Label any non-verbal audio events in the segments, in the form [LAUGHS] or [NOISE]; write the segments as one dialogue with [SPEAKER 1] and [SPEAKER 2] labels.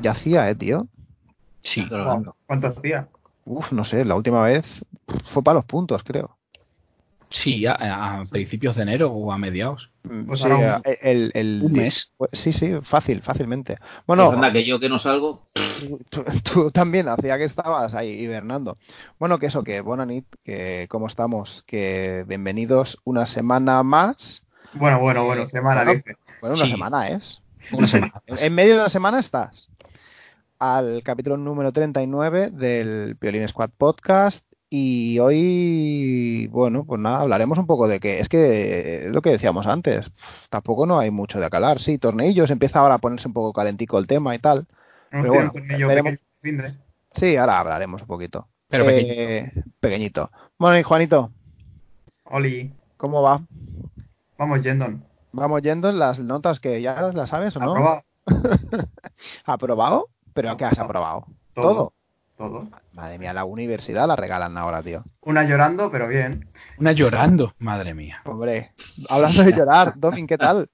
[SPEAKER 1] ya hacía, ¿eh, tío?
[SPEAKER 2] Sí.
[SPEAKER 3] ¿Cuánto, cuánto hacía?
[SPEAKER 1] Uf, no sé, la última vez fue para los puntos, creo.
[SPEAKER 2] Sí, a, a principios de enero o a mediados.
[SPEAKER 1] Mm,
[SPEAKER 3] Pues
[SPEAKER 1] sí,
[SPEAKER 3] ahora un-
[SPEAKER 1] el, el-
[SPEAKER 2] un mes.
[SPEAKER 1] pues Sí, sí, fácil, fácilmente.
[SPEAKER 4] Bueno,
[SPEAKER 1] Bueno,
[SPEAKER 4] que yo que no salgo.
[SPEAKER 1] tú, tú- tú también hacía que estabas ahí hibernando. Bueno, que eso, que Bonanit, que cómo estamos, que bienvenidos una semana más.
[SPEAKER 3] Bueno, bueno, bueno, semana
[SPEAKER 1] Bueno,
[SPEAKER 3] dice.
[SPEAKER 1] Bueno, una
[SPEAKER 2] Sí.
[SPEAKER 1] semana es.
[SPEAKER 2] [LAUGHS] Una
[SPEAKER 4] [LAUGHS]
[SPEAKER 2] semana.
[SPEAKER 1] En medio de una semana estás. Al capítulo número 39 del Piolín Squad Podcast. Y hoy, bueno, pues nada, hablaremos un poco de que es que eh, lo que decíamos antes, tampoco no hay mucho de acalar. Sí, tornillos, empieza ahora a ponerse un poco calentico el tema y tal. pero
[SPEAKER 3] Hemos tenido un
[SPEAKER 1] bueno,
[SPEAKER 3] tornillo
[SPEAKER 1] veremos.
[SPEAKER 3] pequeño fin de-
[SPEAKER 1] Sí, ahora hablaremos un poquito.
[SPEAKER 2] Pero
[SPEAKER 1] Eh, pequeñito. Bueno, y Juanito,
[SPEAKER 3] Oli,
[SPEAKER 1] ¿cómo va?
[SPEAKER 3] vamos yendo.
[SPEAKER 1] Vamos yendo en las notas que ya las sabes o no.
[SPEAKER 3] Aprobado.
[SPEAKER 1] ¿Aprobado? ¿Pero qué has aprobado?
[SPEAKER 3] Todo. Todo.
[SPEAKER 1] Madre mía, la universidad la regalan ahora, tío.
[SPEAKER 3] Una llorando, pero bien.
[SPEAKER 2] Una llorando, madre mía.
[SPEAKER 1] Hombre, hablando de llorar, Domin, ¿qué tal?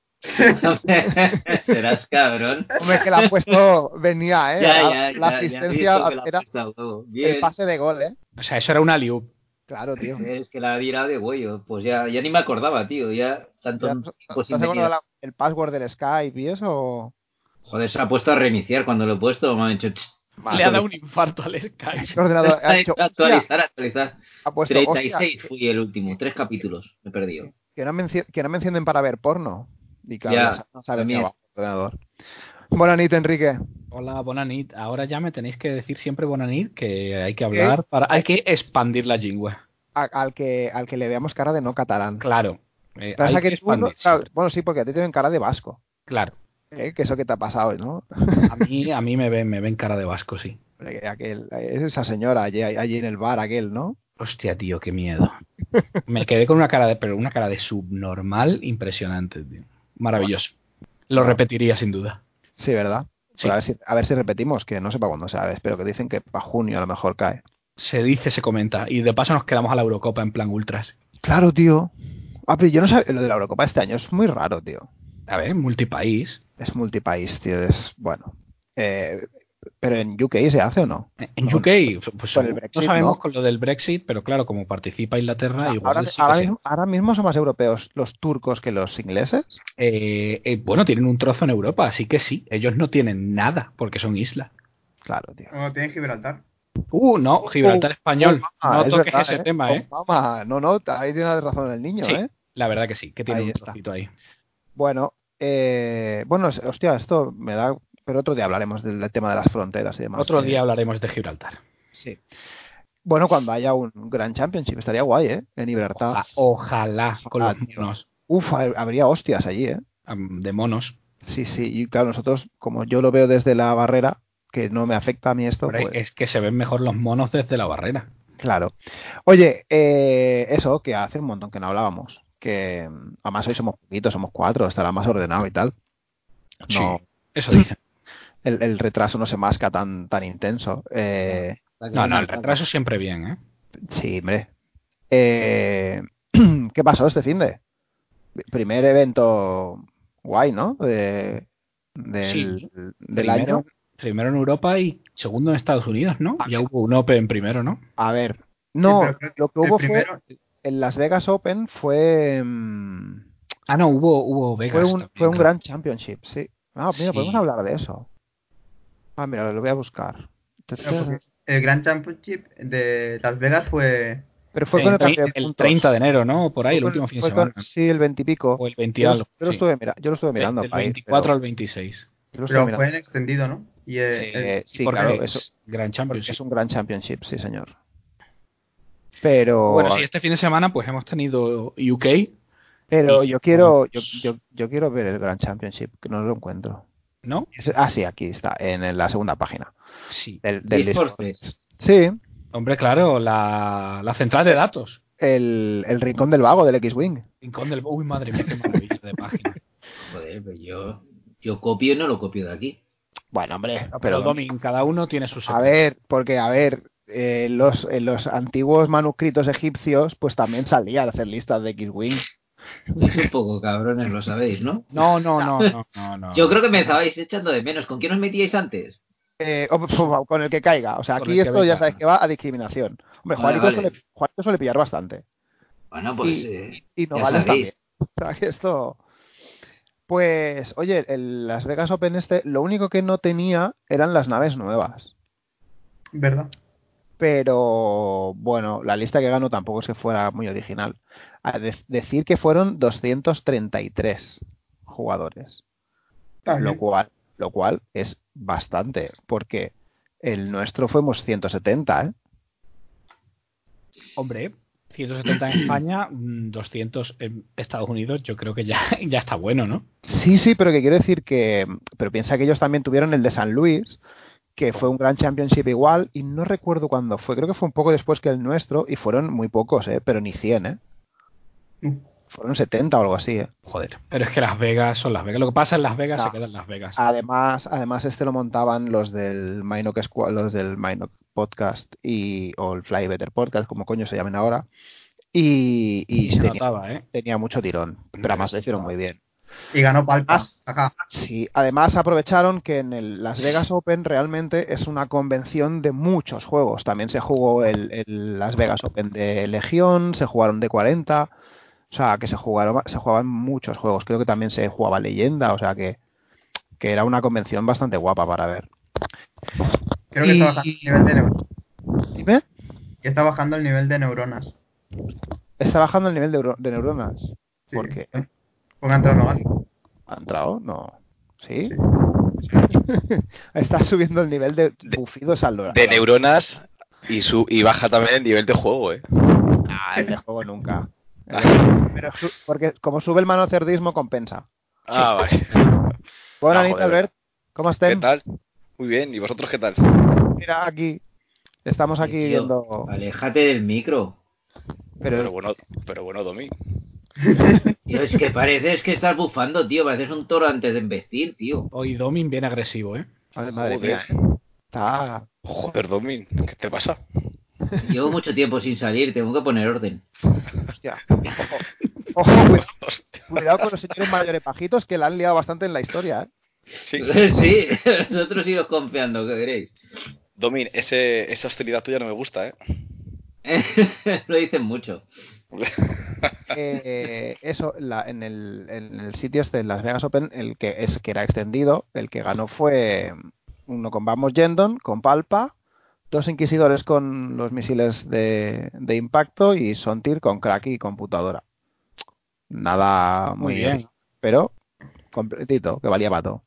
[SPEAKER 4] [LAUGHS] Serás cabrón.
[SPEAKER 1] Hombre, que la ha puesto, venía, ¿eh?
[SPEAKER 4] ya,
[SPEAKER 1] la, la
[SPEAKER 4] ya, ya, ya he
[SPEAKER 1] asistencia
[SPEAKER 4] visto que la ha
[SPEAKER 1] era
[SPEAKER 4] puesto a huevo.
[SPEAKER 1] el
[SPEAKER 4] Bien.
[SPEAKER 1] pase de gol, ¿eh?
[SPEAKER 2] O sea, eso era una liu.
[SPEAKER 1] Claro, tío.
[SPEAKER 4] Es que la viera de huello. Pues ya, ya ni me acordaba, tío. Ya pues tanto
[SPEAKER 1] Ya,
[SPEAKER 4] tiempo
[SPEAKER 1] ¿Estás
[SPEAKER 4] sin
[SPEAKER 1] de acuerdo
[SPEAKER 4] venir.
[SPEAKER 1] del el password del Skype y eso?
[SPEAKER 4] Joder, se ha puesto a reiniciar cuando lo he puesto. Me ha dicho, "Tss,
[SPEAKER 2] Le ha dado un infarto al Sky.
[SPEAKER 1] El ordenador ha hecho, hostia,
[SPEAKER 4] actualizar, actualizar.
[SPEAKER 1] ha puesto, hostia,
[SPEAKER 4] 36 fui el último, tres capítulos, me he perdido.
[SPEAKER 1] que no, me enci- que no me encienden para ver porno. Y claro,
[SPEAKER 4] Ya,
[SPEAKER 1] ya no sabe
[SPEAKER 4] también.
[SPEAKER 1] qué va el ordenador. Bueno, Anita, Enrique.
[SPEAKER 2] Hola, Bonanit. Ahora ya me tenéis que decir siempre Bonanit que hay que hablar para. Hay que expandir la lengua.
[SPEAKER 1] a- al, que, al que le veamos cara de no catalán.
[SPEAKER 2] Claro. Eh, hay
[SPEAKER 1] Pasa que tú no-
[SPEAKER 2] expandir
[SPEAKER 1] claro,
[SPEAKER 2] siempre.
[SPEAKER 1] bueno, sí, porque a ti te ven cara de vasco.
[SPEAKER 2] Claro.
[SPEAKER 1] ¿eh? Que eso que te ha pasado, ¿no?
[SPEAKER 2] A mí, a mí me ven, me ven cara de vasco, sí.
[SPEAKER 1] Aquel, es esa señora allí, allí en el bar, aquel, ¿no?
[SPEAKER 2] Hostia, tío, qué miedo. Me quedé con una cara de, pero una cara de subnormal impresionante, tío. Maravilloso. Lo repetiría sin duda.
[SPEAKER 1] Sí, ¿verdad? Pues
[SPEAKER 2] Sí.
[SPEAKER 1] a, ver si, a ver si repetimos, que no sepa cuándo sea, pero que dicen que para junio a lo mejor cae.
[SPEAKER 2] Se dice, se comenta. Y de paso nos quedamos a la Eurocopa en plan ultras.
[SPEAKER 1] Claro, tío. Ah, pero yo no sabía lo de la Eurocopa este año, es muy raro, tío.
[SPEAKER 2] A ver, multipaís.
[SPEAKER 1] Es multipaís, tío, es bueno. Eh, pero en UK se hace o no?
[SPEAKER 2] En
[SPEAKER 1] Con-
[SPEAKER 2] UK, pues
[SPEAKER 1] con el
[SPEAKER 2] no
[SPEAKER 1] Brexit,
[SPEAKER 2] sabemos
[SPEAKER 1] ¿no? Ah,
[SPEAKER 2] con lo del Brexit, pero claro, como participa Inglaterra, Ah, igual
[SPEAKER 1] ahora,
[SPEAKER 2] sí que
[SPEAKER 1] ahora
[SPEAKER 2] sí.
[SPEAKER 1] mismo, ahora mismo son más europeos los turcos que los ingleses.
[SPEAKER 2] Eh, eh, bueno, tienen un trozo en Europa, así que sí. Ellos no tienen nada porque son islas.
[SPEAKER 1] Claro, tío.
[SPEAKER 3] Bueno, tiene Gibraltar.
[SPEAKER 2] Uh, no, Gibraltar español.
[SPEAKER 1] Ah,
[SPEAKER 2] no
[SPEAKER 1] es
[SPEAKER 2] toques
[SPEAKER 1] verdad,
[SPEAKER 2] ese
[SPEAKER 1] ¿eh?
[SPEAKER 2] tema,
[SPEAKER 1] Oh,
[SPEAKER 2] ¿eh?
[SPEAKER 1] mamá, no, no, ahí tienes razón el niño,
[SPEAKER 2] Sí.
[SPEAKER 1] ¿eh?
[SPEAKER 2] La verdad que sí, que tiene
[SPEAKER 1] Ahí
[SPEAKER 2] un
[SPEAKER 1] está.
[SPEAKER 2] trocito ahí.
[SPEAKER 1] Bueno, eh, bueno, es- hostia, esto me da. Pero otro día hablaremos del, del tema de las fronteras y demás.
[SPEAKER 2] Otro
[SPEAKER 1] que-
[SPEAKER 2] día hablaremos de Gibraltar.
[SPEAKER 1] Sí. Bueno, cuando haya un gran championship, estaría guay, ¿eh? En Libertad.
[SPEAKER 2] Oja- ojalá con
[SPEAKER 1] Ah,
[SPEAKER 2] los
[SPEAKER 1] tío.
[SPEAKER 2] monos.
[SPEAKER 1] Uf, ha- habría hostias allí, ¿eh?
[SPEAKER 2] am, De monos.
[SPEAKER 1] Sí, sí. Y claro, nosotros, como yo lo veo desde la barrera, que no me afecta a mí esto,
[SPEAKER 2] Hombre, eh.
[SPEAKER 1] pues,
[SPEAKER 2] Es que se ven mejor los monos desde la barrera.
[SPEAKER 1] claro. Oye, eh, eso, que hace un montón que no hablábamos. Que mm, además hoy somos poquitos, somos cuatro, estará más ordenado y tal. No,
[SPEAKER 2] Sí. Eso dicen.
[SPEAKER 1] el, el retraso no se masca tan, tan intenso. Eh,
[SPEAKER 2] No, no, el retraso siempre bien, ¿eh?
[SPEAKER 1] Sí, hombre. Eh, [CLEARS THROAT] ¿Qué pasó este fin de? Primer evento guay, ¿no? De- del
[SPEAKER 2] Sí.
[SPEAKER 1] del
[SPEAKER 2] Primero-
[SPEAKER 1] año.
[SPEAKER 2] Primero en Europa y segundo en Estados Unidos, ¿no?
[SPEAKER 1] Ah,
[SPEAKER 2] Ya hubo un Open primero, ¿no?
[SPEAKER 1] A ver. No,
[SPEAKER 3] pero creo
[SPEAKER 1] lo que
[SPEAKER 3] El
[SPEAKER 1] hubo fue
[SPEAKER 3] primero,
[SPEAKER 1] en Las Vegas Open fue, mm,
[SPEAKER 2] Ah, no, hubo, hubo
[SPEAKER 1] fue
[SPEAKER 2] Vegas.
[SPEAKER 1] un,
[SPEAKER 2] también,
[SPEAKER 1] fue un
[SPEAKER 2] creo.
[SPEAKER 1] gran championship, sí. Ah, mira,
[SPEAKER 2] Sí. Ah,
[SPEAKER 1] podemos hablar de eso. Ah, mira, lo voy a buscar.
[SPEAKER 2] pues
[SPEAKER 3] no, porque el Grand Championship de Las Vegas fue.
[SPEAKER 1] Pero fue con el
[SPEAKER 2] el,
[SPEAKER 1] cambio de
[SPEAKER 2] tre- el
[SPEAKER 1] puntos.
[SPEAKER 2] 30 de enero, ¿no? Por
[SPEAKER 1] Fue
[SPEAKER 2] ahí, el
[SPEAKER 1] con-
[SPEAKER 2] último fin de
[SPEAKER 1] fue con-
[SPEAKER 2] semana.
[SPEAKER 1] Sí, el 20 y pico.
[SPEAKER 2] O el 20
[SPEAKER 1] Yo,
[SPEAKER 2] algo.
[SPEAKER 1] yo lo
[SPEAKER 2] sí.
[SPEAKER 1] estuve, mira, yo lo estuve mirando.
[SPEAKER 2] Del
[SPEAKER 1] país,
[SPEAKER 2] 24
[SPEAKER 1] pero-
[SPEAKER 2] al 26.
[SPEAKER 1] yo lo estuve
[SPEAKER 3] Pero
[SPEAKER 1] mirando.
[SPEAKER 3] fue en extendido, ¿no? Y el-
[SPEAKER 1] Sí,
[SPEAKER 3] el-
[SPEAKER 1] eh, sí,
[SPEAKER 2] Porque
[SPEAKER 1] claro,
[SPEAKER 2] es
[SPEAKER 1] eso
[SPEAKER 2] Gran
[SPEAKER 1] porque
[SPEAKER 2] Championship.
[SPEAKER 1] es un gran championship, sí, señor. Pero,
[SPEAKER 2] Bueno, sí, este fin de semana pues hemos tenido UK.
[SPEAKER 1] pero
[SPEAKER 2] y-
[SPEAKER 1] yo quiero yo, yo, yo quiero ver el gran championship, que no lo encuentro.
[SPEAKER 2] ¿No?
[SPEAKER 1] Es- Ah, sí, aquí está, en, en la segunda página
[SPEAKER 2] Sí.
[SPEAKER 1] del, del
[SPEAKER 4] Discord
[SPEAKER 1] Discord.
[SPEAKER 4] Fest.
[SPEAKER 1] Sí,
[SPEAKER 2] Hombre, claro, la, la central de datos.
[SPEAKER 1] el, el rincón del vago del X-Wing.
[SPEAKER 2] Rincón del... Uy, madre mía, qué maravilla de [LAUGHS] página.
[SPEAKER 4] Joder, pues yo, yo copio y no lo copio de aquí.
[SPEAKER 1] Bueno, hombre,
[SPEAKER 2] Pero,
[SPEAKER 1] pero,
[SPEAKER 2] Domin, cada uno tiene su
[SPEAKER 1] Eh, a
[SPEAKER 2] sección.
[SPEAKER 1] ver, porque a ver, eh, los, en los antiguos manuscritos egipcios, pues también salía de hacer listas de X-Wing.
[SPEAKER 4] Sois un poco cabrones,
[SPEAKER 1] [LAUGHS]
[SPEAKER 4] lo sabéis, ¿no?
[SPEAKER 2] [LAUGHS] No, no, no, no, no, no.
[SPEAKER 4] Yo creo que me estabais echando de menos. ¿Con quién os metíais antes?
[SPEAKER 1] eh, o- pf, [LAUGHS] con el que caiga. O sea,
[SPEAKER 2] Con
[SPEAKER 1] aquí
[SPEAKER 2] el que
[SPEAKER 1] esto ya
[SPEAKER 2] venga.
[SPEAKER 1] sabes que va a discriminación. Hombre,
[SPEAKER 4] Vale,
[SPEAKER 1] Juanito,
[SPEAKER 4] vale.
[SPEAKER 1] Suele, Juanito suele pillar bastante.
[SPEAKER 4] Bueno, pues.
[SPEAKER 1] Y-
[SPEAKER 4] eh,
[SPEAKER 1] Y
[SPEAKER 4] ya
[SPEAKER 1] Nogales también. [LAUGHS]
[SPEAKER 4] sabéis.
[SPEAKER 1] O sea, que esto. Pues, oye, el Las Vegas Open este, lo único que no tenía eran las naves nuevas.
[SPEAKER 3] ¿Verdad?
[SPEAKER 1] Pero bueno, la lista que ganó tampoco es que fuera muy original. A de- decir que fueron 233 jugadores,
[SPEAKER 3] Está
[SPEAKER 1] lo
[SPEAKER 3] bien.
[SPEAKER 1] cual, lo cual es bastante, porque el nuestro fuimos 170, ¿eh?
[SPEAKER 2] Hombre, 170 en España, mm, 200 en Estados Unidos, yo creo que ya, [LAUGHS] ya está bueno, ¿no?
[SPEAKER 1] Sí, sí, pero que quiero decir que. Pero piensa que ellos también tuvieron el de San Luis, que fue un gran championship igual, y no recuerdo cuándo fue, creo que fue un poco después que el nuestro, y fueron muy pocos, ¿eh? Pero ni 100, ¿eh?
[SPEAKER 3] Uh.
[SPEAKER 1] Fueron 70 o algo así, ¿eh? Joder.
[SPEAKER 2] Pero es que Las Vegas son Las Vegas. Lo que pasa en Las Vegas
[SPEAKER 1] Ah.
[SPEAKER 2] se queda en Las Vegas.
[SPEAKER 1] Además, además este lo montaban los del Minok Squa- los del Minok Podcast y o el Fly Better Podcast, como coño se llamen ahora, y, y
[SPEAKER 2] y se
[SPEAKER 1] tenía,
[SPEAKER 2] notaba, ¿eh?
[SPEAKER 1] tenía mucho tirón, pero además lo hicieron muy bien.
[SPEAKER 3] Y ganó Palpa.
[SPEAKER 1] Además-
[SPEAKER 3] Ajá.
[SPEAKER 1] Sí, además aprovecharon que en el Las Vegas Open realmente es una convención de muchos juegos. También se jugó el, el Las Vegas Open de Legión, se jugaron de 40, o sea, que se jugaron, se jugaban muchos juegos. Creo que también se jugaba Leyenda, o sea, que, que era una convención bastante guapa para ver.
[SPEAKER 3] Creo que
[SPEAKER 1] Y-
[SPEAKER 3] está bajando el nivel de neuronas.
[SPEAKER 1] Dime,
[SPEAKER 3] Que está bajando el nivel de neuronas.
[SPEAKER 1] está bajando el nivel de, euro- de neuronas.
[SPEAKER 3] Sí.
[SPEAKER 1] ¿Por qué?
[SPEAKER 3] Pongan tras Nogales.
[SPEAKER 1] ¿Ha entrado? No. ¿Sí?
[SPEAKER 3] Sí.
[SPEAKER 1] [LAUGHS] está subido el nivel de bufidos al dorado.
[SPEAKER 5] De neuronas y, su, y baja también el nivel de juego, ¿eh?
[SPEAKER 1] Ah, el de juego nunca. Pero su- porque como sube el manocerdismo, compensa.
[SPEAKER 5] Ah, vale. Ah,
[SPEAKER 1] Buenas noches,
[SPEAKER 5] joder.
[SPEAKER 1] Albert. ¿Cómo
[SPEAKER 5] ¿Qué
[SPEAKER 1] estén?
[SPEAKER 5] tal? Muy bien, ¿y vosotros qué tal?
[SPEAKER 1] Mira, aquí. Estamos aquí
[SPEAKER 4] Eh, Tío,
[SPEAKER 1] viendo.
[SPEAKER 4] Aléjate del micro.
[SPEAKER 1] Pero,
[SPEAKER 5] Pero bueno, pero bueno, Domi.
[SPEAKER 4] Tío, es que pareces que estás bufando, tío. Pareces un toro antes de embestir, tío.
[SPEAKER 2] Hoy Domin bien agresivo, ¿eh?
[SPEAKER 1] Ay, madre
[SPEAKER 5] Joder.
[SPEAKER 1] mía, eh. Está-
[SPEAKER 5] Joder, Domi, ¿qué te pasa?
[SPEAKER 4] Llevo mucho tiempo sin salir, tengo que poner orden.
[SPEAKER 5] [LAUGHS]
[SPEAKER 1] hostia. Ojo, ojo, cuidado,
[SPEAKER 5] Hostia,
[SPEAKER 1] cuidado con los señores mayores pajitos que la han liado bastante en la historia. ¿eh?
[SPEAKER 5] Sí.
[SPEAKER 4] [LAUGHS] Sí, nosotros iros confiando, ¿qué queréis? [LAUGHS]
[SPEAKER 5] Domi, ese, esa hostilidad tuya no me gusta, ¿eh?
[SPEAKER 4] Lo dicen mucho.
[SPEAKER 1] Eh, eso, la- en, el, en el sitio este, en Las Vegas Open, el que, es, que era extendido, el que ganó fue mm, uno con Vamos Yendon, con Palpa, dos inquisidores con los misiles de, de impacto y Sontir con crack y computadora. Nada muy, bien, pero completito, que valía pato.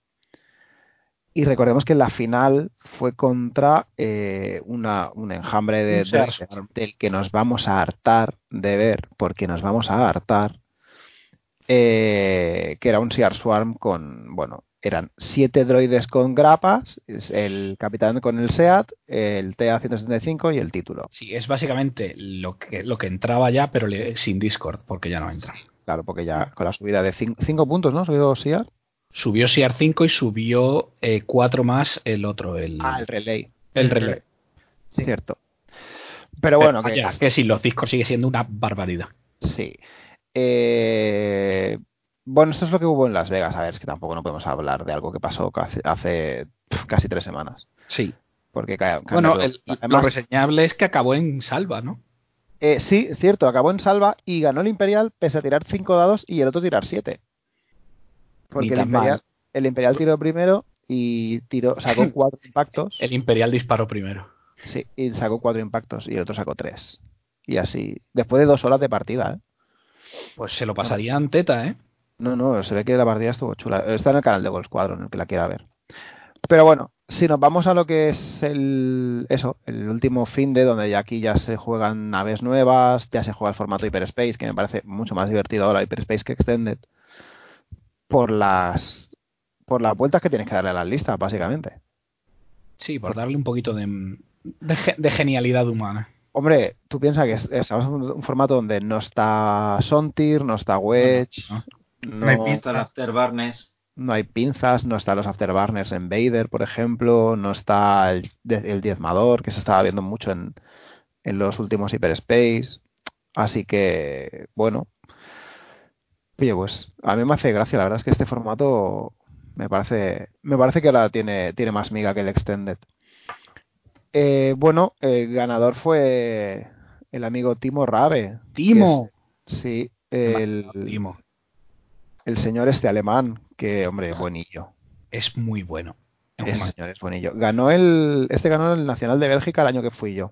[SPEAKER 1] Y recordemos que la final fue contra eh, una, un enjambre de
[SPEAKER 2] Un Sears
[SPEAKER 1] dragons
[SPEAKER 2] Farm.
[SPEAKER 1] del que nos vamos a hartar de ver, porque nos vamos a hartar, eh, que era un Sear Swarm con, bueno, eran siete droides con grapas, es el capitán con el SEAT, el TA-175 y el título.
[SPEAKER 2] Sí, es básicamente lo que, lo que entraba ya, pero le- sin Discord, porque ya no entra.
[SPEAKER 1] Claro, porque ya con la subida de 5 puntos, ¿no? Subió SEAT.
[SPEAKER 2] Subió Sear 5 y subió 4 más el otro, el,
[SPEAKER 1] Ah, el relay,
[SPEAKER 2] el reloj.
[SPEAKER 3] Sí.
[SPEAKER 1] cierto. Pero bueno, que,
[SPEAKER 2] Vaya, que sin los Discord sigue siendo una barbaridad.
[SPEAKER 1] Sí. Eh, bueno, esto es lo que hubo en Las Vegas. A ver, es que tampoco no podemos hablar de algo que pasó casi- hace pf, casi tres semanas.
[SPEAKER 2] Sí.
[SPEAKER 1] Porque ca- ca-
[SPEAKER 2] Bueno,
[SPEAKER 1] no-
[SPEAKER 2] el- lo
[SPEAKER 1] además,
[SPEAKER 2] reseñable es que acabó en salva, ¿no?
[SPEAKER 1] eh, sí, cierto, acabó en salva y ganó el Imperial pese a tirar cinco dados y el otro tirar siete. Porque el
[SPEAKER 2] tan mal.
[SPEAKER 1] Imperial, el Imperial tiró primero y tiró, sacó [LAUGHS] cuatro impactos.
[SPEAKER 2] El Imperial disparó primero.
[SPEAKER 1] Sí, y sacó cuatro impactos y el otro sacó tres. Y así, después de dos horas de partida, ¿eh?
[SPEAKER 2] Pues se lo pasarían teta, ¿eh?
[SPEAKER 1] No, no, se ve que la partida estuvo chula. Está en el canal de Gold Squadron, el que la quiera ver. Pero bueno, si nos vamos a lo que es el eso, el último fin de donde ya aquí ya se juegan naves nuevas, ya se juega el formato Hyperspace, que me parece mucho más divertido ahora Hyperspace que Extended. Por las por las vueltas que tienes que darle a las listas, básicamente.
[SPEAKER 2] Sí, por darle un poquito de, de, ge- de genialidad humana.
[SPEAKER 1] Hombre, tú piensas que es, es ahora un, un formato donde no está Sontir, no está Wedge,
[SPEAKER 2] No,
[SPEAKER 1] no,
[SPEAKER 3] hay
[SPEAKER 4] Ahí está el Afterburnes.
[SPEAKER 1] No hay pinzas, no están los afterburners en Vader, por ejemplo, no está el, de- el diezmador, que se estaba viendo mucho en, en los últimos Hyperspace. Así que, bueno. Oye, pues a mí me hace gracia, la verdad es que este formato Me parece, me parece que ahora tiene, tiene más miga que el Extended. Eh, bueno, el ganador fue el amigo Timo Rabe.
[SPEAKER 2] Timo.
[SPEAKER 1] que es- sí, el,
[SPEAKER 2] Timo.
[SPEAKER 1] el señor este alemán, que hombre, buenillo.
[SPEAKER 2] Es muy bueno. Es un
[SPEAKER 1] Ese
[SPEAKER 2] macho.
[SPEAKER 1] señor es buenillo. Ganó el, este ganó el Nacional de Bélgica el año que fui yo.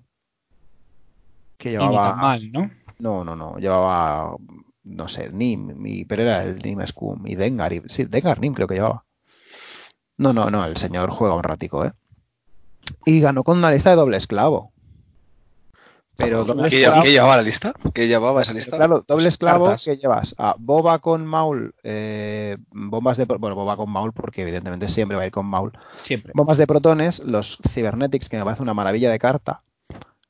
[SPEAKER 1] Que
[SPEAKER 2] Y ni tan
[SPEAKER 1] llevaba...
[SPEAKER 2] mal, ¿no?
[SPEAKER 1] No, no, no. Llevaba, no sé, Nim, y- pero era el Nim Scum y Dengar. y- sí, Dengar Nim creo que llevaba. No, no, no, el señor juega un ratico, ¿eh? Y ganó con una lista de doble esclavo. Pero doble
[SPEAKER 5] ¿Qué,
[SPEAKER 1] esclavo...
[SPEAKER 5] lle- qué llevaba la lista? ¿Qué llevaba esa lista?
[SPEAKER 1] Claro, doble esclavo
[SPEAKER 2] cartas.
[SPEAKER 1] que llevas a boba con maul, eh, bombas de... pro- Bueno, boba con maul porque evidentemente siempre va a ir con maul.
[SPEAKER 2] Siempre.
[SPEAKER 1] Bombas de protones, los Cybernetics, que me parece una maravilla de carta,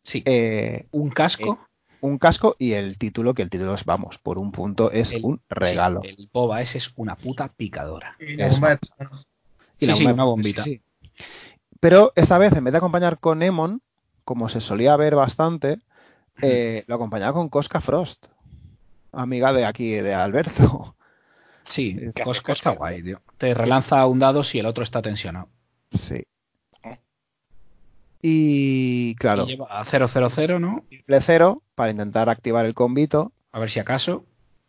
[SPEAKER 2] Sí.
[SPEAKER 1] eh,
[SPEAKER 2] un casco.
[SPEAKER 1] un casco y el título, que el título es, vamos, por un punto es
[SPEAKER 2] El-
[SPEAKER 1] un regalo.
[SPEAKER 2] sí, el boba ese es una puta picadora.
[SPEAKER 3] Y la
[SPEAKER 1] Eso.
[SPEAKER 3] bomba de protones.
[SPEAKER 1] Y
[SPEAKER 2] Sí,
[SPEAKER 1] la
[SPEAKER 2] sí,
[SPEAKER 1] bomba-
[SPEAKER 2] una bombita.
[SPEAKER 1] sí, sí. Pero esta vez, en vez de acompañar con Emon, como se solía ver bastante, eh, lo acompañaba con Cosca Frost, amiga de aquí, de Alberto. [LAUGHS]
[SPEAKER 2] Sí,
[SPEAKER 1] Es-
[SPEAKER 2] cos- cos- está guay, tío. Te relanza un dado si el otro está tensionado.
[SPEAKER 1] Sí. Y claro,
[SPEAKER 2] Y lleva a 000, ¿no?
[SPEAKER 1] triple cero para intentar activar el combito,
[SPEAKER 2] A ver si acaso.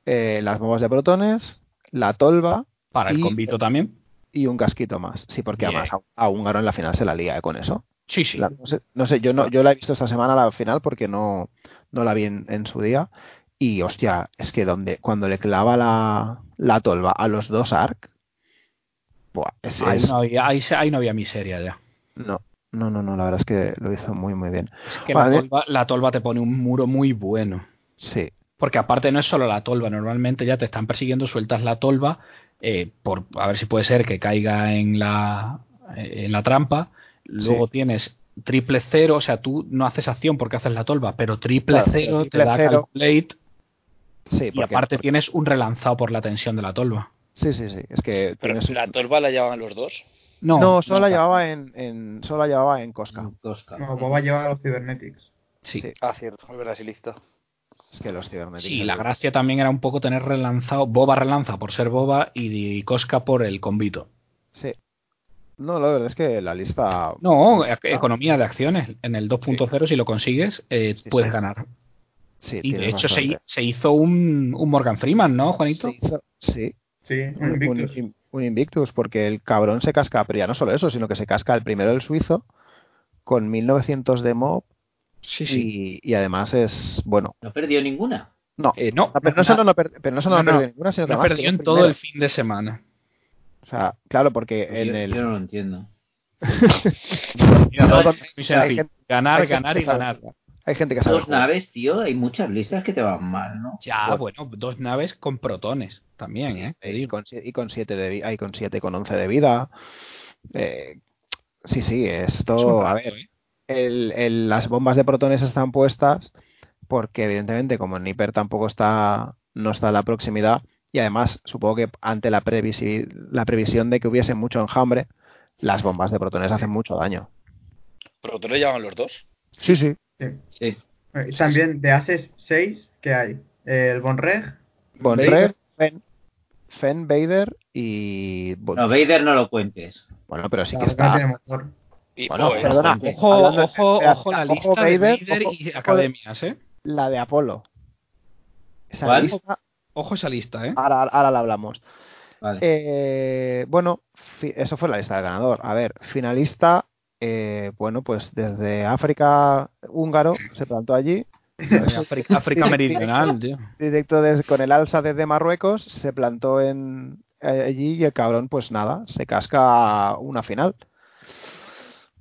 [SPEAKER 1] eh, las bombas de protones, la tolva
[SPEAKER 2] Para
[SPEAKER 1] Y-
[SPEAKER 2] el convito también.
[SPEAKER 1] y un casquito más. Sí, porque
[SPEAKER 2] Bien.
[SPEAKER 1] además a, a húngaro en la final se la liga eh, con eso.
[SPEAKER 2] Sí, sí.
[SPEAKER 1] La- no, sé, no sé, yo no, yo la he visto esta semana la final porque no, no la vi en, en su día. Y hostia, es que donde, cuando le clava la, la tolva a los dos arc, buah, es-
[SPEAKER 2] ahí,
[SPEAKER 1] es-
[SPEAKER 2] no había, ahí se- ahí no había miseria ya.
[SPEAKER 1] no, no, no, no, la verdad es que lo hizo muy, muy bien.
[SPEAKER 2] Es que
[SPEAKER 1] Vale.
[SPEAKER 2] la, tolva, la tolva te pone un muro muy bueno.
[SPEAKER 1] Sí,
[SPEAKER 2] Porque aparte no es solo la tolva, normalmente ya te están persiguiendo, sueltas la tolva, eh, por a ver si puede ser que caiga en la, eh, en la trampa. Luego tienes triple cero, o sea, tú no haces acción porque haces la tolva, pero triple
[SPEAKER 1] Claro,
[SPEAKER 2] cero
[SPEAKER 1] pero
[SPEAKER 2] te
[SPEAKER 1] triple
[SPEAKER 2] da
[SPEAKER 1] cero.
[SPEAKER 2] calculate
[SPEAKER 1] sí,
[SPEAKER 2] y
[SPEAKER 1] porque-
[SPEAKER 2] aparte
[SPEAKER 1] porque-
[SPEAKER 2] tienes un relanzado por la tensión de la tolva.
[SPEAKER 1] sí, sí, sí, es que
[SPEAKER 6] Pero
[SPEAKER 1] tienes-
[SPEAKER 6] la torba la llevaban los dos.
[SPEAKER 2] No,
[SPEAKER 1] no, solo la
[SPEAKER 2] nunca. Mm,
[SPEAKER 1] llevaba en, en- solo la llevaba en Cosca.
[SPEAKER 4] Tosca.
[SPEAKER 3] No, Boba lleva a los Cybernetics.
[SPEAKER 2] Sí.
[SPEAKER 1] Sí,
[SPEAKER 6] Ah, cierto, es verdad, sí, listo.
[SPEAKER 1] es que los cibernéticos.
[SPEAKER 2] Sí, la gracia también era un poco tener relanzado, Boba relanza por ser Boba y Cosca por el convito.
[SPEAKER 1] Sí. No, la verdad es que la lista.
[SPEAKER 2] No,
[SPEAKER 1] Ah.
[SPEAKER 2] e- economía de acciones. En el 2.0, si lo consigues, eh,
[SPEAKER 1] Sí, sí.
[SPEAKER 2] puedes ganar.
[SPEAKER 1] Sí,
[SPEAKER 2] Y de
[SPEAKER 1] tienes
[SPEAKER 2] hecho se, hi-
[SPEAKER 1] bastante.
[SPEAKER 2] se hizo un, un Morgan Freeman, ¿no, Juanito?
[SPEAKER 1] Se hizo- sí,
[SPEAKER 3] Sí, un
[SPEAKER 1] un,
[SPEAKER 3] Invictus.
[SPEAKER 1] un- un Invictus, porque el cabrón se casca, pero ya no solo eso, sino que se casca el primero del suizo con 1900 de mob
[SPEAKER 2] Sí,
[SPEAKER 1] y, y además es. Bueno,
[SPEAKER 4] No perdió ninguna.
[SPEAKER 1] no.
[SPEAKER 2] Eh, no,
[SPEAKER 1] Ah, pero no
[SPEAKER 2] no,
[SPEAKER 1] solo no, per- pero no solo no
[SPEAKER 2] no, no.
[SPEAKER 1] perdió ninguna, sino que
[SPEAKER 2] lo
[SPEAKER 1] además
[SPEAKER 2] perdió
[SPEAKER 1] quedó
[SPEAKER 2] en
[SPEAKER 1] primero.
[SPEAKER 2] todo el fin de semana.
[SPEAKER 1] O sea, claro, porque en
[SPEAKER 4] Pues yo,
[SPEAKER 1] el.
[SPEAKER 4] yo no lo entiendo.
[SPEAKER 2] Mira,
[SPEAKER 1] No,
[SPEAKER 2] todo
[SPEAKER 1] no,
[SPEAKER 2] es muy sencillo.
[SPEAKER 1] gente-
[SPEAKER 2] Ganar,
[SPEAKER 1] hay gente
[SPEAKER 2] ganar
[SPEAKER 1] que
[SPEAKER 2] y
[SPEAKER 1] sabe
[SPEAKER 2] ganar.
[SPEAKER 1] jugar. Hay gente que sabe.
[SPEAKER 4] Dos
[SPEAKER 1] jugar.
[SPEAKER 4] naves, tío, hay muchas listas que te van mal, ¿no?
[SPEAKER 2] Ya, bueno, dos naves con protones también, ¿eh? Te
[SPEAKER 1] Y
[SPEAKER 2] digo.
[SPEAKER 1] con, si- y con siete de vi- ay, con siete, con 11 de vida. Eh, sí, sí,
[SPEAKER 2] Es un
[SPEAKER 1] esto. A
[SPEAKER 2] rato,
[SPEAKER 1] ver,
[SPEAKER 2] ¿eh?
[SPEAKER 1] el- el- las bombas de protones están puestas porque, evidentemente, como en Niper tampoco está, no está en la proximidad, y además, supongo que ante la, previsi- la previsión de que hubiese mucho enjambre, las bombas de protones hacen mucho daño.
[SPEAKER 6] Pero tú lo llevaban los dos.
[SPEAKER 1] Sí, sí.
[SPEAKER 4] Sí.
[SPEAKER 3] Eh, y También de Ases 6, que hay? Eh, El Bonreg.
[SPEAKER 1] Bonrer, Fen, Fen, Vader y. Bo-
[SPEAKER 4] No, Vader no lo cuentes.
[SPEAKER 1] Bueno, pero sí que
[SPEAKER 3] claro, que no
[SPEAKER 1] está.
[SPEAKER 3] tiene motor.
[SPEAKER 6] Y
[SPEAKER 1] Bueno,
[SPEAKER 6] Poe.
[SPEAKER 1] perdona,
[SPEAKER 4] Entonces,
[SPEAKER 2] Ojo,
[SPEAKER 1] hablando de-
[SPEAKER 2] ojo,
[SPEAKER 1] espera,
[SPEAKER 2] ojo la
[SPEAKER 1] ojo,
[SPEAKER 2] lista
[SPEAKER 1] Vader,
[SPEAKER 2] de Vader
[SPEAKER 1] ojo,
[SPEAKER 2] y
[SPEAKER 1] ojo,
[SPEAKER 2] academias, ¿eh?
[SPEAKER 1] la de Apolo. Esa
[SPEAKER 4] ¿Cuál?
[SPEAKER 1] lista-
[SPEAKER 2] Ojo esa lista, ¿eh?
[SPEAKER 1] ahora, ahora la hablamos.
[SPEAKER 4] Vale.
[SPEAKER 1] Eh, bueno, fi- eso fue la lista del ganador. A ver, finalista, eh, bueno, pues desde África húngaro se plantó allí,
[SPEAKER 2] África,
[SPEAKER 1] [LAUGHS]
[SPEAKER 2] África Meridional, tío.
[SPEAKER 1] directo desde, con el alza desde Marruecos, se plantó en eh, allí y el cabrón, pues nada, se casca una final.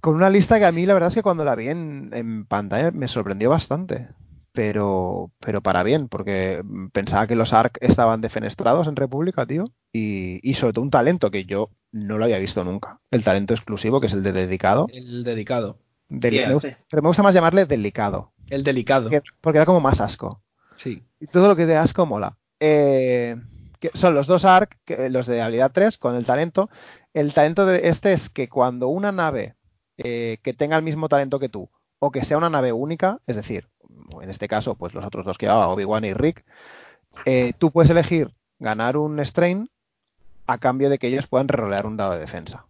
[SPEAKER 1] Con una lista que a mí la verdad es que cuando la vi en, en pantalla me sorprendió bastante. Pero, pero para bien, porque mm, pensaba que los ARC estaban defenestrados en República, tío. Y, y sobre todo un talento que yo no lo había visto nunca. El talento exclusivo, que es el de dedicado.
[SPEAKER 2] El dedicado.
[SPEAKER 1] Del-
[SPEAKER 4] Sí,
[SPEAKER 1] me gusta- pero me gusta más llamarle delicado.
[SPEAKER 2] El delicado.
[SPEAKER 1] porque- porque da como más asco.
[SPEAKER 2] Sí.
[SPEAKER 1] Y todo lo que te asco mola. Eh, que son los dos ARC, que- eh, los de habilidad 3, con el talento. El talento de este es que cuando una nave eh, que tenga el mismo talento que tú, o que sea una nave única, es decir, en este caso, pues los otros dos que llevaba, Obi-Wan y Rick, eh, tú puedes elegir ganar un strain, a cambio de que ellos puedan rerolear un dado de defensa.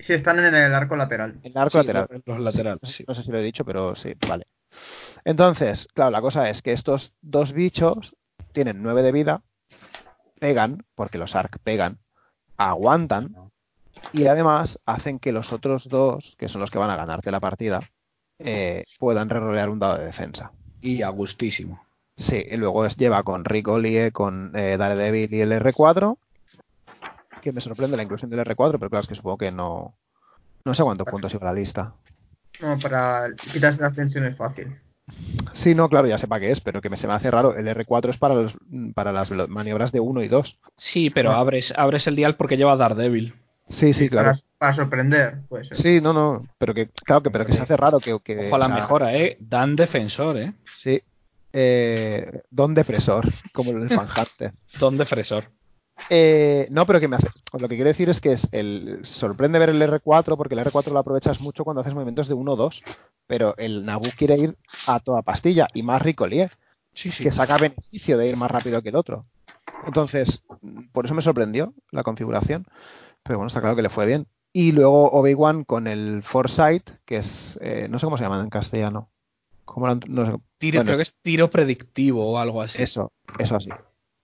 [SPEAKER 3] Si están en el arco lateral.
[SPEAKER 1] El arco
[SPEAKER 2] Sí,
[SPEAKER 1] lateral.
[SPEAKER 2] los- Los laterales, sí.
[SPEAKER 1] No sé si lo he dicho, pero sí, vale. Entonces, claro, la cosa es que estos dos bichos tienen nueve de vida, pegan, porque los arc pegan, aguantan y además hacen que los otros dos, que son los que van a ganarte la partida, eh, puedan rerolear un dado de defensa.
[SPEAKER 2] Y a gustísimo.
[SPEAKER 1] Sí, y luego es, lleva con Rick Olie, con eh, Daredevil y el R4, que me sorprende la inclusión del R4, pero claro, es que supongo que no... No sé cuántos puntos iba la lista.
[SPEAKER 3] No, para quitarse las tensiones fácil.
[SPEAKER 1] Sí, no, claro, ya sepa qué es, pero que me se me hace raro. El R4 es para, los- para las velo- maniobras de 1 y 2.
[SPEAKER 2] Sí, pero
[SPEAKER 1] Bueno.
[SPEAKER 2] abres, abres el dial porque lleva Daredevil.
[SPEAKER 1] Sí, sí, claro.
[SPEAKER 3] Para, para sorprender, pues, puede ser.
[SPEAKER 1] Sí, no, no, pero que, claro, que, pero que se hace raro que... que
[SPEAKER 2] Ojo a la
[SPEAKER 1] o sea,
[SPEAKER 2] mejora, ¿eh? Dan defensor, ¿eh?
[SPEAKER 1] Sí. Eh, don defensor, como el Fanhunter.
[SPEAKER 2] Don defensor.
[SPEAKER 1] Eh, no, pero que me hace. pues Lo que quiero decir es que es el sorprende ver el R4 porque el R4 lo aprovechas mucho cuando haces movimientos de 1 o 2, pero el Nabu quiere ir a toda pastilla y más rico Lier,
[SPEAKER 2] Sí, sí.
[SPEAKER 1] que saca beneficio de ir más rápido que el otro. Entonces, mm, por eso me sorprendió la configuración, pero bueno, está claro que le fue bien. Y luego Obi-Wan con el Foresight, que es, eh, no sé cómo se llama en castellano. ¿Cómo lo han- no sé-
[SPEAKER 2] Tiro-
[SPEAKER 1] bueno,
[SPEAKER 2] creo que es tiro predictivo o algo así.
[SPEAKER 1] eso, eso así.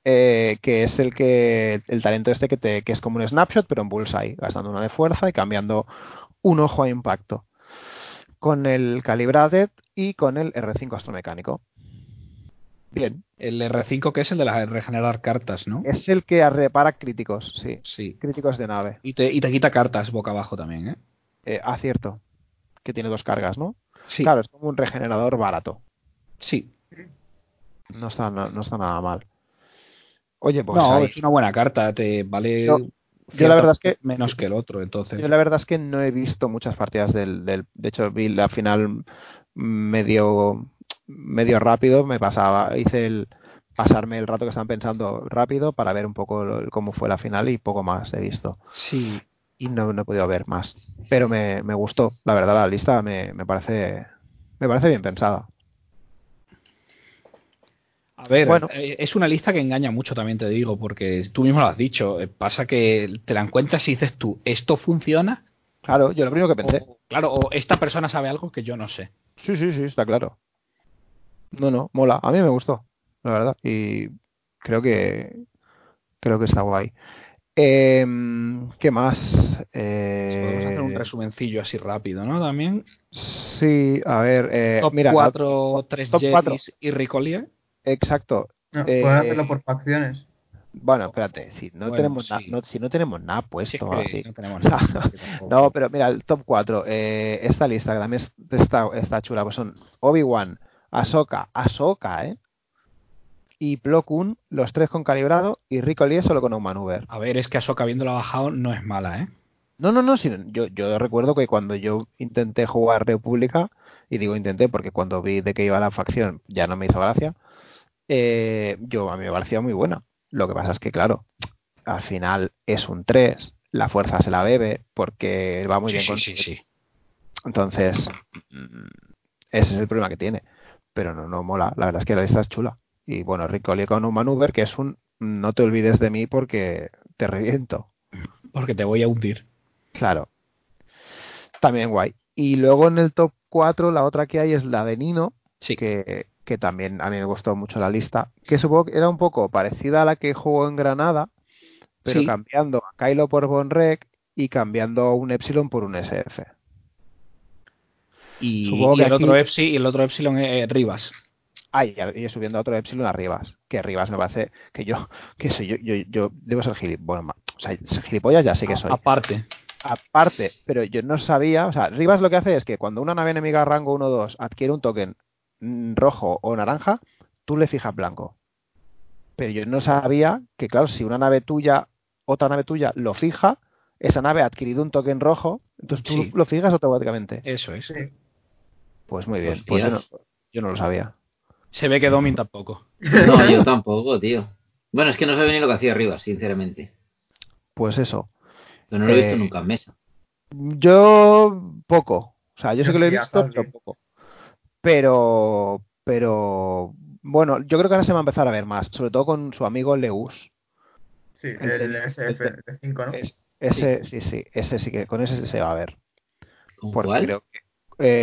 [SPEAKER 1] Eh, que es el que el talento este que, te, que es como un snapshot, pero en bullseye, gastando una de fuerza y cambiando un ojo a impacto. Con el Calibrated y con el R5 astromecánico. Bien,
[SPEAKER 2] El R5 que es el de las regenerar cartas, ¿no?
[SPEAKER 1] es el que repara críticos, sí,
[SPEAKER 2] Sí.
[SPEAKER 1] críticos de nave.
[SPEAKER 2] Y te, y te quita cartas boca abajo también, ¿eh?
[SPEAKER 1] Eh, acierto, que tiene dos cargas, ¿no?
[SPEAKER 2] Sí.
[SPEAKER 1] Claro, es como un regenerador barato.
[SPEAKER 2] Sí.
[SPEAKER 1] No está, na- no está nada mal. Oye, pues
[SPEAKER 2] no,
[SPEAKER 1] ahí-
[SPEAKER 2] es una buena carta, te vale
[SPEAKER 1] Yo- yo la verdad es que-
[SPEAKER 2] menos que el otro, entonces.
[SPEAKER 1] Yo la verdad es que no he visto muchas partidas del, del- de hecho vi la final medio medio rápido, me pasaba, hice el pasarme el rato que estaban pensando rápido para ver un poco lo- cómo fue la final y poco más he visto
[SPEAKER 2] Sí.
[SPEAKER 1] y no, no he podido ver más, pero me, me gustó, la verdad la lista me, me parece me parece bien pensada.
[SPEAKER 2] A ver,
[SPEAKER 1] Bueno.
[SPEAKER 2] eh, es una lista que engaña mucho, también te digo, porque tú mismo lo has dicho. eh, Pasa que te la encuentras y dices tú, ¿esto funciona?
[SPEAKER 1] Claro, yo lo primero que pensé,
[SPEAKER 2] O- claro, o esta persona sabe algo que yo no sé.
[SPEAKER 1] sí, sí, sí, está claro. No, no, mola, a mí me gustó, la verdad, y creo que creo que está guay. Em, ¿qué más?
[SPEAKER 2] Podemos hacer un
[SPEAKER 1] Eh,
[SPEAKER 2] resumencillo así rápido, ¿no? También.
[SPEAKER 1] Sí, a ver, eh,
[SPEAKER 2] top
[SPEAKER 1] mira,
[SPEAKER 2] 4, 3
[SPEAKER 1] top cuatro.
[SPEAKER 2] y Ricolier.
[SPEAKER 1] exacto.
[SPEAKER 3] No,
[SPEAKER 1] Eh,
[SPEAKER 3] pueden hacerlo por facciones.
[SPEAKER 1] Bueno, espérate, si no
[SPEAKER 2] Bueno,
[SPEAKER 1] tenemos na-
[SPEAKER 2] sí.
[SPEAKER 1] no- si no tenemos nada
[SPEAKER 2] Si es
[SPEAKER 1] puesto
[SPEAKER 2] que
[SPEAKER 1] así.
[SPEAKER 2] no
[SPEAKER 1] [LAUGHS]
[SPEAKER 2] tenemos
[SPEAKER 1] O sea,
[SPEAKER 2] nada. tampoco.
[SPEAKER 1] No, pero mira, el top 4, esta lista que también es- está, está chula, pues son Obi-Wan, Ahsoka, Ahsoka, ¿eh? Y Plo Koon, los tres con calibrado, y Rico Lee solo con un maneuver.
[SPEAKER 2] A ver, es que Ahsoka habiéndolo bajado no es mala, ¿eh?
[SPEAKER 1] No, no, no, sí, yo, yo recuerdo que cuando yo intenté jugar República, y digo intenté porque cuando vi de que iba la facción ya no me hizo gracia, eh, yo a mí me parecía muy buena. Lo que pasa es que, claro, al final es un 3, la fuerza se la bebe porque va muy
[SPEAKER 2] Sí,
[SPEAKER 1] bien
[SPEAKER 2] sí,
[SPEAKER 1] con
[SPEAKER 2] sí, sí.
[SPEAKER 1] entonces, mm, ese es el problema que tiene. Pero no, no mola. La verdad es que la lista es chula. Y bueno, Ricoli con un maneuver que es un no te olvides de mí porque te reviento.
[SPEAKER 2] Porque te voy a hundir.
[SPEAKER 1] Claro. También guay. Y luego en el top 4, la otra que hay es la de Nino,
[SPEAKER 2] Sí.
[SPEAKER 1] que, que también a mí me gustó mucho la lista, que supongo que era un poco parecida a la que jugó en Granada, pero
[SPEAKER 2] Sí.
[SPEAKER 1] cambiando a Kylo por Bonrec y cambiando un Epsilon por un SF.
[SPEAKER 2] Y,
[SPEAKER 1] Supongo
[SPEAKER 2] y
[SPEAKER 1] que
[SPEAKER 2] el
[SPEAKER 1] aquí-
[SPEAKER 2] otro Epsi, y el otro Epsilon es eh, Rivas.
[SPEAKER 1] Ah, y, y subiendo a otro Epsilon a Rivas. Que Rivas me parece que yo, que soy yo, yo, yo debo ser gilipollas. Bueno, ma- o sea, ser gilipollas ya sé que soy.
[SPEAKER 2] Aparte.
[SPEAKER 1] Aparte, pero yo no sabía, o sea, Rivas lo que hace es que cuando una nave enemiga rango 1-2 adquiere un token mm, rojo o naranja, tú le fijas blanco. Pero yo no sabía que, claro, si una nave tuya, otra nave tuya lo fija, esa nave ha adquirido un token rojo, entonces tú
[SPEAKER 2] Sí.
[SPEAKER 1] lo fijas automáticamente.
[SPEAKER 2] Eso es.
[SPEAKER 3] Sí.
[SPEAKER 1] Pues muy bien, pues yo no,
[SPEAKER 4] Hostias.
[SPEAKER 1] yo no lo sabía.
[SPEAKER 2] Se ve que Domin tampoco.
[SPEAKER 4] No, yo tampoco, tío. Bueno, es que no sabía ni lo que hacía arriba, sinceramente.
[SPEAKER 1] Pues eso.
[SPEAKER 4] Yo no lo he visto
[SPEAKER 1] Eh,
[SPEAKER 4] nunca en mesa.
[SPEAKER 1] Yo poco. O sea, yo sé
[SPEAKER 3] Yo
[SPEAKER 1] que lo
[SPEAKER 2] [LAUGHS]
[SPEAKER 1] he
[SPEAKER 3] sí, ya
[SPEAKER 1] visto,
[SPEAKER 3] sabes.
[SPEAKER 1] pero poco. Pero, pero, bueno, yo creo que ahora se va a empezar a ver más, sobre todo con su amigo Leus.
[SPEAKER 3] Sí, el SF de 5,
[SPEAKER 1] eh,
[SPEAKER 3] ¿no?
[SPEAKER 6] Es-
[SPEAKER 1] Ese, sí, sí, ese sí que con ese se va a ver.
[SPEAKER 4] ¿Con
[SPEAKER 1] Porque
[SPEAKER 4] cuál?
[SPEAKER 1] creo que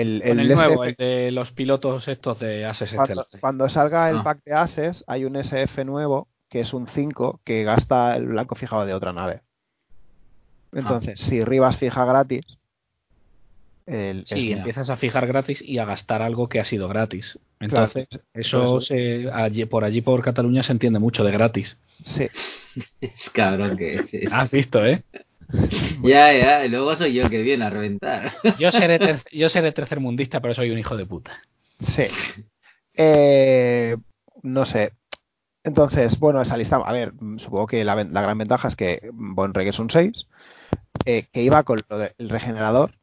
[SPEAKER 1] el,
[SPEAKER 2] Con el
[SPEAKER 1] SF
[SPEAKER 2] nuevo, el de los pilotos estos de Ases
[SPEAKER 1] cuando,
[SPEAKER 2] Estelares.
[SPEAKER 1] cuando salga el
[SPEAKER 2] Ah.
[SPEAKER 1] pack de ases, hay un SF nuevo que es un 5 que gasta el blanco fijado de otra nave.
[SPEAKER 2] Ah.
[SPEAKER 1] Entonces, si Rivas fija gratis, el,
[SPEAKER 2] Sí,
[SPEAKER 1] el-
[SPEAKER 2] empiezas a fijar gratis y a gastar algo que ha sido gratis.
[SPEAKER 1] claro,
[SPEAKER 2] Entonces, eso
[SPEAKER 1] Entonces-
[SPEAKER 2] se- allí- por allí, por Cataluña, se entiende mucho de [LAUGHS] gratis.
[SPEAKER 1] sí,
[SPEAKER 4] Es cabrón que es. es-
[SPEAKER 2] Has visto, ¿eh?
[SPEAKER 4] Ya, ya, y luego soy yo que viene a reventar.
[SPEAKER 2] Yo seré, ter- yo seré tercermundista, pero soy un hijo de puta.
[SPEAKER 1] sí. Eh, no sé. Entonces, bueno, esa lista, a ver, mm, supongo que la, ven- la gran ventaja es que Bonreg es un 6, eh, que iba con lo del regenerador.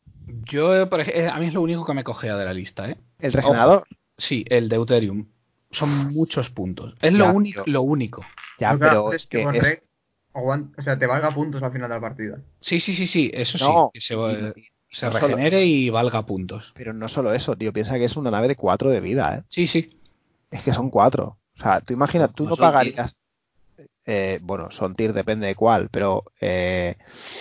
[SPEAKER 2] Yo, por ej- eh, a mí es lo único que me cogea de la lista, ¿eh?
[SPEAKER 1] El regenerador,
[SPEAKER 2] Sí, el Deuterium. Son muchos puntos. Es lo,
[SPEAKER 1] Ya,
[SPEAKER 2] único
[SPEAKER 1] yo-
[SPEAKER 2] lo único.
[SPEAKER 1] ya,
[SPEAKER 3] Lo que
[SPEAKER 1] pero
[SPEAKER 3] hace
[SPEAKER 1] es que
[SPEAKER 3] con
[SPEAKER 1] es-
[SPEAKER 3] Rey aguanta- o sea, te valga puntos al final de la partida.
[SPEAKER 2] Sí, sí, sí, sí, eso
[SPEAKER 1] No,
[SPEAKER 2] sí. que se, eh,
[SPEAKER 1] y- y-
[SPEAKER 2] se
[SPEAKER 1] no solo-
[SPEAKER 2] regenere y valga puntos.
[SPEAKER 1] Pero no solo eso, tío. Piensa que es una nave de cuatro de vida, ¿eh?
[SPEAKER 2] Sí, sí.
[SPEAKER 1] Es que son cuatro. O sea, tú imaginas, tú
[SPEAKER 4] No
[SPEAKER 1] no
[SPEAKER 4] son
[SPEAKER 1] pagarías. eh, bueno, son tir, depende de cuál, pero eh,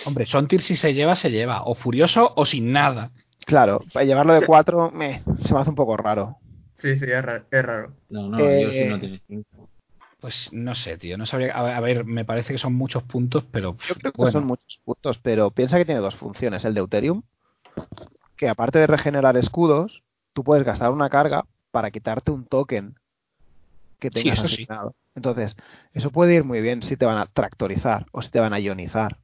[SPEAKER 2] Hombre, Sontir si se lleva, se lleva. O furioso o sin nada.
[SPEAKER 1] claro, para llevarlo de cuatro, meh, se me hace un poco raro.
[SPEAKER 3] Sí, sí, es raro. Es raro.
[SPEAKER 4] No, no,
[SPEAKER 1] Eh,
[SPEAKER 4] yo sí no tengo cinco.
[SPEAKER 2] Pues no sé, tío. No sabría. A ver, a ver, me parece que son muchos puntos, pero.
[SPEAKER 1] Yo creo que
[SPEAKER 2] bueno.
[SPEAKER 1] son muchos puntos, pero piensa que tiene dos funciones: el deuterium, que aparte de regenerar escudos, tú puedes gastar una carga para quitarte un token que
[SPEAKER 2] Sí,
[SPEAKER 1] tengas
[SPEAKER 2] eso sí.
[SPEAKER 1] asignado. Entonces, eso puede ir muy bien si te van a tractorizar o si te van a ionizar,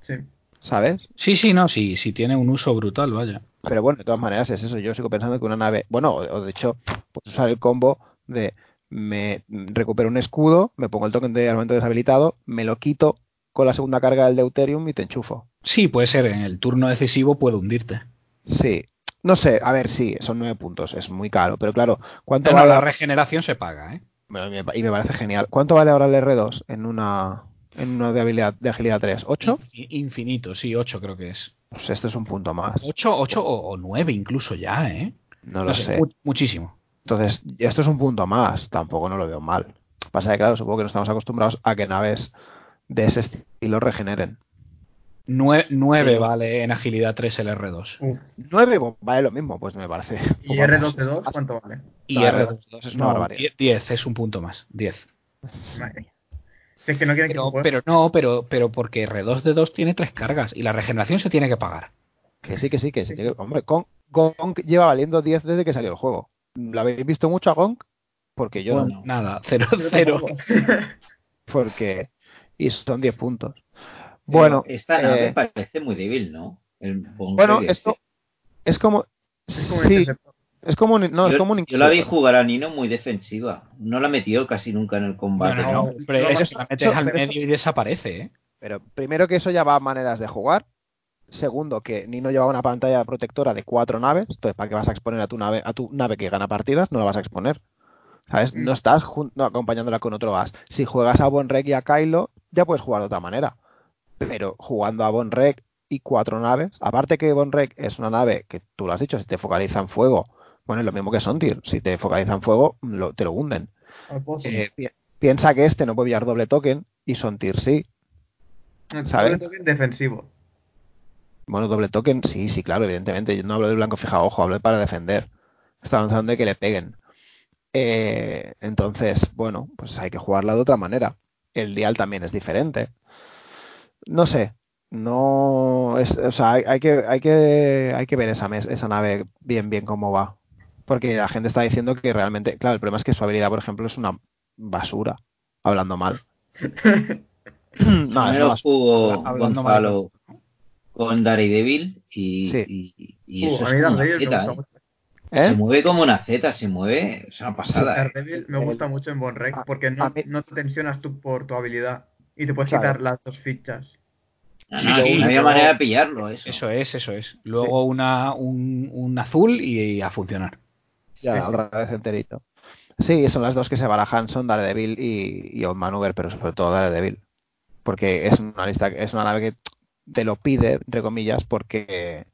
[SPEAKER 3] Sí.
[SPEAKER 1] ¿sabes?
[SPEAKER 2] Sí, sí, no, sí, sí tiene un uso brutal, vaya.
[SPEAKER 1] Pero bueno, de todas maneras es eso. Yo sigo pensando que una nave, bueno, o o de hecho, puedes usar el combo de me mm, recupero un escudo, me pongo el token de armamento deshabilitado, me lo quito con la segunda carga del deuterium y te enchufo.
[SPEAKER 2] Sí, puede ser. En el turno decisivo puede hundirte.
[SPEAKER 1] Sí. No sé, a ver, sí, son nueve puntos, es muy caro, pero claro, ¿cuánto
[SPEAKER 2] Pero
[SPEAKER 1] vale
[SPEAKER 2] la
[SPEAKER 1] ahora-
[SPEAKER 2] regeneración se paga, ¿eh?
[SPEAKER 1] Bueno, y me- Y me parece genial. ¿Cuánto vale ahora el R2 en una en una de habilidad de agilidad 3? ¿8?
[SPEAKER 2] Infi- Infinito, sí, 8 creo que es.
[SPEAKER 1] Pues esto es un punto más.
[SPEAKER 2] 8, 8 o 9 incluso ya, ¿eh?
[SPEAKER 1] No lo
[SPEAKER 2] No sé,
[SPEAKER 1] sé.
[SPEAKER 2] mu- muchísimo.
[SPEAKER 1] Entonces, esto es un punto más, tampoco no lo veo mal. Pasa que, claro, supongo que no estamos acostumbrados a que naves de ese estilo regeneren.
[SPEAKER 2] 9,
[SPEAKER 1] Sí.
[SPEAKER 2] vale en agilidad 3 el R2.
[SPEAKER 3] Uf.
[SPEAKER 1] 9 vale lo mismo, pues me parece.
[SPEAKER 3] ¿Y R12-2 cuánto vale?
[SPEAKER 2] Y
[SPEAKER 1] Claro,
[SPEAKER 2] R2
[SPEAKER 1] R2 es una barbaridad.
[SPEAKER 2] 10, 10 es un punto más, 10.
[SPEAKER 3] Madre mía. Si es que no quieren que
[SPEAKER 2] Pero,
[SPEAKER 3] se juegue.
[SPEAKER 2] pero no, pero, pero porque R2 de 2 tiene 3 cargas y la regeneración se tiene que pagar.
[SPEAKER 1] Que sí, que sí, que sí. que- hombre, Gong, Gong lleva valiendo 10 desde que salió el juego. ¿La habéis visto mucho a Gong? Porque yo
[SPEAKER 2] Bueno,
[SPEAKER 1] no.
[SPEAKER 2] nada, [LAUGHS] 0,
[SPEAKER 3] [LAUGHS] Yo
[SPEAKER 2] 0.
[SPEAKER 3] tampoco.
[SPEAKER 1] Porque. Y son 10 puntos.
[SPEAKER 4] Eh,
[SPEAKER 1] Bueno,
[SPEAKER 4] Pero esta nave
[SPEAKER 1] eh,
[SPEAKER 4] parece muy débil, ¿no? El
[SPEAKER 1] bueno,
[SPEAKER 4] Bunker
[SPEAKER 1] esto es como.
[SPEAKER 3] [LAUGHS] Es como
[SPEAKER 1] Sí,
[SPEAKER 3] interceptor.
[SPEAKER 1] es como un. No,
[SPEAKER 4] yo,
[SPEAKER 1] es como un.
[SPEAKER 4] yo la vi jugar a Nino muy defensiva. No la metió casi nunca en el
[SPEAKER 2] No,
[SPEAKER 4] combate.
[SPEAKER 2] no, no,
[SPEAKER 3] No,
[SPEAKER 2] hombre,
[SPEAKER 3] no,
[SPEAKER 2] eso
[SPEAKER 3] no,
[SPEAKER 2] que la metes al
[SPEAKER 1] pero eso-
[SPEAKER 2] medio y desaparece, ¿eh?
[SPEAKER 1] Pero primero que eso ya va a maneras de jugar. Segundo, que Nino lleva una pantalla protectora de cuatro naves. Entonces, ¿para qué vas a exponer a tu nave, a tu nave que gana partidas? No la vas a exponer. ¿Sabes? No estás jun- no, acompañándola con otro gas. Si juegas a Bonrek y a Kylo, ya puedes jugar de otra manera. Pero jugando a Bonrek y cuatro naves, aparte que Bonrek es una nave que tú lo has dicho, si te focaliza en fuego, bueno, es lo mismo que Sontir. Si te focaliza en fuego, lo- te lo hunden.
[SPEAKER 3] Al pozo.
[SPEAKER 1] Eh, pi- piensa que este no puede pillar doble token y Sontir sí.
[SPEAKER 3] No, tú
[SPEAKER 1] ¿sabes?
[SPEAKER 3] le toques defensivo.
[SPEAKER 1] Bueno, doble token, sí, sí, claro, evidentemente. Yo no hablo de blanco fijado, ojo, hablo de para defender. Estamos hablando de que le peguen. Eh, entonces, bueno, pues hay que jugarla de otra manera. El dial también es diferente. No sé, no es, o sea, hay, hay que, hay que, hay que ver esa mes, esa nave bien, bien cómo va. Porque la gente está diciendo que realmente, claro, el problema es que su habilidad, por ejemplo, es una basura, hablando mal. [CLEARS THROAT] No, es una
[SPEAKER 4] Primero
[SPEAKER 1] basura.
[SPEAKER 4] jugó
[SPEAKER 1] Hablando
[SPEAKER 4] Gonzalo con Daredevil y,
[SPEAKER 1] Sí.
[SPEAKER 4] y, y eso
[SPEAKER 3] Uh, a
[SPEAKER 4] es
[SPEAKER 3] mí
[SPEAKER 4] como una
[SPEAKER 3] Daredevil me
[SPEAKER 4] zeta,
[SPEAKER 3] gusta mucho.
[SPEAKER 4] ¿eh?
[SPEAKER 1] ¿Eh?
[SPEAKER 4] Se mueve como una zeta, se mueve, es una pasada. ¿eh?
[SPEAKER 3] Daredevil me gusta mucho en Bonrec
[SPEAKER 1] a-
[SPEAKER 3] porque
[SPEAKER 1] Ah, a
[SPEAKER 3] no,
[SPEAKER 1] mí-
[SPEAKER 3] no te tensionas tú por tu habilidad y te puedes
[SPEAKER 1] Claro.
[SPEAKER 3] quitar las dos fichas.
[SPEAKER 4] No,
[SPEAKER 2] Sí,
[SPEAKER 4] no,
[SPEAKER 2] sí,
[SPEAKER 4] no había
[SPEAKER 2] yo-
[SPEAKER 4] manera de pillarlo eso.
[SPEAKER 2] Eso es, eso es. Luego una, un, un azul y a funcionar.
[SPEAKER 1] Ya, otra vez enterito. Sí, son las dos que se barajan, son Daredevil y, y Old Maneuver, pero sobre todo Daredevil. Porque es una lista, es una nave que te lo pide, entre comillas, porque,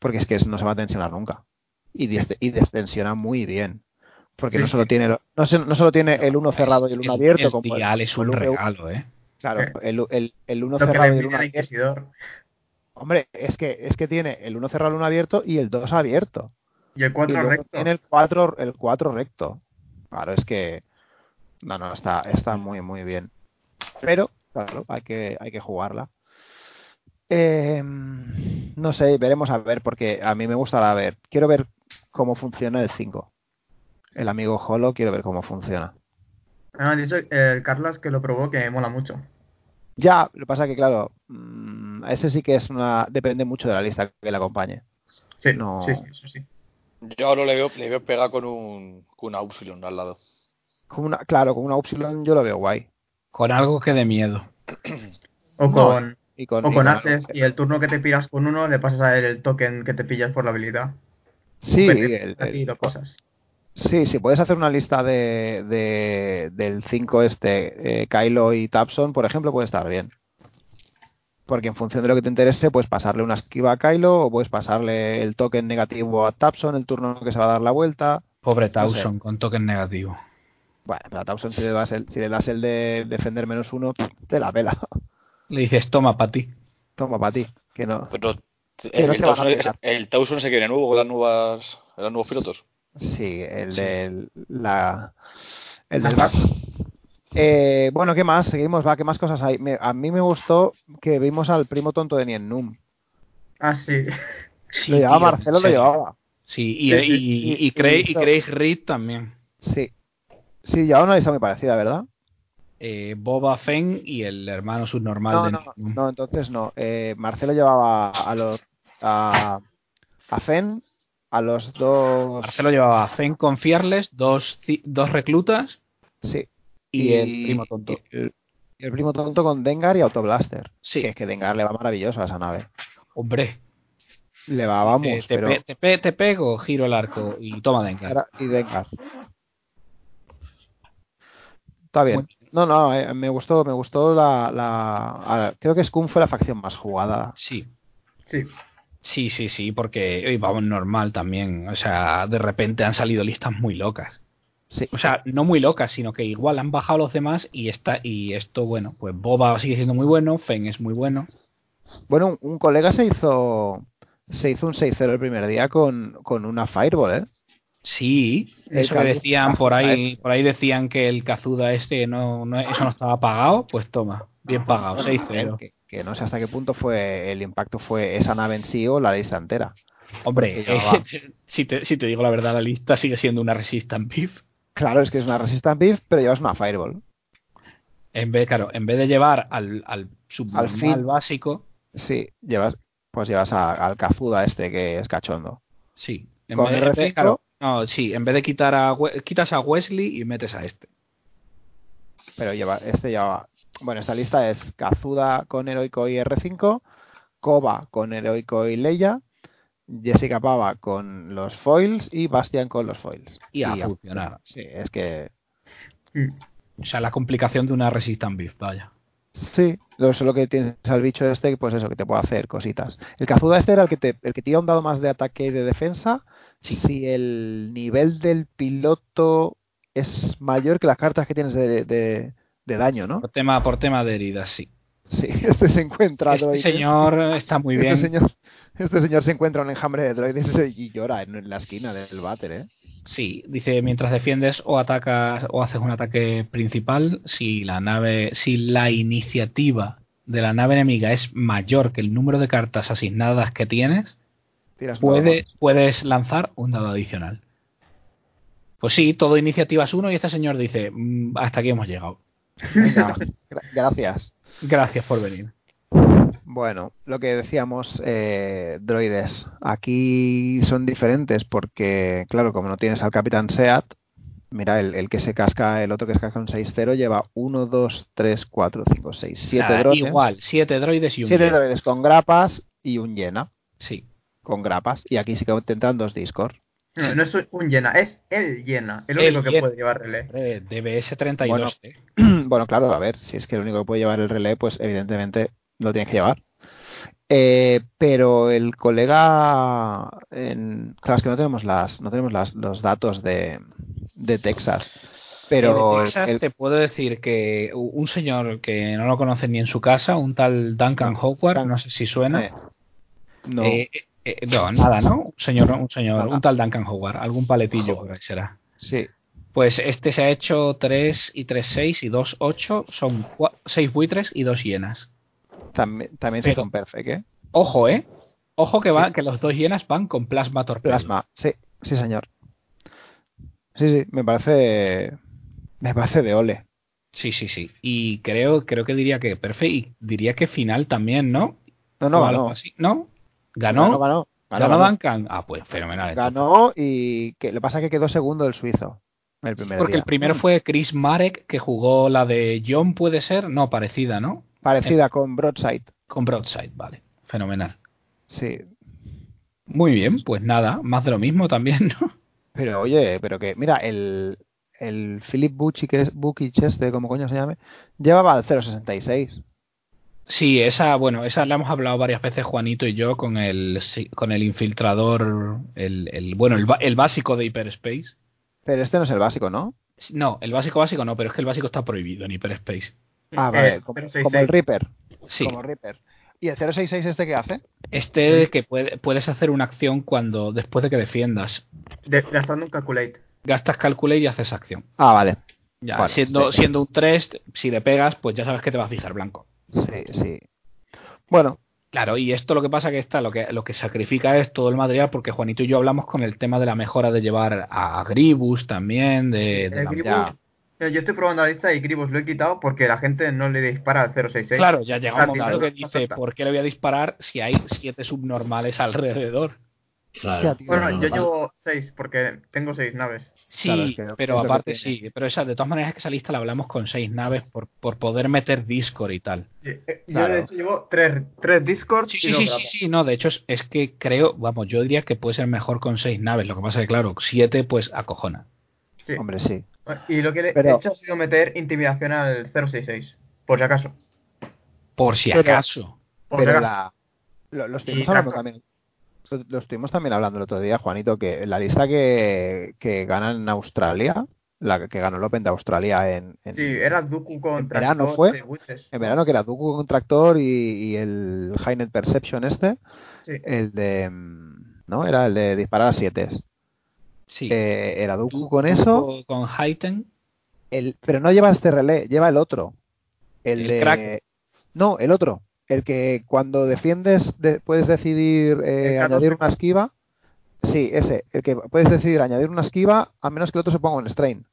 [SPEAKER 1] porque es que no se va a tensionar nunca. Y, diste- y destensiona muy bien. Porque no
[SPEAKER 3] Sí,
[SPEAKER 1] solo tiene, lo- no, se- no solo tiene el uno cerrado y el uno abierto,
[SPEAKER 2] el
[SPEAKER 1] como el-
[SPEAKER 2] dial es
[SPEAKER 1] como
[SPEAKER 2] un
[SPEAKER 1] el V1.
[SPEAKER 2] regalo, ¿eh?
[SPEAKER 1] Claro, el, el, el uno
[SPEAKER 3] Lo que
[SPEAKER 1] cerrado
[SPEAKER 3] le
[SPEAKER 1] y el
[SPEAKER 3] pide
[SPEAKER 1] uno
[SPEAKER 3] al
[SPEAKER 1] abierto.
[SPEAKER 3] Inquisidor.
[SPEAKER 1] Hombre, es que, es que tiene el uno cerrado, el uno abierto y el dos abierto.
[SPEAKER 3] Y
[SPEAKER 1] y
[SPEAKER 3] el 4
[SPEAKER 1] luego
[SPEAKER 3] recto.
[SPEAKER 1] tiene el 4 el cuatro recto. Claro, es que no, no, está, está muy, muy bien. Pero, claro, hay que, hay que jugarla. Eh, no sé, veremos a ver, porque a mí me gustará ver. Quiero ver cómo funciona el 5. El amigo Holo, quiero ver cómo funciona.
[SPEAKER 3] Ah, ha dicho el Carlas que lo probó que mola mucho.
[SPEAKER 1] Ya, lo que pasa que, claro, mm, ese sí que es una. Depende mucho de la lista que le acompañe.
[SPEAKER 3] Sí,
[SPEAKER 1] No.
[SPEAKER 3] sí, sí, eso sí.
[SPEAKER 6] Yo ahora le veo, le veo pegar con un, con una Upsilon al lado.
[SPEAKER 1] Con una, claro, con una Upsilon yo lo veo guay.
[SPEAKER 2] Con algo que de miedo.
[SPEAKER 3] O
[SPEAKER 1] No,
[SPEAKER 3] con,
[SPEAKER 1] Y con,
[SPEAKER 3] o
[SPEAKER 1] y
[SPEAKER 3] con
[SPEAKER 1] con-
[SPEAKER 3] ases y el turno que te piras con uno le pasas a él el token que te pillas por la habilidad.
[SPEAKER 1] Sí,
[SPEAKER 3] Vete,
[SPEAKER 1] el-
[SPEAKER 3] aquí
[SPEAKER 1] el-
[SPEAKER 3] lo pasas.
[SPEAKER 1] Sí, sí, puedes hacer una lista de, de- del 5 este, eh, Kylo y Tapson, por ejemplo, puede estar bien. Porque en función de lo que te interese, puedes pasarle una esquiva a Kylo o puedes pasarle el token negativo a Tapson, el turno que se va a dar la vuelta.
[SPEAKER 2] Pobre
[SPEAKER 1] No sé.
[SPEAKER 2] Towson con token negativo.
[SPEAKER 1] Bueno, pero a Tapson si le das el, si le das el de defender menos uno, te la pela. [LAUGHS]
[SPEAKER 2] Le dices, toma para ti.
[SPEAKER 1] Toma para ti, que no.
[SPEAKER 6] Pero
[SPEAKER 1] no
[SPEAKER 6] el,
[SPEAKER 1] se van a
[SPEAKER 6] Towson, es-
[SPEAKER 1] pegar.
[SPEAKER 6] el Towson se quiere nuevo con las nuevas, los nuevos pilotos.
[SPEAKER 1] Sí, el del la el
[SPEAKER 2] Las
[SPEAKER 1] del Back. Eh, bueno, ¿qué más? Seguimos, va, ¿qué más cosas hay? Me- a mí me gustó que vimos al primo tonto de Nien Num.
[SPEAKER 3] Ah, sí. [LAUGHS]
[SPEAKER 2] Sí,
[SPEAKER 1] Lo llevaba
[SPEAKER 2] tío,
[SPEAKER 1] Marcelo,
[SPEAKER 2] en
[SPEAKER 1] lo
[SPEAKER 2] serio.
[SPEAKER 1] llevaba.
[SPEAKER 2] Sí, y,
[SPEAKER 3] Sí,
[SPEAKER 2] y,
[SPEAKER 3] sí,
[SPEAKER 1] sí,
[SPEAKER 2] y, y
[SPEAKER 1] sí,
[SPEAKER 2] Craig, y
[SPEAKER 1] hizo-
[SPEAKER 2] Craig Reed también.
[SPEAKER 1] Sí. Sí, llevaba una lista muy parecida, ¿verdad?
[SPEAKER 2] Eh, Boba Fenn y el hermano subnormal
[SPEAKER 1] No,
[SPEAKER 2] de
[SPEAKER 1] no,
[SPEAKER 2] Nick Noon.
[SPEAKER 1] no, entonces no. Eh, Marcelo llevaba a los a, a Fen, a los dos
[SPEAKER 2] Marcelo llevaba a Fenn con Fearless, dos, ci- dos reclutas
[SPEAKER 1] sí,
[SPEAKER 2] y, el primo tonto.
[SPEAKER 1] Y el, y el primo tonto con Dengar y Autoblaster.
[SPEAKER 2] Sí.
[SPEAKER 1] Que es que Dengar le va maravilloso a esa nave.
[SPEAKER 2] Hombre,
[SPEAKER 1] Le va, vamos,
[SPEAKER 2] eh, te,
[SPEAKER 1] pero
[SPEAKER 2] pe- te pe- te pego, giro el arco y toma Dengar.
[SPEAKER 1] Cara y Dengar. Está bien. No, no, eh, me gustó, me gustó la, la- a- creo que Skun fue la facción más jugada.
[SPEAKER 2] Sí,
[SPEAKER 3] Sí.
[SPEAKER 2] sí, sí, sí, porque hoy vamos normal también. O sea, de repente han salido listas muy locas.
[SPEAKER 1] Sí.
[SPEAKER 2] O sea, no muy locas, sino que igual han bajado los demás y está y esto, bueno, pues Boba sigue siendo muy bueno, Fenn es muy bueno.
[SPEAKER 1] Bueno, un, un colega se hizo se hizo un 6-0 el primer día con, con una Fireball, ¿eh?
[SPEAKER 2] Sí,
[SPEAKER 1] El
[SPEAKER 2] eso que
[SPEAKER 1] Kazuda
[SPEAKER 2] decían por ahí,
[SPEAKER 1] este.
[SPEAKER 2] por ahí decían que el Kazuda este no, no- eso no estaba pagado, pues toma, bien pagado,
[SPEAKER 1] Joder,
[SPEAKER 2] 6-0.
[SPEAKER 1] Que, que no sé hasta qué punto fue el impacto fue esa nave en sí o la lista entera. que
[SPEAKER 2] Hombre,
[SPEAKER 1] ya va.
[SPEAKER 2] [LAUGHS] si, te, si te digo la verdad, la lista sigue siendo una Resistance Beef.
[SPEAKER 1] Claro, es que es una Resistance Beef, pero llevas una Fireball.
[SPEAKER 2] En vez, claro, en vez de llevar al, al subnormal
[SPEAKER 1] Finn.
[SPEAKER 2] básico,
[SPEAKER 1] Sí, llevas pues llevas a- al Cazuda este que es cachondo.
[SPEAKER 2] sí. En
[SPEAKER 1] Con
[SPEAKER 2] vez,
[SPEAKER 1] R5.
[SPEAKER 2] en vez- claro, no, sí, en vez de quitar a We- quitas a Wesley y metes a este.
[SPEAKER 1] Pero lleva, este lleva. Bueno, esta lista es Kazuda con Heroico y R5, Koba con Heroico y Leia, Jessica Pava con los foils y Bastian con los foils.
[SPEAKER 2] Y a funcionar.
[SPEAKER 1] Sí, es que.
[SPEAKER 3] Mm.
[SPEAKER 2] O sea, la complicación de una Resistance Beef, vaya.
[SPEAKER 1] Sí, lo solo que tienes al bicho este, pues eso, que te puede hacer cositas. El Kazuda este era el que, te, el que tira un dado más de ataque y de defensa. Si el nivel del piloto es mayor que las cartas que tienes de, de- de daño, ¿no?
[SPEAKER 2] Por tema, por tema de heridas, sí.
[SPEAKER 1] Sí, [LAUGHS] este se encuentra.
[SPEAKER 2] Este
[SPEAKER 1] droides.
[SPEAKER 2] señor está muy bien.
[SPEAKER 1] ¿eh? Este señor, [LAUGHS] este señor se encuentra un enjambre de droides y llora en, en la esquina del váter, ¿eh?
[SPEAKER 2] Sí, dice mientras defiendes o atacas o haces un ataque principal, si la nave, si la iniciativa de la nave enemiga es mayor que el número de cartas asignadas que tienes,
[SPEAKER 1] Tiras un dado
[SPEAKER 2] puede-
[SPEAKER 1] más.
[SPEAKER 2] puedes lanzar un dado adicional. Pues sí, todo iniciativa es uno y este señor dice, "Mm, hasta aquí hemos llegado.
[SPEAKER 1] [LAUGHS] Venga, gra- gracias.
[SPEAKER 2] Gracias por venir.
[SPEAKER 1] Bueno, lo que decíamos, eh, droides. Aquí son diferentes porque, claro, como no tienes al Capitán Seat, mira, el, el que se casca, el otro que se casca un 6-0 lleva 1, 2, 3, 4, 5, 6, 7
[SPEAKER 2] Nada,
[SPEAKER 1] droides.
[SPEAKER 2] Ah, Igual, siete droides y un
[SPEAKER 1] 7
[SPEAKER 2] Jedi.
[SPEAKER 1] droides con grapas y un llena
[SPEAKER 2] Sí,
[SPEAKER 1] con grapas. Y aquí sí que te entran dos discos.
[SPEAKER 3] No, no es un llena, es el llena. Es lo
[SPEAKER 2] El
[SPEAKER 3] único que
[SPEAKER 2] llena.
[SPEAKER 3] puede llevar relé.
[SPEAKER 2] Eh, DBS 32.
[SPEAKER 1] Bueno,
[SPEAKER 2] eh.
[SPEAKER 1] [LAUGHS] Bueno, claro, a ver, si es que el único que puede llevar el relé, pues evidentemente lo tienes que llevar. Eh, pero el colega, en- claro, es que no tenemos las, no tenemos las, los datos de, de Texas. Pero
[SPEAKER 2] En Texas
[SPEAKER 1] el-
[SPEAKER 2] te puedo decir que u- un señor que no lo conoce ni en su casa, un tal Duncan Howard,
[SPEAKER 1] Dan-
[SPEAKER 2] no sé si suena.
[SPEAKER 1] Ah, eh, no.
[SPEAKER 2] eh, eh, eh, no, nada, ¿no? Un señor, un señor,
[SPEAKER 1] Nada.
[SPEAKER 2] un tal Duncan Howard, algún paletillo por ahí será.
[SPEAKER 1] sí.
[SPEAKER 2] Pues este se ha hecho 3 y 3, 6 y 2, 8, son 6 buitres y 2 hienas.
[SPEAKER 1] También, también se hizo
[SPEAKER 2] Pero-
[SPEAKER 1] un perfect, ¿eh?
[SPEAKER 2] Ojo, ¿eh? Ojo que, va, que los dos hienas van con plasma torpedo.
[SPEAKER 1] Plasma, sí, sí, señor. Sí, sí, me parece. Me parece de ole.
[SPEAKER 2] Sí, sí, sí. Y creo, creo que diría que perfecto. Y diría que final también, ¿no?
[SPEAKER 1] No, no,
[SPEAKER 2] O algo
[SPEAKER 1] ganó.
[SPEAKER 2] así. ¿No? pues, ¿Ganó?
[SPEAKER 1] Ganó, ganó.
[SPEAKER 2] ¿Ganó
[SPEAKER 1] Ganó, ganó.
[SPEAKER 2] Duncan? Ah, pues fenomenal. entonces.
[SPEAKER 1] Ganó y que, lo que pasa es que quedó segundo el suizo. El primer
[SPEAKER 2] Porque
[SPEAKER 1] día.
[SPEAKER 2] el primero fue Chris Marek, que jugó la de John, puede ser. No, parecida, ¿no? eh.
[SPEAKER 1] Parecida Mm, con Broadside.
[SPEAKER 2] Con Broadside, vale. Fenomenal.
[SPEAKER 1] Sí.
[SPEAKER 2] Muy bien, pues nada, más de lo mismo también, [LAUGHS] ¿no?
[SPEAKER 1] Pero oye, pero que, mira, el, el Philip Bucci, que es Bukic este, como coño se llame, llevaba al 0.66.
[SPEAKER 2] Sí, esa, bueno, esa la hemos hablado varias veces Juanito y yo con el sí, con el infiltrador, el, el- bueno, el, ba- el básico de Hyperspace.
[SPEAKER 1] Pero este no es el básico, ¿no?
[SPEAKER 2] No, el básico básico no, pero es que el básico está prohibido en Hyperspace.
[SPEAKER 1] Ah,
[SPEAKER 3] Eh,
[SPEAKER 1] vale, como,
[SPEAKER 3] 066.
[SPEAKER 1] como el Reaper.
[SPEAKER 2] Sí,
[SPEAKER 1] Como el Reaper. ¿Y el 0.66 este qué hace?
[SPEAKER 2] este es el que puede- puedes hacer una acción cuando después de que defiendas,
[SPEAKER 3] De- gastando un calculate.
[SPEAKER 2] gastas calcule y haces acción.
[SPEAKER 1] Ah, vale.
[SPEAKER 2] Ya,
[SPEAKER 1] Vale,
[SPEAKER 2] siendo,
[SPEAKER 1] este-
[SPEAKER 2] siendo un 3, si le pegas, pues ya sabes que te va a fijar blanco.
[SPEAKER 1] Sí, sí. Bueno,
[SPEAKER 2] Claro, y esto lo que pasa que está, lo que, lo que sacrifica es todo el material, porque Juanito y yo hablamos con el tema de la mejora de llevar a Gribus también, de, de
[SPEAKER 3] El
[SPEAKER 2] la-
[SPEAKER 3] Gribus-
[SPEAKER 1] ya.
[SPEAKER 3] Mira, Yo estoy probando la lista y Gribus lo he quitado porque la gente no le dispara al ¿eh? 066.
[SPEAKER 2] Claro, ya llega un
[SPEAKER 3] Rápido,
[SPEAKER 2] momento que
[SPEAKER 3] no
[SPEAKER 2] dice,
[SPEAKER 3] acepta.
[SPEAKER 2] ¿por qué le voy a disparar si hay siete subnormales [LAUGHS] alrededor?
[SPEAKER 1] Ya,
[SPEAKER 4] Claro.
[SPEAKER 1] tío.
[SPEAKER 3] Bueno, yo
[SPEAKER 4] Normal.
[SPEAKER 3] llevo 6 porque tengo 6 naves.
[SPEAKER 2] Sí,
[SPEAKER 1] Claro, es que es
[SPEAKER 2] pero
[SPEAKER 1] lo que
[SPEAKER 2] aparte
[SPEAKER 1] tiene.
[SPEAKER 2] sí, pero esa, de todas maneras es que esa lista la hablamos con seis naves por, por poder meter Discord y tal.
[SPEAKER 3] Y- eh,
[SPEAKER 1] Claro.
[SPEAKER 3] Yo de hecho llevo 3 tres Discords
[SPEAKER 2] Sí,
[SPEAKER 3] y
[SPEAKER 2] sí,
[SPEAKER 3] dos
[SPEAKER 2] sí, sí,
[SPEAKER 3] grapas.
[SPEAKER 2] sí, no, de hecho es, es que creo, vamos, yo diría que puede ser mejor con seis naves, lo que pasa es que claro, siete pues acojona.
[SPEAKER 3] Sí.
[SPEAKER 1] Hombre, sí.
[SPEAKER 3] Bueno, Y lo que le
[SPEAKER 1] Pero-
[SPEAKER 3] he hecho ha sido meter intimidación al 066, por si acaso.
[SPEAKER 2] Por si
[SPEAKER 1] Pero-
[SPEAKER 2] acaso.
[SPEAKER 3] Por si
[SPEAKER 1] Pero
[SPEAKER 3] acaso.
[SPEAKER 1] la, lo, lo estuvimos
[SPEAKER 3] Pues Y
[SPEAKER 1] hablando
[SPEAKER 3] Draco.
[SPEAKER 1] también. Lo, lo estuvimos también hablando el otro día, Juanito, que la lista que, que gana en Australia, la que- que ganó el Open de Australia en, en,
[SPEAKER 3] Sí, era Dooku contra
[SPEAKER 1] verano
[SPEAKER 3] Scott
[SPEAKER 1] fue?
[SPEAKER 3] de Witches.
[SPEAKER 1] en verano, que era Dooku Contractor y, y el High Perception este,
[SPEAKER 3] Sí. eh,
[SPEAKER 1] el de... mm, ¿No? Era el de disparar a siete.
[SPEAKER 2] Sí.
[SPEAKER 1] Eh, era Dooku
[SPEAKER 2] Tú-
[SPEAKER 1] con
[SPEAKER 2] tú
[SPEAKER 1] eso,
[SPEAKER 2] Con Hayten.
[SPEAKER 1] el, pero no lleva este relé, lleva el otro. El,
[SPEAKER 2] El
[SPEAKER 1] de-
[SPEAKER 2] crack.
[SPEAKER 1] No, el otro. El que cuando defiendes de- puedes decidir eh,
[SPEAKER 3] El K12.
[SPEAKER 1] añadir una esquiva. Sí, ese. El que puedes decidir añadir una esquiva a menos que el otro se ponga un strain.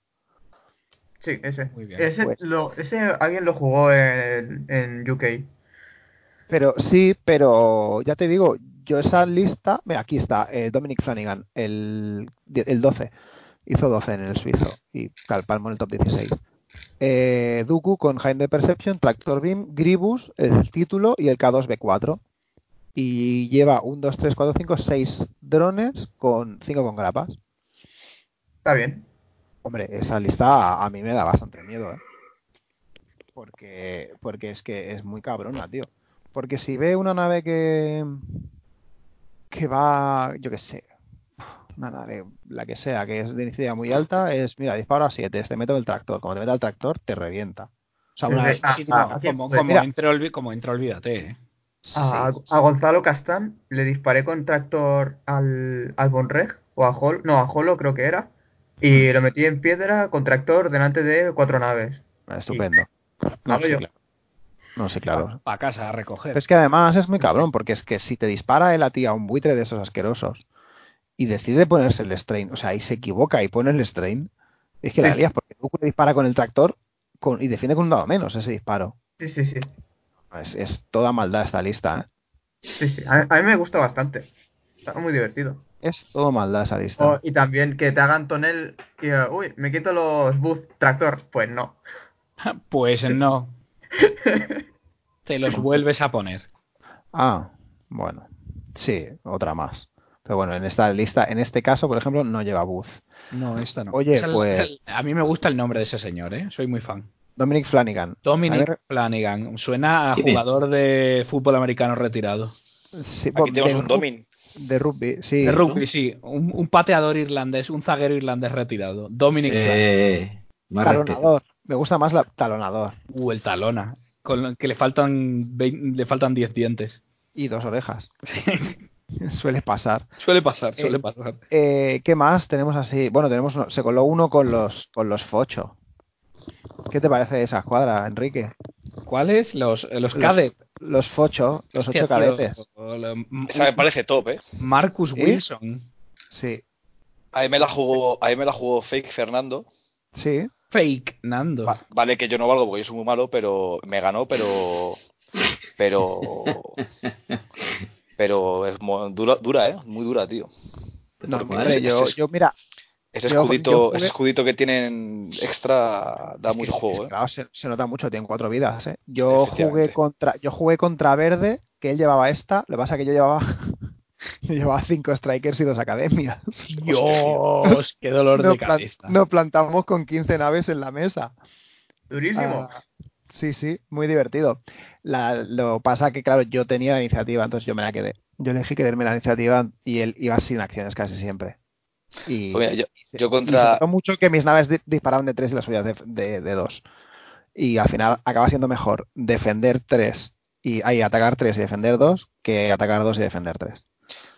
[SPEAKER 3] Sí, ese.
[SPEAKER 2] Muy bien,
[SPEAKER 3] Ese,
[SPEAKER 1] pues.
[SPEAKER 3] lo- ese alguien lo jugó en, en UK.
[SPEAKER 1] Pero sí, pero ya te digo, yo esa lista. Mira, aquí está, eh, Dominic Flanagan, el, el 12. Hizo 12 en el suizo y Calpalmo en el top 16. Eh, Dooku con Hinder Perception, Tractor Beam, Gribus, el título y el K2B4. Y lleva un 2, 3, 4, 5, 6 drones con 5 con grapas.
[SPEAKER 3] Está bien.
[SPEAKER 1] Hombre, esa lista a, a mí me da bastante miedo, ¿eh? Porque, porque es que es muy cabrona, tío. Porque si ve una nave que. que va. yo qué sé. Una nave, la que sea, que es de densidad muy alta, es. mira, disparo a 7, te meto en el tractor. Como te meta el tractor, te revienta. O sea, una
[SPEAKER 3] Desde-
[SPEAKER 1] vez.
[SPEAKER 3] ah,
[SPEAKER 2] Sí,
[SPEAKER 3] ah,
[SPEAKER 2] no,
[SPEAKER 3] aquí-
[SPEAKER 2] como,
[SPEAKER 3] pues,
[SPEAKER 2] como,
[SPEAKER 1] mira.
[SPEAKER 2] entre, olvi- como entre olvídate. ¿eh?
[SPEAKER 3] A, a Gonzalo Castán le disparé con tractor al, al Bonreg o a Hol, no, a Holo creo que era, y lo metí en piedra con tractor delante de cuatro naves.
[SPEAKER 1] Estupendo. No,
[SPEAKER 3] Hago
[SPEAKER 1] Ah, sí,
[SPEAKER 3] yo.
[SPEAKER 1] claro. No, sí, claro.
[SPEAKER 2] Para casa a recoger.
[SPEAKER 1] Pero es que además es muy cabrón, porque es que si te dispara él a ti a un buitre de esos asquerosos y decide ponerse el strain, o sea, y se equivoca y pone el strain, es que la
[SPEAKER 3] Sí.
[SPEAKER 1] lías, porque tú le dispara con el tractor con- y defiende con un dado menos ese disparo.
[SPEAKER 3] Sí, sí, sí.
[SPEAKER 1] Es, es toda maldad esta lista, ¿eh?
[SPEAKER 3] sí, sí. A, a mí me gusta bastante. Está muy divertido.
[SPEAKER 1] Es todo maldad esa lista.
[SPEAKER 3] O- y también que te hagan tonel y, eh, uy, me quito los booth tractor. Pues no.
[SPEAKER 2] Pues
[SPEAKER 1] [LAUGHS]
[SPEAKER 2] no. Te los vuelves a poner.
[SPEAKER 1] Ah, bueno, sí, otra más. Pero bueno, en esta lista, en este caso, por ejemplo, no lleva buzz.
[SPEAKER 2] No, esta no.
[SPEAKER 1] Oye,
[SPEAKER 2] Esa-
[SPEAKER 1] pues-
[SPEAKER 2] A mí me gusta el nombre de ese señor, ¿eh? Soy muy fan.
[SPEAKER 1] Dominic Flanagan. A
[SPEAKER 2] Dominic
[SPEAKER 1] ver,
[SPEAKER 2] Flanagan. Suena a
[SPEAKER 5] ¿Quién es?
[SPEAKER 2] jugador de fútbol americano retirado.
[SPEAKER 1] sí,
[SPEAKER 6] Aquí
[SPEAKER 1] bueno,
[SPEAKER 6] tenemos
[SPEAKER 1] de
[SPEAKER 6] un
[SPEAKER 1] ru-
[SPEAKER 6] Domin.
[SPEAKER 1] De rugby, sí.
[SPEAKER 2] De rugby, sí. Un, un pateador irlandés, un zaguero irlandés retirado. Dominic Flanagan.
[SPEAKER 4] Eh, Más respeto.
[SPEAKER 1] talonador. Me gusta más la talonador.
[SPEAKER 2] Uh, el talona. Con lo que le faltan, vein- le faltan 10 dientes.
[SPEAKER 1] Y dos orejas. [LAUGHS] Suele pasar.
[SPEAKER 2] Suele pasar, suele
[SPEAKER 1] Eh,
[SPEAKER 2] pasar.
[SPEAKER 1] Eh, ¿Qué más tenemos así? Bueno, tenemos uno- se coló uno con los con los Focho. ¿Qué te parece esa escuadra, Enrique?
[SPEAKER 2] ¿Cuáles? Los, eh, los
[SPEAKER 1] Los-
[SPEAKER 2] cadet.
[SPEAKER 1] Los Focho, los
[SPEAKER 2] Hostia,
[SPEAKER 1] ocho
[SPEAKER 2] tío,
[SPEAKER 1] cadetes.
[SPEAKER 2] o- o la-
[SPEAKER 6] Esa me parece top, ¿eh?
[SPEAKER 2] Marcus
[SPEAKER 1] ¿Eh?
[SPEAKER 2] Wilson.
[SPEAKER 1] Sí,
[SPEAKER 6] Ahí me la jugó, ahí me la jugó Fake Fernando.
[SPEAKER 1] sí.
[SPEAKER 2] Fake Nando.
[SPEAKER 6] Va- vale que yo no valgo porque yo soy muy malo, pero me ganó, pero... Pero... Pero es mo- dura, dura, ¿eh? Muy dura, tío.
[SPEAKER 1] No,
[SPEAKER 6] Porque
[SPEAKER 1] hombre,
[SPEAKER 6] ese-
[SPEAKER 1] yo,
[SPEAKER 6] ese-
[SPEAKER 1] yo, mira,
[SPEAKER 6] Ese
[SPEAKER 1] yo- yo
[SPEAKER 6] escudito,
[SPEAKER 1] jugué-
[SPEAKER 6] ese escudito que tienen extra da
[SPEAKER 1] es
[SPEAKER 6] mucho
[SPEAKER 1] que-
[SPEAKER 6] juego, ¿eh?
[SPEAKER 1] claro, se, se nota mucho, tienen cuatro vidas, ¿eh? Yo jugué
[SPEAKER 6] Efectivamente.
[SPEAKER 1] contra, yo jugué contra Verde, que él llevaba esta, lo que pasa es que yo llevaba [LAUGHS] yo llevaba cinco strikers y dos academias.
[SPEAKER 2] Dios, qué dolor
[SPEAKER 1] Nos,
[SPEAKER 2] de
[SPEAKER 1] plan-
[SPEAKER 2] cabeza.
[SPEAKER 1] nos plantamos con 15 naves en la mesa.
[SPEAKER 3] Durísimo.
[SPEAKER 1] Ah, sí, sí, muy divertido. La- lo pasa que, claro, yo tenía la iniciativa, entonces yo me la quedé. Yo elegí quedarme la iniciativa y él iba sin acciones casi siempre. Y,
[SPEAKER 6] Pues mira, yo,
[SPEAKER 1] y se-
[SPEAKER 6] yo
[SPEAKER 1] y se
[SPEAKER 6] contra...
[SPEAKER 1] notó mucho que mis naves di- disparaban de 3 y las suyas de, de, de 2. Y al final acaba siendo mejor defender 3 y ahí atacar 3 y defender 2 que atacar 2 y defender 3.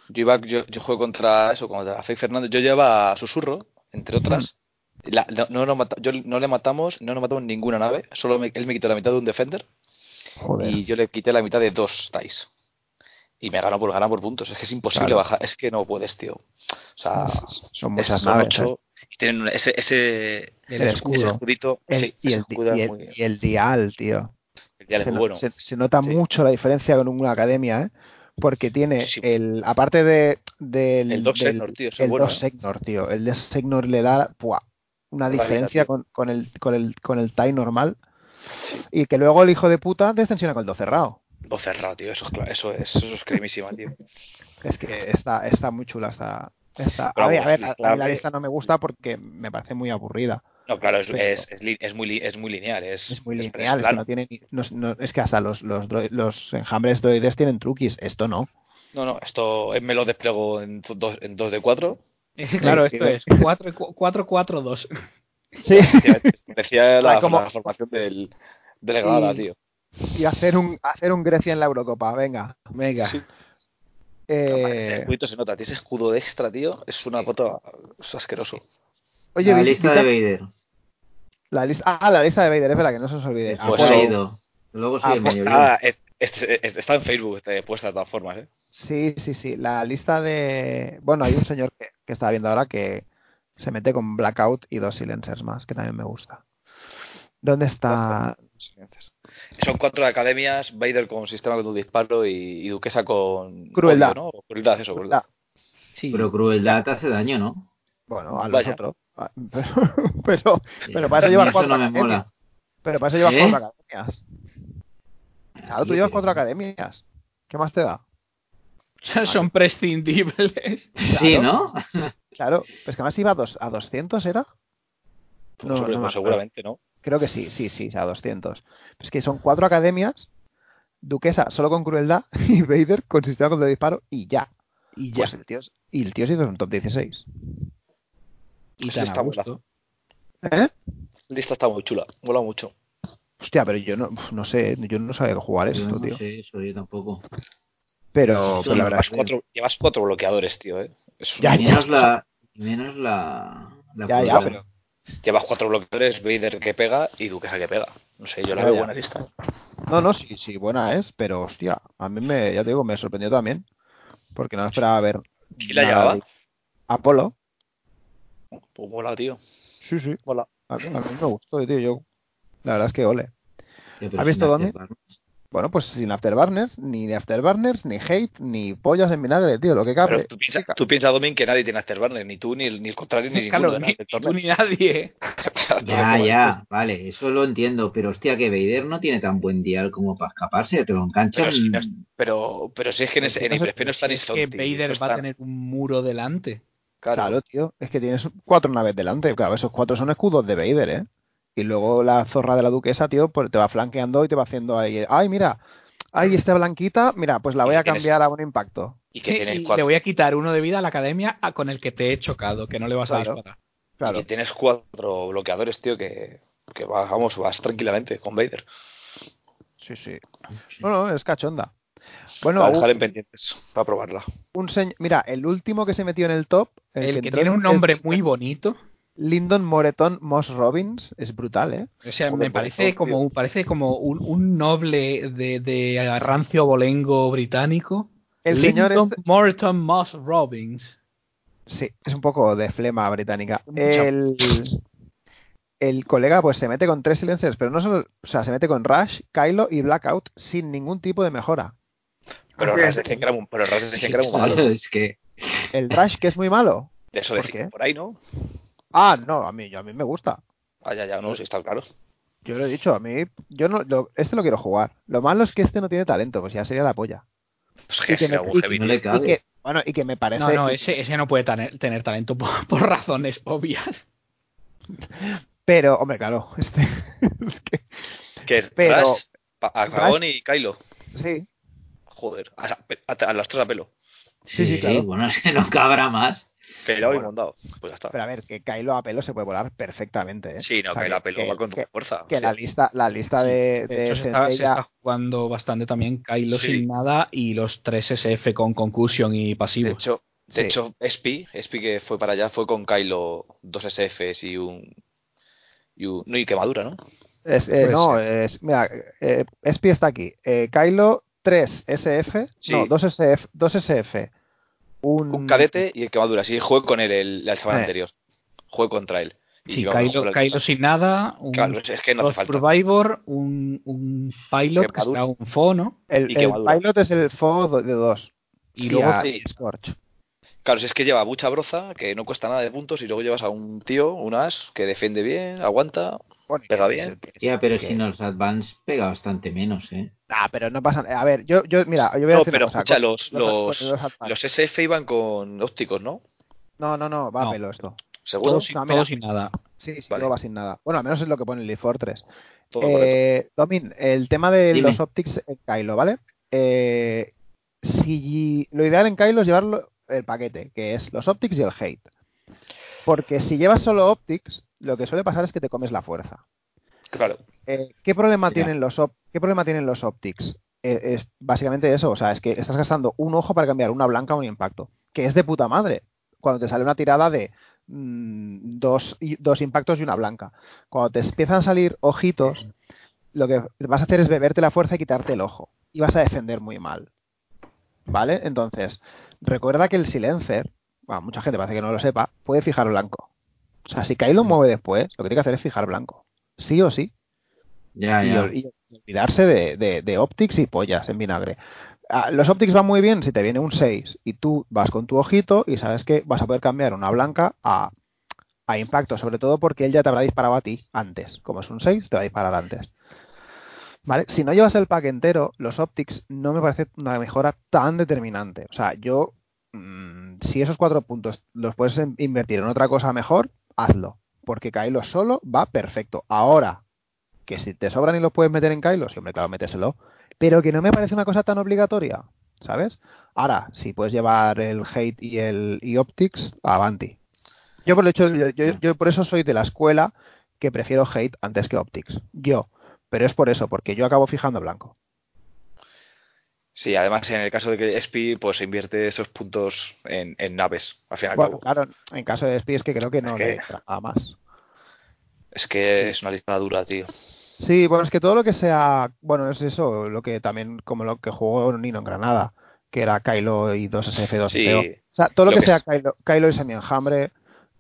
[SPEAKER 6] Yo, iba, yo, yo juego contra eso, contra Fake Fernando. Yo llevaba a Susurro, entre otras. La- no, no lo mata- yo no le matamos, no nos matamos ninguna nave. Solo me- él me quitó la mitad de un Defender
[SPEAKER 1] Joder.
[SPEAKER 6] y yo le quité la mitad de dos Tais. Y me ganó por ganar por puntos. Es que es imposible
[SPEAKER 1] Claro.
[SPEAKER 6] bajar. Es que no puedes, tío. O sea,
[SPEAKER 1] Es- son
[SPEAKER 6] es-
[SPEAKER 1] muchas
[SPEAKER 6] son
[SPEAKER 1] naves. ¿eh?
[SPEAKER 6] ocho y tienen una- ese, ese,
[SPEAKER 1] El
[SPEAKER 6] ese
[SPEAKER 1] escudo.
[SPEAKER 6] escudito.
[SPEAKER 1] El-
[SPEAKER 6] sí,
[SPEAKER 1] y,
[SPEAKER 6] ese
[SPEAKER 1] el, di-
[SPEAKER 6] escudo es
[SPEAKER 1] y el-
[SPEAKER 6] muy-
[SPEAKER 1] y el dial, tío.
[SPEAKER 6] el dial es
[SPEAKER 1] se,
[SPEAKER 6] muy
[SPEAKER 1] no-
[SPEAKER 6] bueno.
[SPEAKER 1] se- se nota
[SPEAKER 6] Sí.
[SPEAKER 1] mucho la diferencia con una academia, ¿eh? Porque tiene
[SPEAKER 6] Sí, sí.
[SPEAKER 1] el, aparte de, del,
[SPEAKER 6] El Doc
[SPEAKER 1] del-
[SPEAKER 6] Segnor, tío, ese es
[SPEAKER 1] el
[SPEAKER 6] bueno,
[SPEAKER 1] Doc
[SPEAKER 6] ¿eh?
[SPEAKER 1] Segnor, tío. El Doc Segnor le da ¡buah! una
[SPEAKER 6] Una vida,
[SPEAKER 1] diferencia
[SPEAKER 6] tío.
[SPEAKER 1] con, con el con el con el tie normal. Y que luego el hijo de puta descensiona con el do cerrado.
[SPEAKER 6] Voz cerrado, tío. Eso es, cla- eso es, eso es cremísima, tío.
[SPEAKER 1] Es que está, está muy chula esta. esta- A
[SPEAKER 6] Bravo,
[SPEAKER 1] ver, a ver,
[SPEAKER 6] sí,
[SPEAKER 1] a- a mí
[SPEAKER 6] claro
[SPEAKER 1] la
[SPEAKER 6] que-
[SPEAKER 1] lista no me gusta porque me parece muy aburrida.
[SPEAKER 6] No, claro, es,
[SPEAKER 1] Pero-
[SPEAKER 6] es, es, li- es muy, li- es muy lineal. Es,
[SPEAKER 1] Pues Es muy
[SPEAKER 6] es- es
[SPEAKER 1] lineal, es que
[SPEAKER 6] plano.
[SPEAKER 1] no tiene ni- no- no- es que hasta los, los, dro- los enjambres droides tienen truquis, esto no.
[SPEAKER 6] No, no, esto eh, me lo desplego en 2 en dos de 4.
[SPEAKER 2] [LAUGHS] Claro, esto es 4-4-2.
[SPEAKER 1] Sí. [LAUGHS]
[SPEAKER 6] Decía
[SPEAKER 1] Ah,
[SPEAKER 6] la,
[SPEAKER 1] como-
[SPEAKER 6] la formación del, del Gala,
[SPEAKER 1] Y-
[SPEAKER 6] tío.
[SPEAKER 1] y hacer un hacer un Grecia en la Eurocopa, venga.
[SPEAKER 2] Mega.
[SPEAKER 6] Sí. Ese
[SPEAKER 1] Eh,
[SPEAKER 6] escudito se nota, tío. Ese escudo de extra, tío, es una puta. Es asqueroso.
[SPEAKER 1] oye,
[SPEAKER 4] la
[SPEAKER 1] vi-
[SPEAKER 4] lista
[SPEAKER 1] vi-
[SPEAKER 4] de Vader.
[SPEAKER 1] la lista, ah, la lista de Vader, es verdad que no se os olvide.
[SPEAKER 4] Después
[SPEAKER 1] Ah,
[SPEAKER 6] bueno.
[SPEAKER 4] he
[SPEAKER 1] bueno,
[SPEAKER 4] pues, ido. Luego soy
[SPEAKER 1] Ah,
[SPEAKER 4] el
[SPEAKER 1] pues
[SPEAKER 4] mayor.
[SPEAKER 6] Ah, es- es- es- está en Facebook este, puesta de todas formas, ¿eh?
[SPEAKER 1] sí, sí, sí, la lista de bueno, hay un señor que, que estaba viendo ahora que se mete con Blackout y dos silencers más, que también me gusta. ¿Dónde está?
[SPEAKER 6] Son cuatro academias: Vader con sistema con un disparo y, y Duquesa con.
[SPEAKER 1] Crueldad.
[SPEAKER 6] odio, ¿no? Crueldad, eso, crueldad.
[SPEAKER 1] Ah,
[SPEAKER 2] Sí.
[SPEAKER 4] Pero crueldad te hace daño, ¿no?
[SPEAKER 1] Bueno, a los
[SPEAKER 6] Vaya.
[SPEAKER 1] otros. Ah, Pero, [LAUGHS] pero, pero para eso
[SPEAKER 4] A mí
[SPEAKER 1] llevas
[SPEAKER 4] eso
[SPEAKER 1] cuatro
[SPEAKER 4] no me
[SPEAKER 1] academias.
[SPEAKER 4] mola.
[SPEAKER 1] Pero para eso llevas
[SPEAKER 4] ¿Eh?
[SPEAKER 1] cuatro academias. eh, Claro, tú
[SPEAKER 4] Sí,
[SPEAKER 1] llevas
[SPEAKER 4] pero-
[SPEAKER 1] cuatro academias. ¿Qué más te da?
[SPEAKER 2] [LAUGHS] Son prescindibles.
[SPEAKER 4] Sí, ¿no?
[SPEAKER 1] Claro, pues que además iba a, dos, a 200, ¿era?
[SPEAKER 6] Pues,
[SPEAKER 1] no
[SPEAKER 6] hombre,
[SPEAKER 1] me
[SPEAKER 6] pues,
[SPEAKER 1] acuerdo.
[SPEAKER 6] seguramente, ¿no?
[SPEAKER 1] Creo que sí, sí, sí, a 200. Es que son cuatro academias, Duquesa solo con crueldad [LAUGHS] y Vader con sistema contra disparo y ya.
[SPEAKER 2] Y ya.
[SPEAKER 1] Pues el tío, y el tío se hizo un top 16.
[SPEAKER 2] y
[SPEAKER 6] Eso
[SPEAKER 2] tan a
[SPEAKER 6] está
[SPEAKER 2] gusto.
[SPEAKER 6] buena.
[SPEAKER 1] ¿Eh?
[SPEAKER 6] La lista está muy chula, mola mucho.
[SPEAKER 1] Hostia, pero yo no, uf, no sé, yo no sabía jugar
[SPEAKER 4] Yo
[SPEAKER 1] esto,
[SPEAKER 4] no
[SPEAKER 1] tío.
[SPEAKER 4] sé eso, yo tampoco.
[SPEAKER 1] Pero,
[SPEAKER 4] Sí,
[SPEAKER 1] pero la verdad
[SPEAKER 6] Llevas
[SPEAKER 1] es que-
[SPEAKER 6] cuatro, llevas cuatro bloqueadores, tío, ¿eh? Es
[SPEAKER 1] Ya,
[SPEAKER 4] Y
[SPEAKER 6] una-
[SPEAKER 4] menos la. y Menos la. la
[SPEAKER 1] Ya, ya,
[SPEAKER 4] crueldad.
[SPEAKER 1] pero-
[SPEAKER 6] Llevas cuatro bloqueadores, Vader que pega y Duquesa que pega. No sé, yo la
[SPEAKER 1] Ya,
[SPEAKER 6] veo
[SPEAKER 1] ya.
[SPEAKER 6] buena lista.
[SPEAKER 1] No, no, sí, sí, buena es, pero hostia, a mí me, ya te digo, me sorprendió también. Porque no esperaba ver.
[SPEAKER 6] ¿Y la
[SPEAKER 1] nada
[SPEAKER 6] llevaba?
[SPEAKER 1] de- Apolo.
[SPEAKER 6] Pues mola, tío.
[SPEAKER 1] Sí, sí.
[SPEAKER 6] Mola.
[SPEAKER 1] A mí, a mí me gustó, tío. Yo, la verdad es que ole.
[SPEAKER 4] Ya, pero
[SPEAKER 1] ¿Has visto
[SPEAKER 4] sin
[SPEAKER 1] dónde?
[SPEAKER 4] hacer-
[SPEAKER 1] Bueno, pues sin afterburners, ni de afterburners, ni hate, ni pollas en vinagre, tío, lo que cabe.
[SPEAKER 6] Pero tú piensas, tú piensas, Domin, que nadie tiene Afterburner, ni tú, ni el, ni el contrario, ni ninguno
[SPEAKER 2] Claro,
[SPEAKER 6] de
[SPEAKER 2] ni,
[SPEAKER 6] nadie
[SPEAKER 2] ni
[SPEAKER 6] del
[SPEAKER 2] tú
[SPEAKER 6] torneo.
[SPEAKER 2] ni nadie.
[SPEAKER 4] Ya,
[SPEAKER 1] pues.
[SPEAKER 4] ya, vale, eso lo entiendo, pero hostia, que Vader no tiene tan buen dial como para escaparse, te lo enganchan.
[SPEAKER 6] Pero si, no es- pues, pero, pero si es que en, ese, en
[SPEAKER 2] No sé,
[SPEAKER 6] Hyperspace no está ni
[SPEAKER 2] es que
[SPEAKER 6] Sonti, no
[SPEAKER 2] Vader
[SPEAKER 6] está-
[SPEAKER 2] va a tener un muro delante.
[SPEAKER 6] Claro,
[SPEAKER 1] Claro, tío, es que tienes cuatro naves delante. Claro, esos cuatro son escudos de Vader, ¿eh? Y luego la zorra de la duquesa, tío, pues te va flanqueando y te va haciendo ahí. ¡Ay, mira! ¡Ay, esta blanquita! Mira, pues la voy a
[SPEAKER 6] Tienes-
[SPEAKER 1] cambiar a un impacto.
[SPEAKER 6] y que
[SPEAKER 2] Y
[SPEAKER 6] tiene
[SPEAKER 2] le
[SPEAKER 6] cuatro.
[SPEAKER 2] voy a quitar uno de vida a la academia a- con el que te he chocado, que no le vas a
[SPEAKER 1] Claro.
[SPEAKER 2] disparar.
[SPEAKER 1] Claro.
[SPEAKER 6] Y que tienes cuatro bloqueadores, tío, que, que va- vamos, vas tranquilamente con Vader.
[SPEAKER 1] Sí, sí. No, no, es cachonda. Bueno,
[SPEAKER 6] Para
[SPEAKER 1] un-
[SPEAKER 6] dejar en pendientes, para probarla.
[SPEAKER 1] un señ- Mira, el último que se metió en el top.
[SPEAKER 2] El que
[SPEAKER 1] entró
[SPEAKER 2] tiene
[SPEAKER 1] en-
[SPEAKER 2] un nombre
[SPEAKER 1] es
[SPEAKER 2] muy bonito.
[SPEAKER 1] Lyndon Moreton Moss Robbins. Es brutal, ¿eh?
[SPEAKER 2] O sea,
[SPEAKER 6] Joder,
[SPEAKER 2] me
[SPEAKER 6] por
[SPEAKER 2] parece
[SPEAKER 6] favor,
[SPEAKER 2] como, parece como un, un noble de, de rancio abolengo británico.
[SPEAKER 1] El
[SPEAKER 2] Lyndon
[SPEAKER 1] señor este-
[SPEAKER 2] Morton Moss Robbins.
[SPEAKER 1] Sí, es un poco de flema británica.
[SPEAKER 2] Mucha.
[SPEAKER 1] El, el colega pues se mete con tres silencers, pero no solo, o sea, se mete con Rush, Kylo y Blackout sin ningún tipo de mejora.
[SPEAKER 6] Pero
[SPEAKER 3] Así
[SPEAKER 6] Raz
[SPEAKER 3] es.
[SPEAKER 6] decían que era muy- pero Raz decían que era muy
[SPEAKER 4] [LAUGHS]
[SPEAKER 6] malo.
[SPEAKER 4] es que
[SPEAKER 1] El Rush que es muy malo.
[SPEAKER 6] De eso
[SPEAKER 1] ¿Por qué?
[SPEAKER 6] decían por ahí, ¿no?
[SPEAKER 1] Ah, no, a mí, yo- a mí me gusta.
[SPEAKER 6] Ah, ya, ya, no, sí, está claro. Pues
[SPEAKER 1] Yo lo he dicho, a mí, yo no, lo- este lo quiero jugar. Lo malo es que este no tiene talento, pues ya sería la polla.
[SPEAKER 6] Pues que
[SPEAKER 1] Y que
[SPEAKER 6] será
[SPEAKER 1] me-
[SPEAKER 6] un
[SPEAKER 1] y-
[SPEAKER 6] heavy.
[SPEAKER 4] no le
[SPEAKER 1] Y
[SPEAKER 4] cabe.
[SPEAKER 1] que, bueno, y que me parece,
[SPEAKER 2] No, no, ese, ese no puede tener, tener talento por, [LAUGHS] por razones obvias.
[SPEAKER 1] pero, hombre, claro, [LAUGHS] este, es que,
[SPEAKER 6] Que
[SPEAKER 1] Pero-
[SPEAKER 6] Raz, Pa- Agagón y Kylo.
[SPEAKER 1] sí,
[SPEAKER 6] Joder, a, a- a las tres a pelo.
[SPEAKER 1] sí, sí, claro.
[SPEAKER 4] bueno, [LAUGHS] es que no cabrá más.
[SPEAKER 6] Pelado y
[SPEAKER 1] Bueno.
[SPEAKER 6] mondado. Pues ya está.
[SPEAKER 1] Pero a ver, que Kylo a pelo se puede volar perfectamente, ¿eh?
[SPEAKER 6] sí, no,
[SPEAKER 1] O sea,
[SPEAKER 6] que la pelo va con
[SPEAKER 1] que-
[SPEAKER 6] fuerza.
[SPEAKER 1] que la
[SPEAKER 6] Sí.
[SPEAKER 1] lista, la lista de,
[SPEAKER 2] De
[SPEAKER 1] de
[SPEAKER 2] hecho, se está, se
[SPEAKER 1] Zendaya-
[SPEAKER 2] está jugando bastante también Kylo
[SPEAKER 6] Sí.
[SPEAKER 2] sin nada y los tres SF con concussion y
[SPEAKER 6] de
[SPEAKER 2] pasivos.
[SPEAKER 6] hecho, de
[SPEAKER 1] Sí.
[SPEAKER 6] hecho, SP, SP que fue para allá fue con Kylo, dos SFs y un. Y un no, y quemadura, ¿no?
[SPEAKER 1] Es- eh,
[SPEAKER 2] Puede
[SPEAKER 1] no, es, mira, eh, SP está aquí. Eh, Kylo, 3 SF,
[SPEAKER 6] Sí.
[SPEAKER 1] no, 2 SF, 2 SF. Un,
[SPEAKER 6] Un cadete y el quemadura. Sí, jugué con él el, la semana
[SPEAKER 1] Mm. Eh.
[SPEAKER 6] anterior. Jugué contra él. Y
[SPEAKER 2] Sí,
[SPEAKER 6] íbamos a
[SPEAKER 2] Kylo,
[SPEAKER 6] jugar-
[SPEAKER 2] Kylo sin nada, un
[SPEAKER 6] Claro, es que no
[SPEAKER 2] Ghost
[SPEAKER 6] hace falta.
[SPEAKER 2] Survivor, un, un pilot que
[SPEAKER 6] Quemadura.
[SPEAKER 2] está un fono
[SPEAKER 1] el,
[SPEAKER 6] y
[SPEAKER 1] el
[SPEAKER 6] quemadura.
[SPEAKER 1] pilot es el FO do- de 2.
[SPEAKER 2] y
[SPEAKER 1] Y
[SPEAKER 2] luego
[SPEAKER 1] luego
[SPEAKER 6] sí.
[SPEAKER 1] Scorch.
[SPEAKER 6] Claro, si es que lleva mucha broza, que no cuesta nada de puntos, y luego llevas a un tío, un as, que defiende bien, aguanta.
[SPEAKER 1] Bueno, y
[SPEAKER 6] Pega
[SPEAKER 1] que-
[SPEAKER 6] bien.
[SPEAKER 1] que-
[SPEAKER 4] Ya, pero
[SPEAKER 1] que-
[SPEAKER 4] si nos Advance pega bastante menos, ¿eh?
[SPEAKER 1] Ah, pero no pasa nada. A ver, yo, yo mira, yo voy a
[SPEAKER 6] No,
[SPEAKER 1] decir una
[SPEAKER 6] pero
[SPEAKER 1] cosa,
[SPEAKER 6] escucha,
[SPEAKER 1] con-
[SPEAKER 6] los,
[SPEAKER 1] con-
[SPEAKER 6] los,
[SPEAKER 1] con Advance.
[SPEAKER 6] los SF iban con ópticos, ¿no?
[SPEAKER 1] No, no, no, va
[SPEAKER 2] No.
[SPEAKER 1] a pelo esto.
[SPEAKER 6] Seguro,
[SPEAKER 2] todo,
[SPEAKER 1] sí,
[SPEAKER 2] sin,
[SPEAKER 1] no,
[SPEAKER 2] todo
[SPEAKER 1] mira.
[SPEAKER 2] sin nada.
[SPEAKER 1] Sí, sí,
[SPEAKER 6] Vale.
[SPEAKER 1] no va sin nada. Bueno, al menos es lo que pone el Leaf Fortress.
[SPEAKER 6] todo correcto.
[SPEAKER 1] Eh, Domin, el tema de
[SPEAKER 4] Dime.
[SPEAKER 1] los optics en Kylo, ¿vale? Eh, si lo ideal en Kylo es llevarlo el paquete, que es los optics y el hate. Porque si llevas solo optics, lo que suele pasar es que te comes la fuerza.
[SPEAKER 6] Claro.
[SPEAKER 1] Eh, ¿qué, problema
[SPEAKER 2] Mira.
[SPEAKER 1] tienen los op- ¿Qué problema tienen los optics? Eh, es básicamente eso, o sea, es que estás gastando un ojo para cambiar una blanca a un impacto, que es de puta madre. Cuando te sale una tirada de mm, dos, y- dos impactos y una blanca. Cuando te empiezan a salir ojitos, lo que vas a hacer es beberte la fuerza y quitarte el ojo. Y vas a defender muy mal. ¿Vale? Entonces, recuerda que el silencer, bueno, mucha gente parece que no lo sepa, puede fijar blanco. O sea, si Kylo mueve después, lo que tiene que hacer es fijar blanco. Sí o sí
[SPEAKER 4] Ya,
[SPEAKER 1] y,
[SPEAKER 4] ya.
[SPEAKER 1] ol- y- y olvidarse de, de- de optics y pollas en vinagre. Ah, los optics van muy bien si te viene un 6 y tú vas con tu ojito y sabes que vas a poder cambiar una blanca a, a impacto, sobre todo porque él ya te habrá disparado a ti antes. Como es un 6, te va a disparar antes. ¿Vale? Si no llevas el pack entero, los optics no me parece una mejora tan determinante. O sea, yo, mm, si esos cuatro puntos los puedes en- invertir en otra cosa mejor, hazlo. Porque Kylo solo va perfecto. Ahora, que si te sobran y los puedes meter en Kylo, sí, hombre, claro, méteselo. Pero que no me parece una cosa tan obligatoria, ¿sabes? Ahora, si puedes llevar el hate y el y optics, avanti. Yo por, el hecho, yo, yo- yo por eso soy de la escuela que prefiero hate antes que optics. Yo. Pero es por eso, porque yo acabo fijando blanco.
[SPEAKER 6] Sí, además en el caso de que SP pues invierte esos puntos en, en naves, al fin y al
[SPEAKER 1] Bueno,
[SPEAKER 6] cabo.
[SPEAKER 1] claro, en caso de Spy es que creo que no
[SPEAKER 6] Es
[SPEAKER 1] le
[SPEAKER 6] que-
[SPEAKER 1] entra nada más.
[SPEAKER 6] Es que es una lista dura, tío.
[SPEAKER 1] Sí, bueno, es que todo lo que sea. Bueno, es eso, lo que también, como lo que jugó Nino en Granada, que era Kylo y 2SF2.
[SPEAKER 6] Sí.
[SPEAKER 1] O sea, todo lo,
[SPEAKER 6] Lo
[SPEAKER 1] que,
[SPEAKER 6] que
[SPEAKER 1] sea
[SPEAKER 6] es-
[SPEAKER 1] Kylo, Kylo y semienjambre,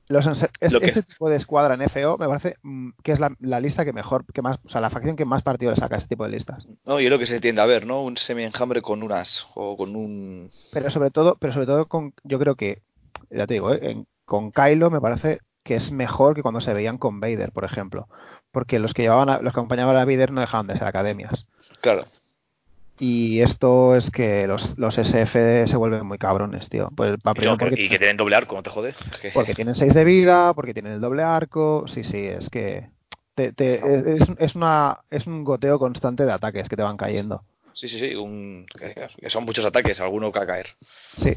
[SPEAKER 1] los ense- es-
[SPEAKER 6] Lo que-
[SPEAKER 1] este tipo de escuadra en FO me parece mm, que es la, la lista que mejor, que más, o sea, la facción que más partido le saca a este tipo de listas.
[SPEAKER 6] No, y es lo que se tiende a ver, ¿no? Un semi-enjambre con un as o con un...
[SPEAKER 1] Pero sobre todo, pero sobre todo con, yo creo que, ya te digo, ¿eh? En- con Kylo me parece que es mejor que cuando se veían con Vader, por ejemplo, porque los que llevaban, a- los que acompañaban a Vader no dejaban de ser academias.
[SPEAKER 6] Claro.
[SPEAKER 1] Y esto es que los, los SF se vuelven muy cabrones, tío. Pues para
[SPEAKER 6] Y,
[SPEAKER 1] primero
[SPEAKER 6] no, que-
[SPEAKER 1] porque-
[SPEAKER 6] y que tienen doble arco, no te jode. Es que-
[SPEAKER 1] Porque tienen 6 de vida, porque tienen el doble arco. Sí, sí, es que. te- te- es, es una, es un goteo constante de ataques que te van cayendo.
[SPEAKER 6] Sí, sí, sí. un- que- que son muchos ataques, alguno que va a caer.
[SPEAKER 1] Sí.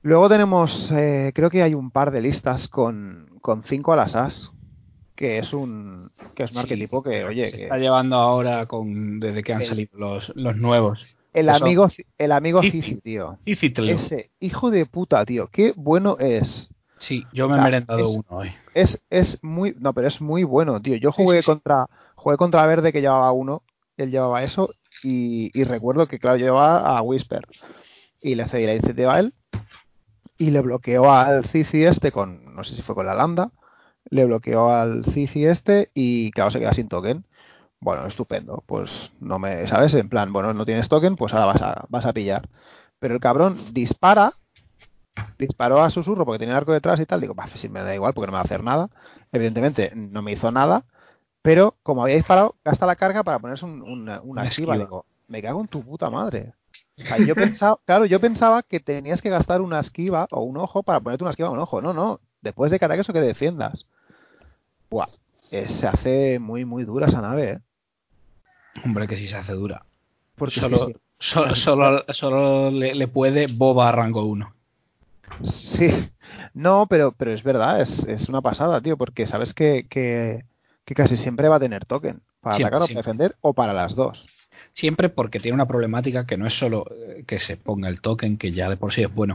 [SPEAKER 1] Luego tenemos, eh, creo que hay un par de listas con, con cinco a las as, que es un, que es un
[SPEAKER 2] Sí.
[SPEAKER 1] arquetipo que, oye,
[SPEAKER 2] se
[SPEAKER 1] que-
[SPEAKER 2] está llevando ahora con desde que han
[SPEAKER 1] El-
[SPEAKER 2] salido los, los nuevos.
[SPEAKER 1] el
[SPEAKER 2] eso-
[SPEAKER 1] amigo, el amigo
[SPEAKER 2] Cici.
[SPEAKER 1] Cici, tío.
[SPEAKER 2] Y Citlo.
[SPEAKER 1] Ese hijo de puta, tío, qué bueno es.
[SPEAKER 2] Sí, yo me
[SPEAKER 1] Ah,
[SPEAKER 2] he merendado
[SPEAKER 1] es-
[SPEAKER 2] uno hoy.
[SPEAKER 1] Es, es muy, no, pero es muy bueno, tío. Yo jugué
[SPEAKER 2] sí, sí.
[SPEAKER 1] contra, jugué contra Verde que llevaba uno, él llevaba eso, y, y recuerdo que, claro, llevaba a Whisper. Y le cedí la iniciativa a él, y le bloqueó al Cici este con, no sé si fue con la Lambda, le bloqueó al Cici este, y claro, se queda sin token. Bueno, estupendo, pues no me, ¿sabes? En plan, bueno, no tienes token, pues ahora vas a, vas a pillar. Pero el cabrón dispara, disparó a susurro porque tenía el arco detrás y tal. Digo, "Bah, si me da igual porque no me va a hacer nada. Evidentemente no me hizo nada, pero como había disparado, gasta la carga para ponerse un- una, una
[SPEAKER 2] Una
[SPEAKER 1] esquiva.
[SPEAKER 2] esquiva.
[SPEAKER 1] Digo, me cago en tu puta madre. O sea, yo pensaba, [LAUGHS] claro, yo pensaba que tenías que gastar una esquiva o un ojo para ponerte una esquiva o un ojo. No, no. Después de que ataques o que defiendas. Buah, eh, se hace muy, muy dura esa nave, ¿eh?
[SPEAKER 2] Hombre, que si se hace dura.
[SPEAKER 1] Porque es que
[SPEAKER 2] solo,
[SPEAKER 1] sí.
[SPEAKER 2] solo, solo, solo le, le puede boba a rango 1.
[SPEAKER 1] Sí, no, pero, pero es verdad, es, es una pasada, tío, porque sabes que, que, que casi siempre va a tener token para atacar
[SPEAKER 2] Siempre,
[SPEAKER 1] o para
[SPEAKER 2] siempre.
[SPEAKER 1] defender o para las dos.
[SPEAKER 2] Siempre porque tiene una problemática que no es solo eh, que se ponga el token, que ya de por sí es bueno.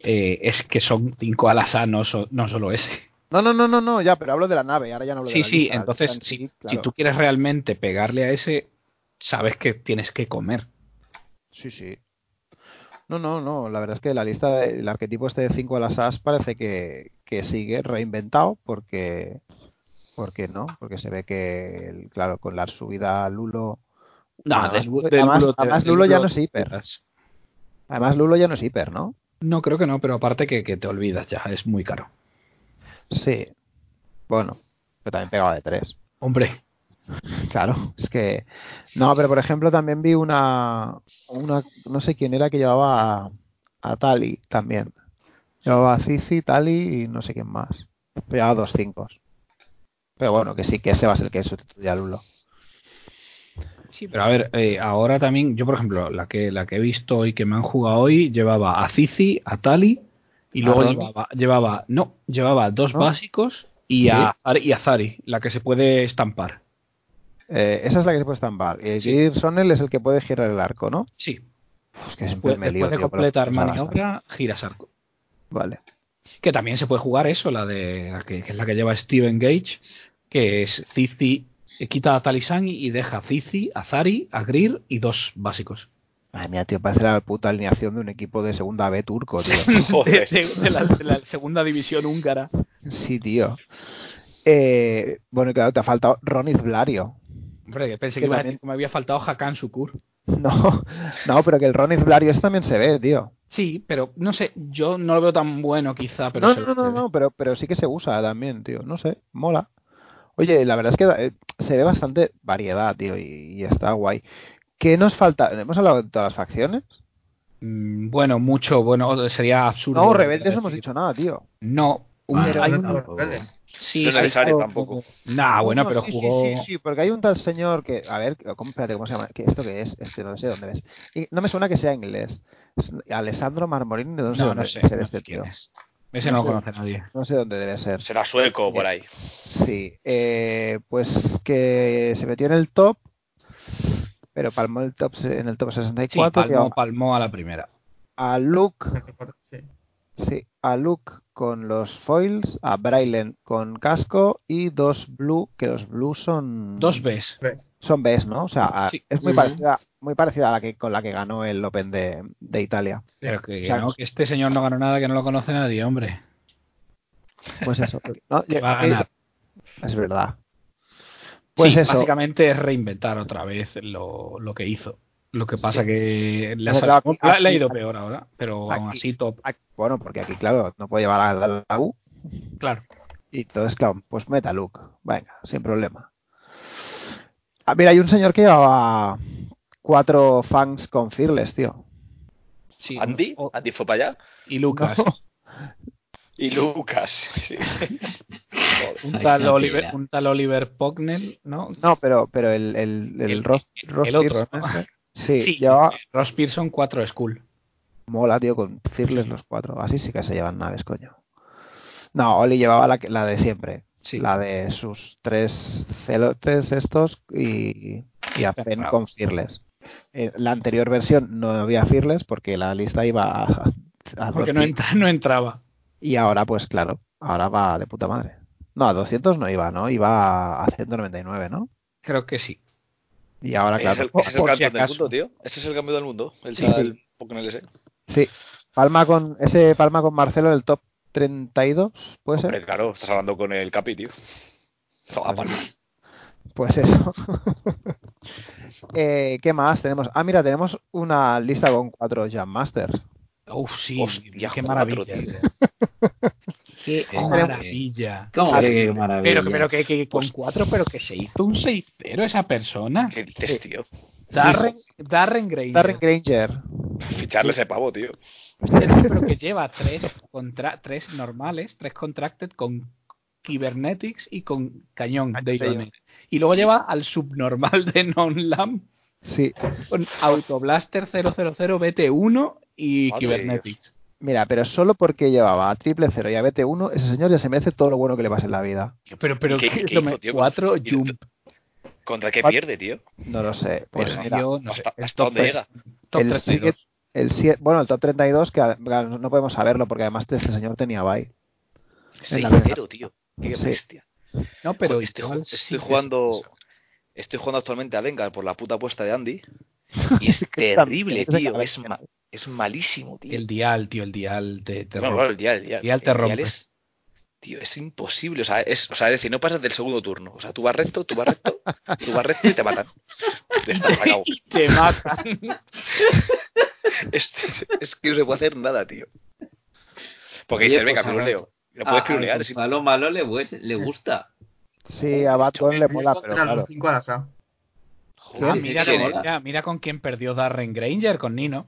[SPEAKER 2] Eh, es que son 5 al azar, no, so- no solo ese.
[SPEAKER 1] No, no, no, no, no, ya, pero hablo de la nave, ahora ya no hablo de
[SPEAKER 2] Sí,
[SPEAKER 1] la
[SPEAKER 2] sí,
[SPEAKER 1] lista, la
[SPEAKER 2] entonces
[SPEAKER 1] lista en
[SPEAKER 2] si,
[SPEAKER 1] sí,
[SPEAKER 2] si
[SPEAKER 1] claro.
[SPEAKER 2] tú quieres realmente pegarle a ese, sabes que tienes que comer.
[SPEAKER 1] Sí, sí. No, no, no, la verdad es que la lista, el arquetipo este de 5 a las as parece que, que sigue reinventado porque, porque no, porque se ve que, el- claro, con la subida a Lulo...
[SPEAKER 2] No,
[SPEAKER 1] Además-
[SPEAKER 2] del bu- del
[SPEAKER 1] además-
[SPEAKER 2] Lulo te-
[SPEAKER 1] además
[SPEAKER 2] del
[SPEAKER 1] Lulo ya
[SPEAKER 2] Lulo
[SPEAKER 1] no es
[SPEAKER 2] te
[SPEAKER 1] hiper.
[SPEAKER 2] olvidas.
[SPEAKER 1] Además Lulo ya no es hiper, ¿no?
[SPEAKER 2] No, creo que no, pero aparte que, que te olvidas ya, es muy caro.
[SPEAKER 1] Sí. Bueno, pero también pegaba de tres.
[SPEAKER 2] Hombre,
[SPEAKER 1] Claro, [LAUGHS] es que. No, pero por ejemplo, también vi una. una no sé quién era que llevaba a, a Tali también. Llevaba a Cici, Tali y no sé quién más. Pero Llevaba dos cinco. Pero bueno, que sí, que ese va a ser el que sustituya a Lulo.
[SPEAKER 2] Sí, pero a ver, eh, ahora también, yo por ejemplo, la que, la que he visto hoy, que me han jugado hoy, llevaba a Cici, a Tali, y
[SPEAKER 1] ¿A
[SPEAKER 2] luego
[SPEAKER 1] Ronnie?
[SPEAKER 2] llevaba, llevaba, no, llevaba dos
[SPEAKER 1] ¿No?
[SPEAKER 2] básicos y,
[SPEAKER 1] ¿Sí?
[SPEAKER 2] a, Zari- y a Zari, la que se puede estampar.
[SPEAKER 1] Eh, esa es la que se puede estampar. Y
[SPEAKER 2] Sí.
[SPEAKER 1] Gibsonel es el que puede girar el arco, ¿no?
[SPEAKER 2] Sí,
[SPEAKER 1] Pues que siempre
[SPEAKER 2] después,
[SPEAKER 1] me lío,
[SPEAKER 2] después de
[SPEAKER 1] tío, con las
[SPEAKER 2] completar
[SPEAKER 1] cosas
[SPEAKER 2] maniobra, giras arco.
[SPEAKER 1] Vale.
[SPEAKER 2] Que también se puede jugar eso, la de la que, que es la que lleva Steven Gage, que es Cici, eh, quita a Talisan y deja a Cici, a Zari, a Greer y dos [LAUGHS] básicos.
[SPEAKER 1] Madre mía, tío, parece la puta alineación de un equipo de segunda B turco, tío. [LAUGHS]
[SPEAKER 2] De,
[SPEAKER 5] Joder.
[SPEAKER 2] de- de la- de la segunda división húngara.
[SPEAKER 1] Sí, tío. Eh, bueno, y claro, te ha faltado Ronit Blario.
[SPEAKER 2] Hombre, que pensé
[SPEAKER 1] Que
[SPEAKER 2] que, ibas a
[SPEAKER 1] también-
[SPEAKER 2] decir que me había faltado Hakan Sukur.
[SPEAKER 1] [LAUGHS] No, no, pero que el Ronit Blario este también se ve, tío.
[SPEAKER 2] Sí, pero no sé, yo no lo veo tan bueno quizá, pero
[SPEAKER 1] no,
[SPEAKER 2] se-
[SPEAKER 1] no,
[SPEAKER 2] se
[SPEAKER 1] no,
[SPEAKER 2] ve.
[SPEAKER 1] no, pero, pero sí que se usa también, tío. No sé, mola. Oye, la verdad es que eh, se ve bastante variedad, tío, y, y está guay. ¿Qué nos falta? ¿Hemos hablado de todas las facciones?
[SPEAKER 2] Mm, Bueno, mucho, bueno, sería absurdo.
[SPEAKER 1] No, rebeldes no
[SPEAKER 2] decir.
[SPEAKER 1] hemos dicho nada, tío.
[SPEAKER 2] No, un-
[SPEAKER 4] Vale,
[SPEAKER 2] hay
[SPEAKER 3] no,
[SPEAKER 2] un-
[SPEAKER 3] no.
[SPEAKER 2] sí,
[SPEAKER 5] No es
[SPEAKER 2] sí,
[SPEAKER 5] necesario tampoco.
[SPEAKER 2] nah, Ah, bueno,
[SPEAKER 1] No,
[SPEAKER 2] pero
[SPEAKER 1] sí, sí,
[SPEAKER 2] jugó.
[SPEAKER 1] Sí, sí, porque hay un tal señor que. A ver, ¿cómo, espérate, ¿cómo se llama? ¿Qué- ¿Esto qué es? Este no sé dónde ves. Y no me suena que sea inglés. Es Alessandro Marmorín, no sé
[SPEAKER 2] No,
[SPEAKER 1] dónde
[SPEAKER 2] no
[SPEAKER 1] debe
[SPEAKER 2] sé,
[SPEAKER 1] ser
[SPEAKER 2] no
[SPEAKER 1] este
[SPEAKER 2] sé quién
[SPEAKER 1] tío.
[SPEAKER 2] es. Ese
[SPEAKER 1] No
[SPEAKER 2] no lo
[SPEAKER 1] sé.
[SPEAKER 2] conoce nadie.
[SPEAKER 1] No sé dónde debe ser.
[SPEAKER 5] Será sueco por ahí.
[SPEAKER 1] Sí, eh, pues que se metió en el top, pero palmó el top, se- en el top
[SPEAKER 2] Sí,
[SPEAKER 1] 64.
[SPEAKER 2] palmó,
[SPEAKER 1] tío.
[SPEAKER 2] palmó a la primera.
[SPEAKER 1] a Luke,
[SPEAKER 3] Sí.
[SPEAKER 1] sí, a Luke con los foils, a Brylen con casco y dos blue, que los blue son
[SPEAKER 2] Dos Bs.
[SPEAKER 3] Ve,
[SPEAKER 1] son Bs, ¿no? O sea, a-
[SPEAKER 2] Sí.
[SPEAKER 1] es muy
[SPEAKER 4] Ujú.
[SPEAKER 1] parecida, muy parecida a la que con la que ganó el Open de, de Italia.
[SPEAKER 2] Pero que,
[SPEAKER 1] Exacto.
[SPEAKER 2] no, que este señor no ganó nada, que no lo conoce nadie, hombre.
[SPEAKER 1] Pues
[SPEAKER 2] [LAUGHS]
[SPEAKER 1] eso. ¿no?
[SPEAKER 2] Que va a ganar.
[SPEAKER 1] Es verdad. eh, Pues
[SPEAKER 2] Sí,
[SPEAKER 1] eso.
[SPEAKER 2] Básicamente es reinventar otra vez lo, lo que hizo. Lo que pasa
[SPEAKER 1] Sí.
[SPEAKER 2] que le ha,
[SPEAKER 1] Pero claro,
[SPEAKER 2] salido-
[SPEAKER 1] aquí-
[SPEAKER 2] le ha- le ha
[SPEAKER 1] aquí-
[SPEAKER 2] ido peor ahora, pero aún
[SPEAKER 1] aquí-
[SPEAKER 2] así top.
[SPEAKER 1] Ah, Bueno, porque aquí, claro, no puede llevar a la- la U,
[SPEAKER 2] Claro.
[SPEAKER 1] Y entonces, claro, pues meta Luke. Venga, sin problema. Ah, mira, hay un señor que llevaba cuatro fangs con Fearless, tío.
[SPEAKER 2] Sí.
[SPEAKER 5] Andy,
[SPEAKER 2] O-
[SPEAKER 5] Andy fue para allá.
[SPEAKER 2] y Lucas.
[SPEAKER 1] No.
[SPEAKER 5] Y Lucas. sí.
[SPEAKER 2] Un,
[SPEAKER 4] Ahí
[SPEAKER 2] tal
[SPEAKER 4] está,
[SPEAKER 2] Oliver,
[SPEAKER 4] mira.
[SPEAKER 2] un tal Oliver Pognel, ¿no?
[SPEAKER 1] No, pero, pero el, el, el,
[SPEAKER 2] El-
[SPEAKER 1] Ross,
[SPEAKER 2] el
[SPEAKER 1] Ross
[SPEAKER 2] otro, [LAUGHS]
[SPEAKER 1] Pearson
[SPEAKER 2] ¿no?
[SPEAKER 1] este, Sí,
[SPEAKER 2] Sí.
[SPEAKER 1] llevaba
[SPEAKER 2] Ross Pearson 4 School.
[SPEAKER 1] Mola, tío, con Fearless los cuatro. Así sí que se llevan naves, coño. No, Oli llevaba la, que- la de siempre.
[SPEAKER 2] Sí.
[SPEAKER 1] La de sus tres celotes estos y, y a Fen
[SPEAKER 2] Claro.
[SPEAKER 1] con Fearless. Eh, la anterior versión no había Fearless porque la lista iba a, a 200.
[SPEAKER 2] Porque no, entra- no entraba.
[SPEAKER 1] Y ahora, pues claro, ahora va de puta madre. No, a 200 no iba, ¿no? Iba a 199, ¿no?
[SPEAKER 2] Creo que sí.
[SPEAKER 1] Y ahora,
[SPEAKER 6] Ese
[SPEAKER 1] claro.
[SPEAKER 6] es el, ese es el
[SPEAKER 2] Por si
[SPEAKER 6] campeón del
[SPEAKER 2] acaso.
[SPEAKER 6] mundo, tío. Ese es el campeón del mundo. El
[SPEAKER 1] Sí,
[SPEAKER 6] chaval
[SPEAKER 1] sí.
[SPEAKER 6] Pokémon LS.
[SPEAKER 1] Sí, Palma con, ese Palma con Marcelo del top 32, ¿puede ser?
[SPEAKER 6] Hombre, claro, estás hablando con el Capi, tío. No, aparte.
[SPEAKER 1] Pues eso. [LAUGHS] Eh, ¿Qué más tenemos? Ah, mira, tenemos una lista con cuatro Jam Masters.
[SPEAKER 2] Uf, sí.
[SPEAKER 6] Hostia,
[SPEAKER 2] qué
[SPEAKER 6] cuatro,
[SPEAKER 2] maravilla.
[SPEAKER 6] tío.
[SPEAKER 4] Qué
[SPEAKER 2] Qué maravilla.
[SPEAKER 4] ¿Cómo que qué maravilla?
[SPEAKER 2] Pero, pero que, que
[SPEAKER 6] Pues-
[SPEAKER 2] con cuatro, pero que se hizo un 6-0 esa persona. [LAUGHS]
[SPEAKER 6] Qué test, tío.
[SPEAKER 2] Darren, Darren Granger.
[SPEAKER 1] Darren Granger.
[SPEAKER 6] Ficharle ese pavo, tío.
[SPEAKER 2] Sí, pero que lleva tres, contra, tres normales, tres contracted con Cybernetics y con Cañón de
[SPEAKER 1] Cañón.
[SPEAKER 2] Iconet. Y luego lleva al subnormal de Non-Lam
[SPEAKER 1] Sí.
[SPEAKER 2] con Autoblaster 000 BT1 y
[SPEAKER 6] Madre
[SPEAKER 2] Cybernetics.
[SPEAKER 1] Mira, pero solo porque llevaba a triple cero y a BT1, ese señor ya se merece todo lo bueno que le pase en la vida.
[SPEAKER 2] Pero, pero,
[SPEAKER 6] ¿Qué-
[SPEAKER 2] que
[SPEAKER 6] qué
[SPEAKER 2] lo
[SPEAKER 6] hizo,
[SPEAKER 2] me-
[SPEAKER 6] tío?
[SPEAKER 2] cuatro
[SPEAKER 6] Y-
[SPEAKER 2] Jump.
[SPEAKER 6] ¿Contra qué
[SPEAKER 1] Cuatro.
[SPEAKER 6] pierde, tío?
[SPEAKER 1] No lo sé. Pues
[SPEAKER 2] Pero
[SPEAKER 1] mira,
[SPEAKER 2] yo no sé, pues,
[SPEAKER 6] ¿Hasta,
[SPEAKER 2] el
[SPEAKER 6] hasta
[SPEAKER 2] top
[SPEAKER 6] dónde
[SPEAKER 2] tres-
[SPEAKER 6] llega?
[SPEAKER 2] top
[SPEAKER 1] el
[SPEAKER 2] 32.
[SPEAKER 1] sigue- el sie- bueno, el top 32, que a- no podemos saberlo porque además este señor tenía bye. En la
[SPEAKER 6] 6-0, Este tío. Qué
[SPEAKER 1] Sí.
[SPEAKER 6] bestia.
[SPEAKER 2] No, pero
[SPEAKER 6] Joder, estoy
[SPEAKER 2] igual
[SPEAKER 6] ju-
[SPEAKER 2] sí
[SPEAKER 6] estoy
[SPEAKER 2] que
[SPEAKER 6] jugando-
[SPEAKER 2] se pasa.
[SPEAKER 6] Estoy jugando actualmente a Dengar por la puta apuesta
[SPEAKER 2] [LAUGHS]
[SPEAKER 6] de Andy. Y es
[SPEAKER 1] también,
[SPEAKER 6] terrible,
[SPEAKER 1] ese
[SPEAKER 6] tío.
[SPEAKER 1] cabrón.
[SPEAKER 6] Es, ma- es malísimo, tío.
[SPEAKER 2] El dial, tío, el dial te, te
[SPEAKER 6] No,
[SPEAKER 2] roba.
[SPEAKER 6] claro, el dial, el dial.
[SPEAKER 2] Dial te
[SPEAKER 6] El
[SPEAKER 2] rompe.
[SPEAKER 6] es- tío, es imposible. O sea, es, o sea, es decir, no pasas del segundo turno. O sea, tú vas recto, tú vas recto, tú vas recto y te matan. Ya está, se acabó.
[SPEAKER 2] Y [LAUGHS] te matan.
[SPEAKER 6] Es, es que no se puede hacer nada, tío. Porque
[SPEAKER 4] Oye,
[SPEAKER 6] dices, venga,
[SPEAKER 4] pues,
[SPEAKER 6] piruleo. Lo
[SPEAKER 4] A,
[SPEAKER 6] puedes
[SPEAKER 4] a
[SPEAKER 6] pirulear. es imposible.
[SPEAKER 4] Gonzalo Malo le, gu- le gusta.
[SPEAKER 1] Sí, a Batgirl le mola, pero
[SPEAKER 3] Contra los
[SPEAKER 1] claro.
[SPEAKER 3] cinco al azar.
[SPEAKER 2] Ah,
[SPEAKER 4] Sí,
[SPEAKER 2] mira,
[SPEAKER 4] sí,
[SPEAKER 2] con-
[SPEAKER 4] sí.
[SPEAKER 2] mira, mira con quién perdió Darren Granger, con Nino.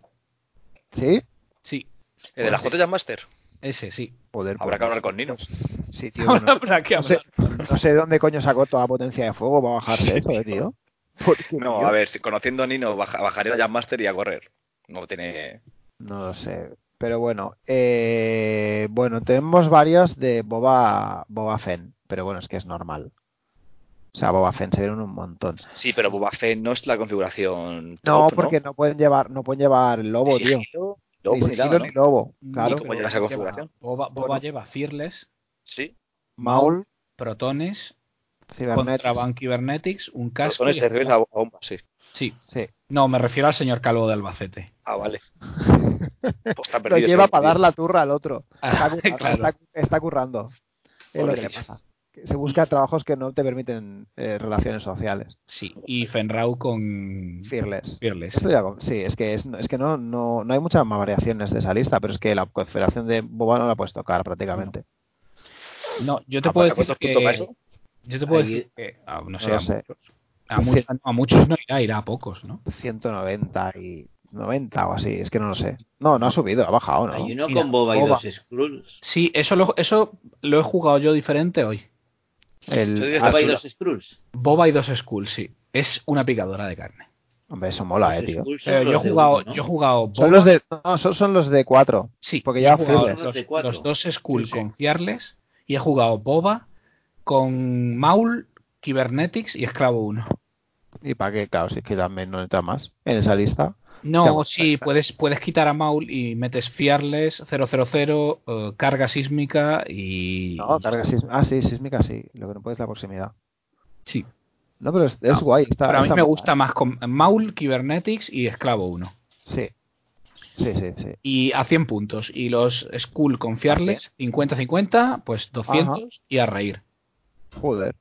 [SPEAKER 1] ¿Sí?
[SPEAKER 2] Sí,
[SPEAKER 6] El de la J Master.
[SPEAKER 2] ese sí.
[SPEAKER 1] Poder.
[SPEAKER 6] Habrá que hablar con Nino.
[SPEAKER 1] pues Sí, tío.
[SPEAKER 2] [LAUGHS] Ahora
[SPEAKER 1] No,
[SPEAKER 2] habrá
[SPEAKER 6] [LAUGHS]
[SPEAKER 2] que
[SPEAKER 1] no sé,
[SPEAKER 2] hablar.
[SPEAKER 1] no sé dónde coño sacó toda la potencia de fuego para bajarse eso, eh, tío. Porque,
[SPEAKER 6] No,
[SPEAKER 1] tío,
[SPEAKER 6] a ver, si- conociendo a Nino, baja- bajaría a Jam Master y a correr. No tiene.
[SPEAKER 1] No lo sé. Pero bueno, eh, bueno, tenemos varios de Boba, Boba Fenn, pero bueno, es que es normal. O sea, Boba Fenn se vieron un montón.
[SPEAKER 6] Sí, pero Boba Fett no es la configuración.
[SPEAKER 1] No,
[SPEAKER 6] top,
[SPEAKER 1] porque no pueden llevar, no pueden llevar el lobo,
[SPEAKER 6] Ni
[SPEAKER 1] tío.
[SPEAKER 6] sigilo,
[SPEAKER 1] Ni
[SPEAKER 6] lobo, ni
[SPEAKER 1] sigilo
[SPEAKER 6] nada,
[SPEAKER 1] ni
[SPEAKER 6] ¿no?
[SPEAKER 1] lobo. Claro.
[SPEAKER 6] cómo llegas a
[SPEAKER 2] Lleva-
[SPEAKER 6] configuración?
[SPEAKER 2] Boba, Boba
[SPEAKER 1] Bueno.
[SPEAKER 2] lleva Fearless,
[SPEAKER 6] Sí.
[SPEAKER 1] Maul,
[SPEAKER 2] Protones,
[SPEAKER 1] Cibernet.
[SPEAKER 2] Contraband Cybernetics, un
[SPEAKER 6] Con
[SPEAKER 2] casco. y-
[SPEAKER 6] este revés a a bomba, sí.
[SPEAKER 2] Sí,
[SPEAKER 1] Sí.
[SPEAKER 2] no, me refiero al señor Calvo de Albacete.
[SPEAKER 1] [LAUGHS]
[SPEAKER 6] Ah, vale. Pues está
[SPEAKER 1] Lo
[SPEAKER 6] perdido
[SPEAKER 1] lleva
[SPEAKER 6] ese
[SPEAKER 1] para dar
[SPEAKER 6] partido.
[SPEAKER 1] la turra al otro. Está,
[SPEAKER 2] [LAUGHS] Ah,
[SPEAKER 1] curra-
[SPEAKER 2] claro.
[SPEAKER 1] está- está currando. Es lo que
[SPEAKER 6] Pobrecillo.
[SPEAKER 1] pasa. Que Se busca trabajos que no te permiten eh, relaciones sociales.
[SPEAKER 2] Sí, y Fenrau con
[SPEAKER 1] Fearless.
[SPEAKER 2] Fearless.
[SPEAKER 1] Esto ya con- sí, es que, es, es que no, no, no hay muchas más variaciones de esa lista, pero es que la confederación de Boba no la puedes tocar prácticamente.
[SPEAKER 2] No, yo te
[SPEAKER 6] Ah,
[SPEAKER 2] puedo
[SPEAKER 6] ¿para
[SPEAKER 2] decir
[SPEAKER 6] cuántos puntos va
[SPEAKER 2] que.
[SPEAKER 6] eso?
[SPEAKER 2] Yo te puedo
[SPEAKER 4] Ahí-
[SPEAKER 2] decir que. ah, no sé,
[SPEAKER 1] lo
[SPEAKER 2] a,
[SPEAKER 1] sé.
[SPEAKER 2] Muchos, a, mu- a- a muchos no irá, irá a pocos, ¿no?
[SPEAKER 1] 190 y 90 o así, es que no lo sé. No, no ha subido, ha bajado, ¿no?
[SPEAKER 4] Hay uno
[SPEAKER 2] Mira,
[SPEAKER 4] con Boba y
[SPEAKER 1] Boba.
[SPEAKER 4] dos Skrulls.
[SPEAKER 2] Sí, eso lo, eso lo he jugado yo diferente hoy.
[SPEAKER 6] Yo
[SPEAKER 1] El,
[SPEAKER 6] diría
[SPEAKER 4] Boba y
[SPEAKER 6] Azula.
[SPEAKER 4] dos Skrulls.
[SPEAKER 2] Boba y dos Skull, sí. Es una picadora de carne.
[SPEAKER 1] hombre, eso mola, eh, tío.
[SPEAKER 4] Pues
[SPEAKER 2] Pero yo he jugado, yo he jugado Boba,
[SPEAKER 1] Son los de, no, son, son los de 4.
[SPEAKER 2] sí,
[SPEAKER 1] porque
[SPEAKER 2] yo
[SPEAKER 1] ya
[SPEAKER 2] he jugado
[SPEAKER 1] Fearless.
[SPEAKER 2] los,
[SPEAKER 4] De cuatro.
[SPEAKER 2] los dos Skull
[SPEAKER 4] Sí, sí.
[SPEAKER 2] con Fearless y he jugado Boba con Maul, Cybernetics y Esclavo 1.
[SPEAKER 1] ¿Y para qué? Claro, si es que también no entra más en esa lista.
[SPEAKER 2] No,
[SPEAKER 1] Claro,
[SPEAKER 2] sí,
[SPEAKER 1] exacto.
[SPEAKER 2] puedes, puedes quitar a Maul y metes Fearless, 000, eh, carga sísmica y...
[SPEAKER 1] No, carga sísmica. Ah, sí, sísmica sí. Lo que no puede es la proximidad.
[SPEAKER 2] Sí,
[SPEAKER 1] No, pero es, es
[SPEAKER 2] No,
[SPEAKER 1] guay. Está,
[SPEAKER 2] pero a mí
[SPEAKER 1] está
[SPEAKER 2] me
[SPEAKER 1] mola,
[SPEAKER 2] gusta más con Maul, Cybernetics y Esclavo 1.
[SPEAKER 1] ¿eh? Sí. Sí, sí, sí.
[SPEAKER 2] Y a 100 puntos. Y los Skull con Fearless, 50-50, pues 200 y a reír.
[SPEAKER 1] Joder.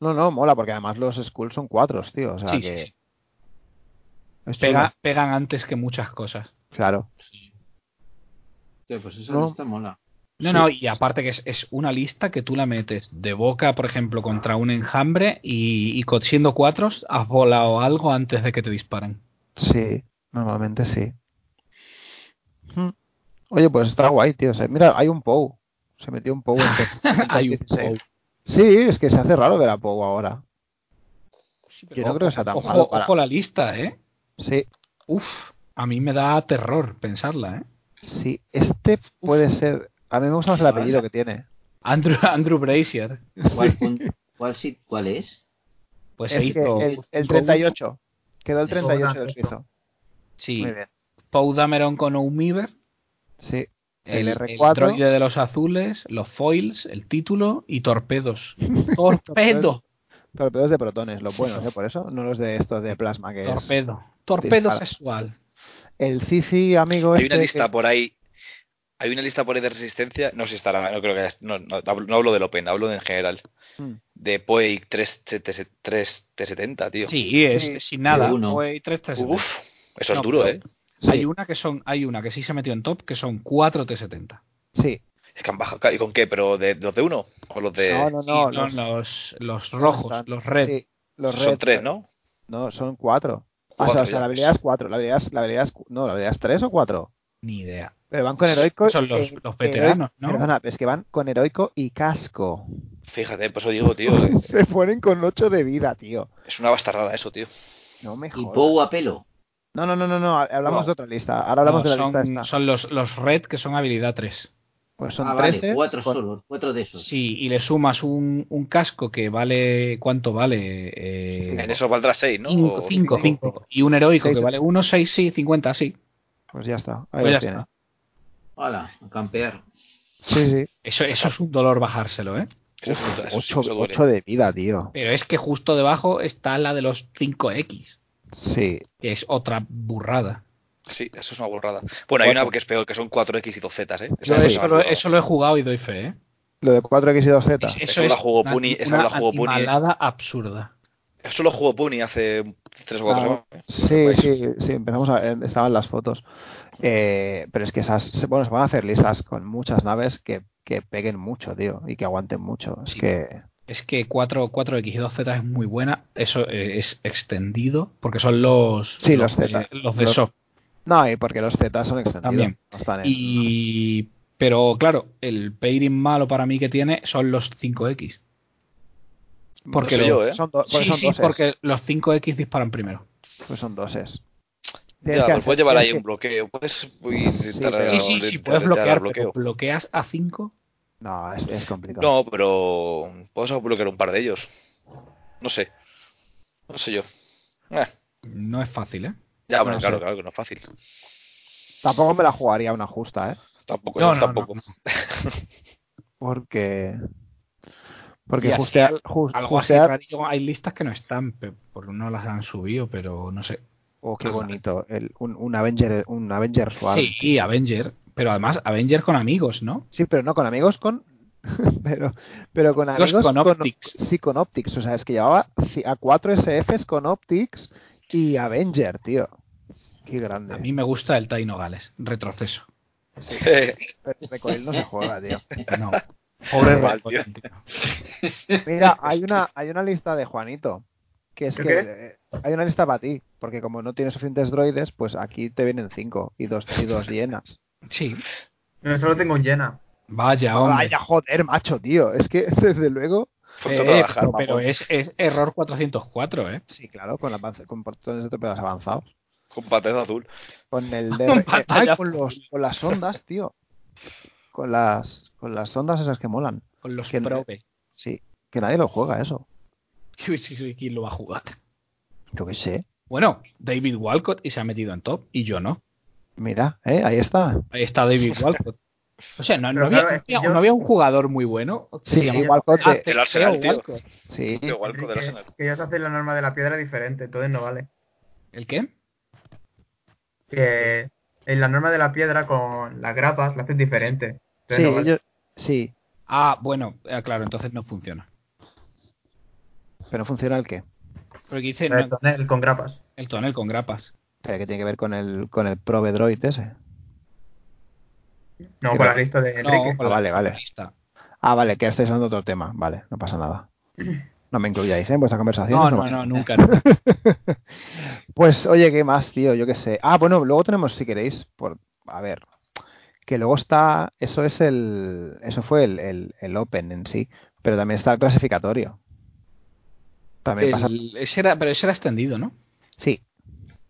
[SPEAKER 1] No, no, mola, porque además los Skulls son cuatro, tío. O sea
[SPEAKER 2] Sí, sí,
[SPEAKER 1] que.
[SPEAKER 2] sí.
[SPEAKER 1] es chulo.
[SPEAKER 2] Pega- pegan antes que muchas cosas.
[SPEAKER 1] Claro.
[SPEAKER 4] Pues esa
[SPEAKER 1] No.
[SPEAKER 4] lista mola.
[SPEAKER 2] No, no, y aparte que es, es una lista que tú la metes de boca, por ejemplo, contra un enjambre y, y co- siendo cuatros has volado algo antes de que te disparen.
[SPEAKER 1] Sí, normalmente sí. Mm. Oye, pues está guay, tío. Se- Mira, hay un POU. Se metió un POU
[SPEAKER 2] [LAUGHS]
[SPEAKER 1] en top- en top
[SPEAKER 2] Hay un
[SPEAKER 1] 16.
[SPEAKER 2] POU.
[SPEAKER 1] Sí, es que se hace raro ver a POU ahora. Yo no creo que sea tan
[SPEAKER 2] ojo,
[SPEAKER 1] malo para-
[SPEAKER 2] ojo la lista, ¿eh?
[SPEAKER 1] Sí.
[SPEAKER 2] Uf, a mí me da terror pensarla, ¿eh?
[SPEAKER 1] Sí, este puede ser. A mí me gusta más el apellido que tiene.
[SPEAKER 2] Andrew, Andrew Brazier.
[SPEAKER 4] ¿Cuál, pun- cuál, sí- cuál es?
[SPEAKER 2] Pues
[SPEAKER 1] Es
[SPEAKER 2] se
[SPEAKER 1] que
[SPEAKER 2] hizo.
[SPEAKER 1] el, el
[SPEAKER 2] Pou-
[SPEAKER 1] 38. Quedó el 38
[SPEAKER 3] Todo
[SPEAKER 1] del suizo.
[SPEAKER 2] sí,
[SPEAKER 1] Muy bien.
[SPEAKER 2] Pou Dameron con Oumiver.
[SPEAKER 1] Sí. El
[SPEAKER 2] El, el
[SPEAKER 1] R4.
[SPEAKER 2] droide de los azules, los foils, el título y torpedos. ¡Torpedo!
[SPEAKER 1] [LAUGHS] Torpedos de protones, los buenos, ¿eh? Por eso, no los de estos de plasma que es-
[SPEAKER 2] torpedo. Torpedo
[SPEAKER 1] dispara.
[SPEAKER 2] sexual.
[SPEAKER 1] El Cici, amigo
[SPEAKER 6] Hay
[SPEAKER 1] este
[SPEAKER 6] una lista
[SPEAKER 1] que-
[SPEAKER 6] por ahí. Hay una lista por ahí de resistencia. No sé si estará. No creo que. No, no, hablo- no hablo del Open, hablo de en general.
[SPEAKER 1] Mm.
[SPEAKER 6] De Poe 3T70, tío.
[SPEAKER 2] Sí, es
[SPEAKER 1] Sí,
[SPEAKER 2] sin nada.
[SPEAKER 4] uno.
[SPEAKER 2] Fue tres T70.
[SPEAKER 6] Uf, eso
[SPEAKER 2] No,
[SPEAKER 6] es duro,
[SPEAKER 2] pero-
[SPEAKER 6] ¿eh?
[SPEAKER 1] Sí,
[SPEAKER 2] Hay una que son, hay una que sí se metió en top, que son 4 T70.
[SPEAKER 1] sí.
[SPEAKER 6] Es que han bajado. ¿Y con qué? ¿Pero de los de uno? ¿O los de.?
[SPEAKER 1] No, no,
[SPEAKER 2] Sí,
[SPEAKER 1] no.
[SPEAKER 2] son los, los, rojos,
[SPEAKER 1] están-
[SPEAKER 2] los red.
[SPEAKER 1] sí, los
[SPEAKER 6] son
[SPEAKER 1] red,
[SPEAKER 6] tres, ¿no?
[SPEAKER 1] No, son cuatro. Ah,
[SPEAKER 6] Cuatro
[SPEAKER 1] o sea,
[SPEAKER 6] ya.
[SPEAKER 1] la habilidad es cuatro. La habilidad es, la habilidad es cu- no, la habilidad es tres o cuatro.
[SPEAKER 2] Ni idea.
[SPEAKER 1] Pero van con heroico.
[SPEAKER 2] Son los,
[SPEAKER 1] eh,
[SPEAKER 2] los veteranos,
[SPEAKER 1] heroi-
[SPEAKER 2] ¿no?
[SPEAKER 1] Perdona, pero es que van con heroico y casco.
[SPEAKER 6] Fíjate, pues eso digo, tío. eh,
[SPEAKER 1] [LAUGHS] Se ponen con ocho de vida, tío.
[SPEAKER 6] Es una bastarrada eso, tío.
[SPEAKER 1] No me
[SPEAKER 4] ¿Y
[SPEAKER 1] jodas.
[SPEAKER 4] Pou a pelo?
[SPEAKER 1] No, no, no, no, no. Hablamos
[SPEAKER 6] No.
[SPEAKER 1] de otra lista. Ahora hablamos
[SPEAKER 2] No,
[SPEAKER 1] de la
[SPEAKER 2] son,
[SPEAKER 1] lista esta.
[SPEAKER 2] son los, los red que son habilidad 3.
[SPEAKER 1] pues son
[SPEAKER 4] ah,
[SPEAKER 1] tres.
[SPEAKER 4] vale, cuatro solo, cuatro de esos.
[SPEAKER 2] Sí, y le sumas un, un casco que vale. ¿Cuánto vale?
[SPEAKER 6] En
[SPEAKER 2] Eh,
[SPEAKER 6] eso valdrá seis, ¿no?
[SPEAKER 2] 5,
[SPEAKER 6] O
[SPEAKER 2] 5,
[SPEAKER 6] cinco.
[SPEAKER 2] Y un heroico
[SPEAKER 1] Seis.
[SPEAKER 2] que vale 1, 6, sí, 50, sí.
[SPEAKER 1] Pues ya está. Ahí
[SPEAKER 2] Pues
[SPEAKER 1] lo
[SPEAKER 2] ya
[SPEAKER 1] tiene.
[SPEAKER 2] está.
[SPEAKER 4] Hola, a campear.
[SPEAKER 1] Sí, sí.
[SPEAKER 2] Eso, eso es un dolor bajárselo, ¿eh?
[SPEAKER 6] Eso es brutal, eso sí,
[SPEAKER 1] Ocho,
[SPEAKER 6] eso duele.
[SPEAKER 1] ocho de vida, tío.
[SPEAKER 2] Pero es que justo debajo está la de los 5X,
[SPEAKER 1] Sí.
[SPEAKER 2] que es otra burrada.
[SPEAKER 6] Sí, eso es una burrada. Bueno, hay una que es peor, que son 4X y 2Z, ¿eh?
[SPEAKER 1] Yo
[SPEAKER 6] es
[SPEAKER 1] eso
[SPEAKER 6] una
[SPEAKER 2] Eso lo,
[SPEAKER 6] burrada.
[SPEAKER 2] eso lo he jugado y doy fe, ¿eh?
[SPEAKER 1] Lo de 4X y 2Z.
[SPEAKER 2] Es-
[SPEAKER 6] Esa la jugó
[SPEAKER 2] una-
[SPEAKER 6] Puni- esa
[SPEAKER 2] una
[SPEAKER 6] la jugó Puni. ¿eh?
[SPEAKER 2] animalada absurda.
[SPEAKER 6] Eso lo jugó Puni hace tres o
[SPEAKER 1] Ah,
[SPEAKER 6] cuatro semanas.
[SPEAKER 1] Sí, sí, sí, empezamos a ver, estaban las fotos. Eh, pero es que esas, se- bueno, se van a hacer listas con muchas naves que, que peguen mucho, tío, y que aguanten mucho. Es
[SPEAKER 2] Sí.
[SPEAKER 1] que,
[SPEAKER 2] Es que 4, 4X y 2Z es muy buena. Eso eh, es extendido porque son los,
[SPEAKER 1] Sí,
[SPEAKER 2] los,
[SPEAKER 1] los Z.
[SPEAKER 2] de- los de
[SPEAKER 1] Los-
[SPEAKER 2] soft.
[SPEAKER 1] no, y porque los Z son extendidos.
[SPEAKER 2] También.
[SPEAKER 1] no están en-
[SPEAKER 2] Y, pero claro, el pairing malo para mí que tiene son los 5X. Porque
[SPEAKER 6] No sé
[SPEAKER 2] lo-
[SPEAKER 6] yo, ¿eh?
[SPEAKER 1] son do- porque
[SPEAKER 2] sí,
[SPEAKER 1] son
[SPEAKER 2] sí,
[SPEAKER 1] doses,
[SPEAKER 2] porque los 5X disparan primero.
[SPEAKER 1] pues son doses. Tienes que
[SPEAKER 6] Ya, pues
[SPEAKER 1] hacer-
[SPEAKER 6] puedes llevar ahí
[SPEAKER 1] tienes
[SPEAKER 6] un bloqueo. Puedes intentar
[SPEAKER 1] pero-
[SPEAKER 2] sí,
[SPEAKER 1] Claro,
[SPEAKER 2] sí,
[SPEAKER 6] intentar
[SPEAKER 2] sí, puedes
[SPEAKER 6] evitar
[SPEAKER 2] bloquear,
[SPEAKER 6] el bloqueo.
[SPEAKER 2] pero bloqueas a 5.
[SPEAKER 1] que- No, es, es complicado.
[SPEAKER 6] No, pero puedes bloquear un par de ellos. No sé. No sé yo. Eh,
[SPEAKER 2] No es fácil, ¿eh?
[SPEAKER 6] ya, bueno,
[SPEAKER 1] No
[SPEAKER 6] claro,
[SPEAKER 1] sé.
[SPEAKER 6] claro que no es fácil.
[SPEAKER 1] Tampoco me la jugaría una justa, ¿eh?
[SPEAKER 6] Tampoco,
[SPEAKER 2] No,
[SPEAKER 6] no,
[SPEAKER 2] no,
[SPEAKER 6] tampoco. [LAUGHS]
[SPEAKER 1] Porque. Porque
[SPEAKER 2] Y así
[SPEAKER 1] justear,
[SPEAKER 2] al-
[SPEAKER 1] jus-
[SPEAKER 2] Algo así
[SPEAKER 1] justear-
[SPEAKER 2] rarillo, Hay listas que no están, pe- porque no las han subido, pero no sé.
[SPEAKER 1] Oh, qué
[SPEAKER 2] Ajá.
[SPEAKER 1] bonito. El, un, un Avenger, un Avenger Swarm.
[SPEAKER 2] Sí, y Avenger. Pero además, Avenger con amigos, ¿no?
[SPEAKER 1] Sí, pero no con amigos, con. [LAUGHS] pero, pero con
[SPEAKER 2] Amigos
[SPEAKER 1] amigos.
[SPEAKER 2] con Optics.
[SPEAKER 1] Sí, con Optics. O sea, es que llevaba ci- a 4 SFs con Optics y Avenger, tío. Qué grande.
[SPEAKER 2] A mí me gusta el Taino Gales. Retroceso.
[SPEAKER 1] Pero Recoil no se juega, tío.
[SPEAKER 2] No. [LAUGHS] Pobre
[SPEAKER 6] Mal,
[SPEAKER 2] Recoil, tío.
[SPEAKER 1] Mira, hay una, hay una lista de Juanito. Que es
[SPEAKER 3] ¿De
[SPEAKER 1] que. eh, hay una lista para ti. Porque como no tienes suficientes droides, pues aquí te vienen 5 y 2 y dos hienas.
[SPEAKER 2] Sí.
[SPEAKER 3] No, solo tengo un llena.
[SPEAKER 2] Vaya, [LAUGHS] hombre.
[SPEAKER 1] Vaya, joder, macho, tío. Es que [LAUGHS] desde luego.
[SPEAKER 6] Fue
[SPEAKER 2] Eh,
[SPEAKER 6] todo trabajar,
[SPEAKER 2] pero,
[SPEAKER 6] vamos.
[SPEAKER 2] pero es, es error 404, ¿eh?
[SPEAKER 1] Sí, claro, con, avance- con portones de torpedos avanzados.
[SPEAKER 6] Con patadas azul.
[SPEAKER 1] Con
[SPEAKER 2] [LAUGHS]
[SPEAKER 1] el
[SPEAKER 2] Con
[SPEAKER 1] de. eh, ay,
[SPEAKER 2] pantalla
[SPEAKER 1] con,
[SPEAKER 2] azul.
[SPEAKER 1] los, con las ondas, tío. Con las, con las ondas esas que molan.
[SPEAKER 2] Con los
[SPEAKER 1] Que no-
[SPEAKER 2] probe.
[SPEAKER 1] Sí, que nadie lo juega eso.
[SPEAKER 2] [LAUGHS] Sí, sí, sí, ¿Quién lo va a jugar?
[SPEAKER 1] Yo qué sé.
[SPEAKER 2] Bueno, David Walcott y se ha metido en top y yo no.
[SPEAKER 1] Mira, ¿eh? ahí está.
[SPEAKER 2] Ahí está
[SPEAKER 1] [LAUGHS]
[SPEAKER 2] David Walcott. O sea, no, no
[SPEAKER 3] Pero
[SPEAKER 2] había,
[SPEAKER 3] claro, es que
[SPEAKER 2] no había-
[SPEAKER 3] yo-
[SPEAKER 2] no había un jugador muy bueno. que
[SPEAKER 1] Sí,
[SPEAKER 2] se llamaba-
[SPEAKER 1] igual
[SPEAKER 2] Ah,
[SPEAKER 1] cote.
[SPEAKER 6] El Arsenal,
[SPEAKER 2] Theo
[SPEAKER 6] tío.
[SPEAKER 2] Walcott.
[SPEAKER 1] E. Sí,
[SPEAKER 6] Tío, Walcott del
[SPEAKER 3] Enrique,
[SPEAKER 6] Arsenal.
[SPEAKER 3] que ellos hacen la norma de la piedra diferente, entonces no vale.
[SPEAKER 2] ¿El qué?
[SPEAKER 3] Que en la norma de la piedra con las grapas la hacen diferente.
[SPEAKER 1] sí,
[SPEAKER 3] Entonces no vale.
[SPEAKER 1] ellos- sí,
[SPEAKER 2] Ah, bueno, ah, claro, entonces no funciona.
[SPEAKER 1] pero funciona el qué.
[SPEAKER 2] Porque dice
[SPEAKER 3] El
[SPEAKER 2] no,
[SPEAKER 3] tonel con grapas.
[SPEAKER 2] el tonel con grapas.
[SPEAKER 1] Pero que tiene que ver con el, con el Probe Droid ese. Ah,
[SPEAKER 3] No,
[SPEAKER 1] Pero-
[SPEAKER 3] con la lista de Enrique.
[SPEAKER 2] No, con
[SPEAKER 1] Ah,
[SPEAKER 2] la-
[SPEAKER 1] vale, vale.
[SPEAKER 2] Ahí está.
[SPEAKER 1] Ah, vale, que estáis hablando de otro tema. Vale, no pasa nada. No me incluyáis ¿eh? en vuestra conversación.
[SPEAKER 2] No, no,
[SPEAKER 1] [LAUGHS]
[SPEAKER 2] no, nunca. nunca.
[SPEAKER 1] Pues oye, ¿qué más, tío? Yo qué sé. Ah, bueno, luego tenemos, si queréis, por a ver, que luego está, eso es el, eso fue el, el, el Open en sí, pero también está el clasificatorio. También pasa,
[SPEAKER 2] El- ese era, pero ese era extendido, ¿no?
[SPEAKER 1] sí,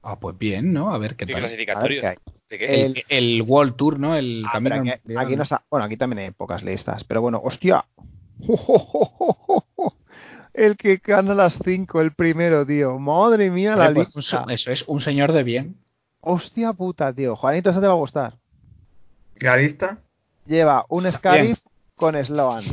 [SPEAKER 2] Ah, pues bien, ¿no? A ver qué
[SPEAKER 6] Sí,
[SPEAKER 2] tal.
[SPEAKER 6] clasificatorio.
[SPEAKER 1] A ver
[SPEAKER 6] ¿De qué?
[SPEAKER 2] El, el World Tour, ¿no? El
[SPEAKER 1] Ah,
[SPEAKER 2] camino.
[SPEAKER 1] pero
[SPEAKER 2] al
[SPEAKER 1] aquí,
[SPEAKER 2] Mundial.
[SPEAKER 1] aquí no está- Bueno, aquí también hay pocas listas, pero bueno, hostia. [LAUGHS] El que gana las 5, el primero, tío. Madre mía, la
[SPEAKER 2] Vale, pues, un
[SPEAKER 1] lista.
[SPEAKER 2] se- eso es un señor de bien.
[SPEAKER 1] Hostia puta, tío. Juanito, esa te va a gustar.
[SPEAKER 3] La lista.
[SPEAKER 1] Lleva un Scarif con Sloan,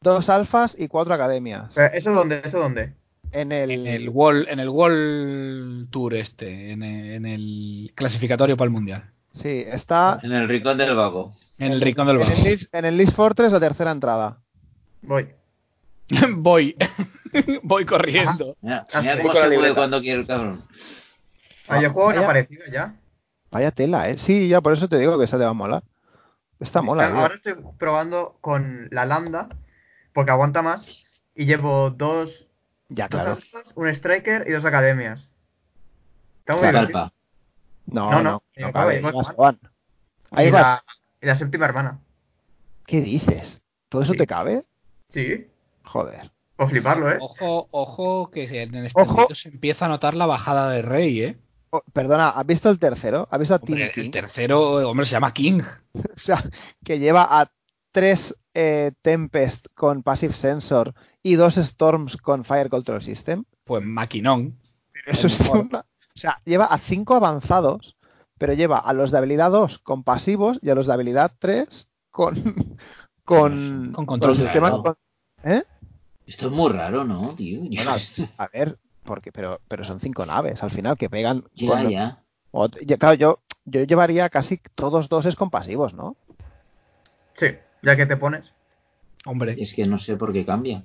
[SPEAKER 1] dos alfas y cuatro academias.
[SPEAKER 3] Pero, ¿Eso dónde? ¿Eso dónde?
[SPEAKER 1] En el,
[SPEAKER 2] En el World, en el World Tour este, en el, en el clasificatorio para el Mundial.
[SPEAKER 1] Sí, está
[SPEAKER 4] En el rincón del vago.
[SPEAKER 2] En el Rincón del
[SPEAKER 1] en el,
[SPEAKER 2] Bajo.
[SPEAKER 1] Leeds- en el Leeds Fortress, la tercera entrada.
[SPEAKER 3] Voy.
[SPEAKER 2] [LAUGHS] Voy. Voy corriendo.
[SPEAKER 4] Mira,
[SPEAKER 3] Ah,
[SPEAKER 4] mira
[SPEAKER 3] sí.
[SPEAKER 4] cómo
[SPEAKER 6] Con
[SPEAKER 4] se
[SPEAKER 6] la
[SPEAKER 4] mueve
[SPEAKER 6] libreta.
[SPEAKER 4] cuando quiere el cabrón.
[SPEAKER 3] Ah, el juego no ha
[SPEAKER 1] vaya.
[SPEAKER 3] aparecido ya.
[SPEAKER 1] Vaya tela, ¿eh? Sí, ya por eso te digo que esa te va a molar. Esta mola, ¿eh? tío.
[SPEAKER 3] Ahora estoy probando con la lambda, porque aguanta más, y llevo dos,
[SPEAKER 1] Ya,
[SPEAKER 3] dos
[SPEAKER 1] Ah, claro.
[SPEAKER 3] alfas, un striker y dos academias. Está muy
[SPEAKER 1] Claro.
[SPEAKER 3] divertido.
[SPEAKER 4] Calpa.
[SPEAKER 1] No,
[SPEAKER 3] No,
[SPEAKER 1] no,
[SPEAKER 3] no,
[SPEAKER 1] no,
[SPEAKER 3] eh,
[SPEAKER 1] cabe,
[SPEAKER 3] ahí va
[SPEAKER 1] ya
[SPEAKER 3] Juan.
[SPEAKER 1] Juan. Ahí
[SPEAKER 3] y,
[SPEAKER 1] va.
[SPEAKER 3] la, y la séptima hermana.
[SPEAKER 1] ¿Qué dices? ¿Todo eso
[SPEAKER 3] Sí.
[SPEAKER 1] te cabe?
[SPEAKER 3] Sí,
[SPEAKER 1] Joder.
[SPEAKER 3] por fliparlo, ¿eh?
[SPEAKER 2] Ojo, ojo, que en el
[SPEAKER 3] Ojo.
[SPEAKER 2] extendido se empieza a notar la bajada de Rey, ¿eh?
[SPEAKER 1] Oh, perdona, ¿has visto el tercero? ¿Has visto a Tim
[SPEAKER 2] Hombre, el
[SPEAKER 1] King?
[SPEAKER 2] tercero, hombre, se llama King.
[SPEAKER 1] [LAUGHS] O sea, que lleva a tres eh, Tempest con Passive Sensor y dos Storms con Fire Control System.
[SPEAKER 2] Pues maquinón.
[SPEAKER 1] Pero eso es
[SPEAKER 2] mejor.
[SPEAKER 1] una- O sea, lleva a cinco avanzados, pero lleva a los de habilidad 2 con pasivos y a los de habilidad 3 con... [LAUGHS] Con,
[SPEAKER 2] Con control,
[SPEAKER 1] el sistema...
[SPEAKER 4] claro.
[SPEAKER 1] con- ¿Eh?
[SPEAKER 4] Esto es muy raro, ¿no, tío? [LAUGHS]
[SPEAKER 1] Bueno, a- a ver, porque, pero, pero son cinco naves al final que pegan. con
[SPEAKER 4] ya,
[SPEAKER 1] lo-
[SPEAKER 4] ya.
[SPEAKER 1] o- yo- claro, yo, yo llevaría casi todos doses con pasivos, ¿no?
[SPEAKER 3] Sí, ya que te pones.
[SPEAKER 2] Hombre,
[SPEAKER 4] Es que no sé por qué cambia.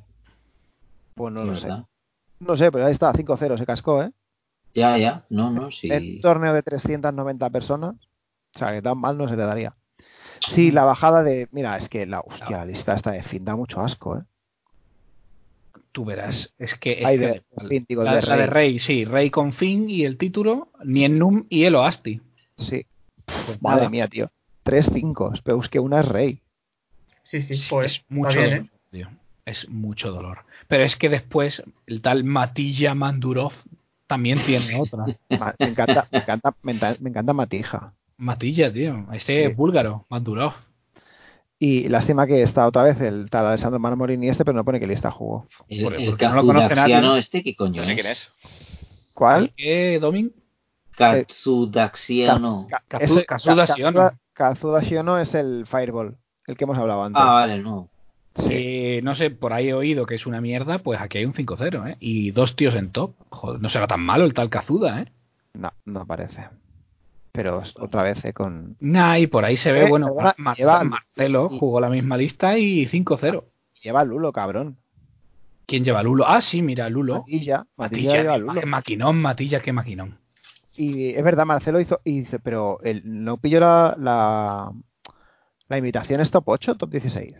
[SPEAKER 1] Pues no
[SPEAKER 4] la
[SPEAKER 1] lo sé.
[SPEAKER 4] verdad.
[SPEAKER 1] No sé, pero ahí está, 5-0 se cascó, ¿eh?
[SPEAKER 4] Ya, ya. No, no, sí.
[SPEAKER 1] En un torneo de 390 personas. O sea, que tan mal no se te daría.
[SPEAKER 2] Mm.
[SPEAKER 1] Sí, la bajada de. Mira, es que la, hostia, la lista esta de fin da mucho asco, ¿eh?
[SPEAKER 2] tú verás. Es que. es
[SPEAKER 1] Ay,
[SPEAKER 2] que-
[SPEAKER 1] de, Finn, digo,
[SPEAKER 2] la,
[SPEAKER 1] de
[SPEAKER 2] la de
[SPEAKER 1] Rey.
[SPEAKER 2] Rey, sí. Rey con Finn y el título, Niennum y el Oasti.
[SPEAKER 1] Sí.
[SPEAKER 2] Pues
[SPEAKER 1] Madre
[SPEAKER 2] nada,
[SPEAKER 1] mía, tío. 3-5, pero es que una es Rey.
[SPEAKER 3] Sí, sí,
[SPEAKER 2] es,
[SPEAKER 3] pues.
[SPEAKER 2] es mucho
[SPEAKER 3] está bien,
[SPEAKER 2] dolor,
[SPEAKER 3] ¿eh?
[SPEAKER 2] tío. Es mucho dolor. Pero es que después, el tal Matilla Mandurov también
[SPEAKER 1] [LAUGHS]
[SPEAKER 2] tiene otra.
[SPEAKER 1] Ma- Me encanta, me encanta, me encanta, me encanta Matija.
[SPEAKER 2] Matilla, tío. Este
[SPEAKER 1] Sí.
[SPEAKER 2] es búlgaro, Mandurov.
[SPEAKER 1] Y lástima que está otra vez el tal Alessandro Marmorini este, pero no pone que lista jugó.
[SPEAKER 4] El,
[SPEAKER 2] porque-
[SPEAKER 4] el
[SPEAKER 2] porque no lo conoce nadie.
[SPEAKER 4] Katsudaxiano este, ¿qué coño
[SPEAKER 6] No sé quién es.
[SPEAKER 1] ¿Cuál?
[SPEAKER 2] ¿Qué, Domin?
[SPEAKER 4] Katsudaxiano.
[SPEAKER 1] Ka-
[SPEAKER 2] Kazu-
[SPEAKER 1] ese-
[SPEAKER 2] Kazuda
[SPEAKER 1] Ka-
[SPEAKER 2] Shiono.
[SPEAKER 1] Kazuda- Kazuda Shiono es el Fireball, el que hemos hablado antes.
[SPEAKER 4] Ah, vale, no.
[SPEAKER 1] Sí.
[SPEAKER 2] que, no sé, por ahí he oído que es una mierda, pues aquí hay un 5-0, ¿eh? Y dos tíos en top. Joder, no será tan malo el tal Kazuda, ¿eh?
[SPEAKER 1] No, no parece. Pero es otra vez eh, con.
[SPEAKER 2] Nah, y por ahí se ve,
[SPEAKER 1] Eh,
[SPEAKER 2] bueno,
[SPEAKER 1] perdona,
[SPEAKER 2] Mar-
[SPEAKER 1] lleva-
[SPEAKER 2] Marcelo
[SPEAKER 1] y-
[SPEAKER 2] jugó la misma lista y 5-0.
[SPEAKER 1] Lleva Lulo, cabrón.
[SPEAKER 2] ¿Quién lleva Lulo? Ah, sí, mira, Lulo.
[SPEAKER 1] Matilla. Matilla,
[SPEAKER 2] Matilla,
[SPEAKER 1] lleva
[SPEAKER 2] qué
[SPEAKER 1] Lulo.
[SPEAKER 2] maquinón, Matilla, qué maquinón.
[SPEAKER 1] Y es verdad, Marcelo hizo. Y dice, pero el, no pilló la, la, la invitación es top 8, top 16.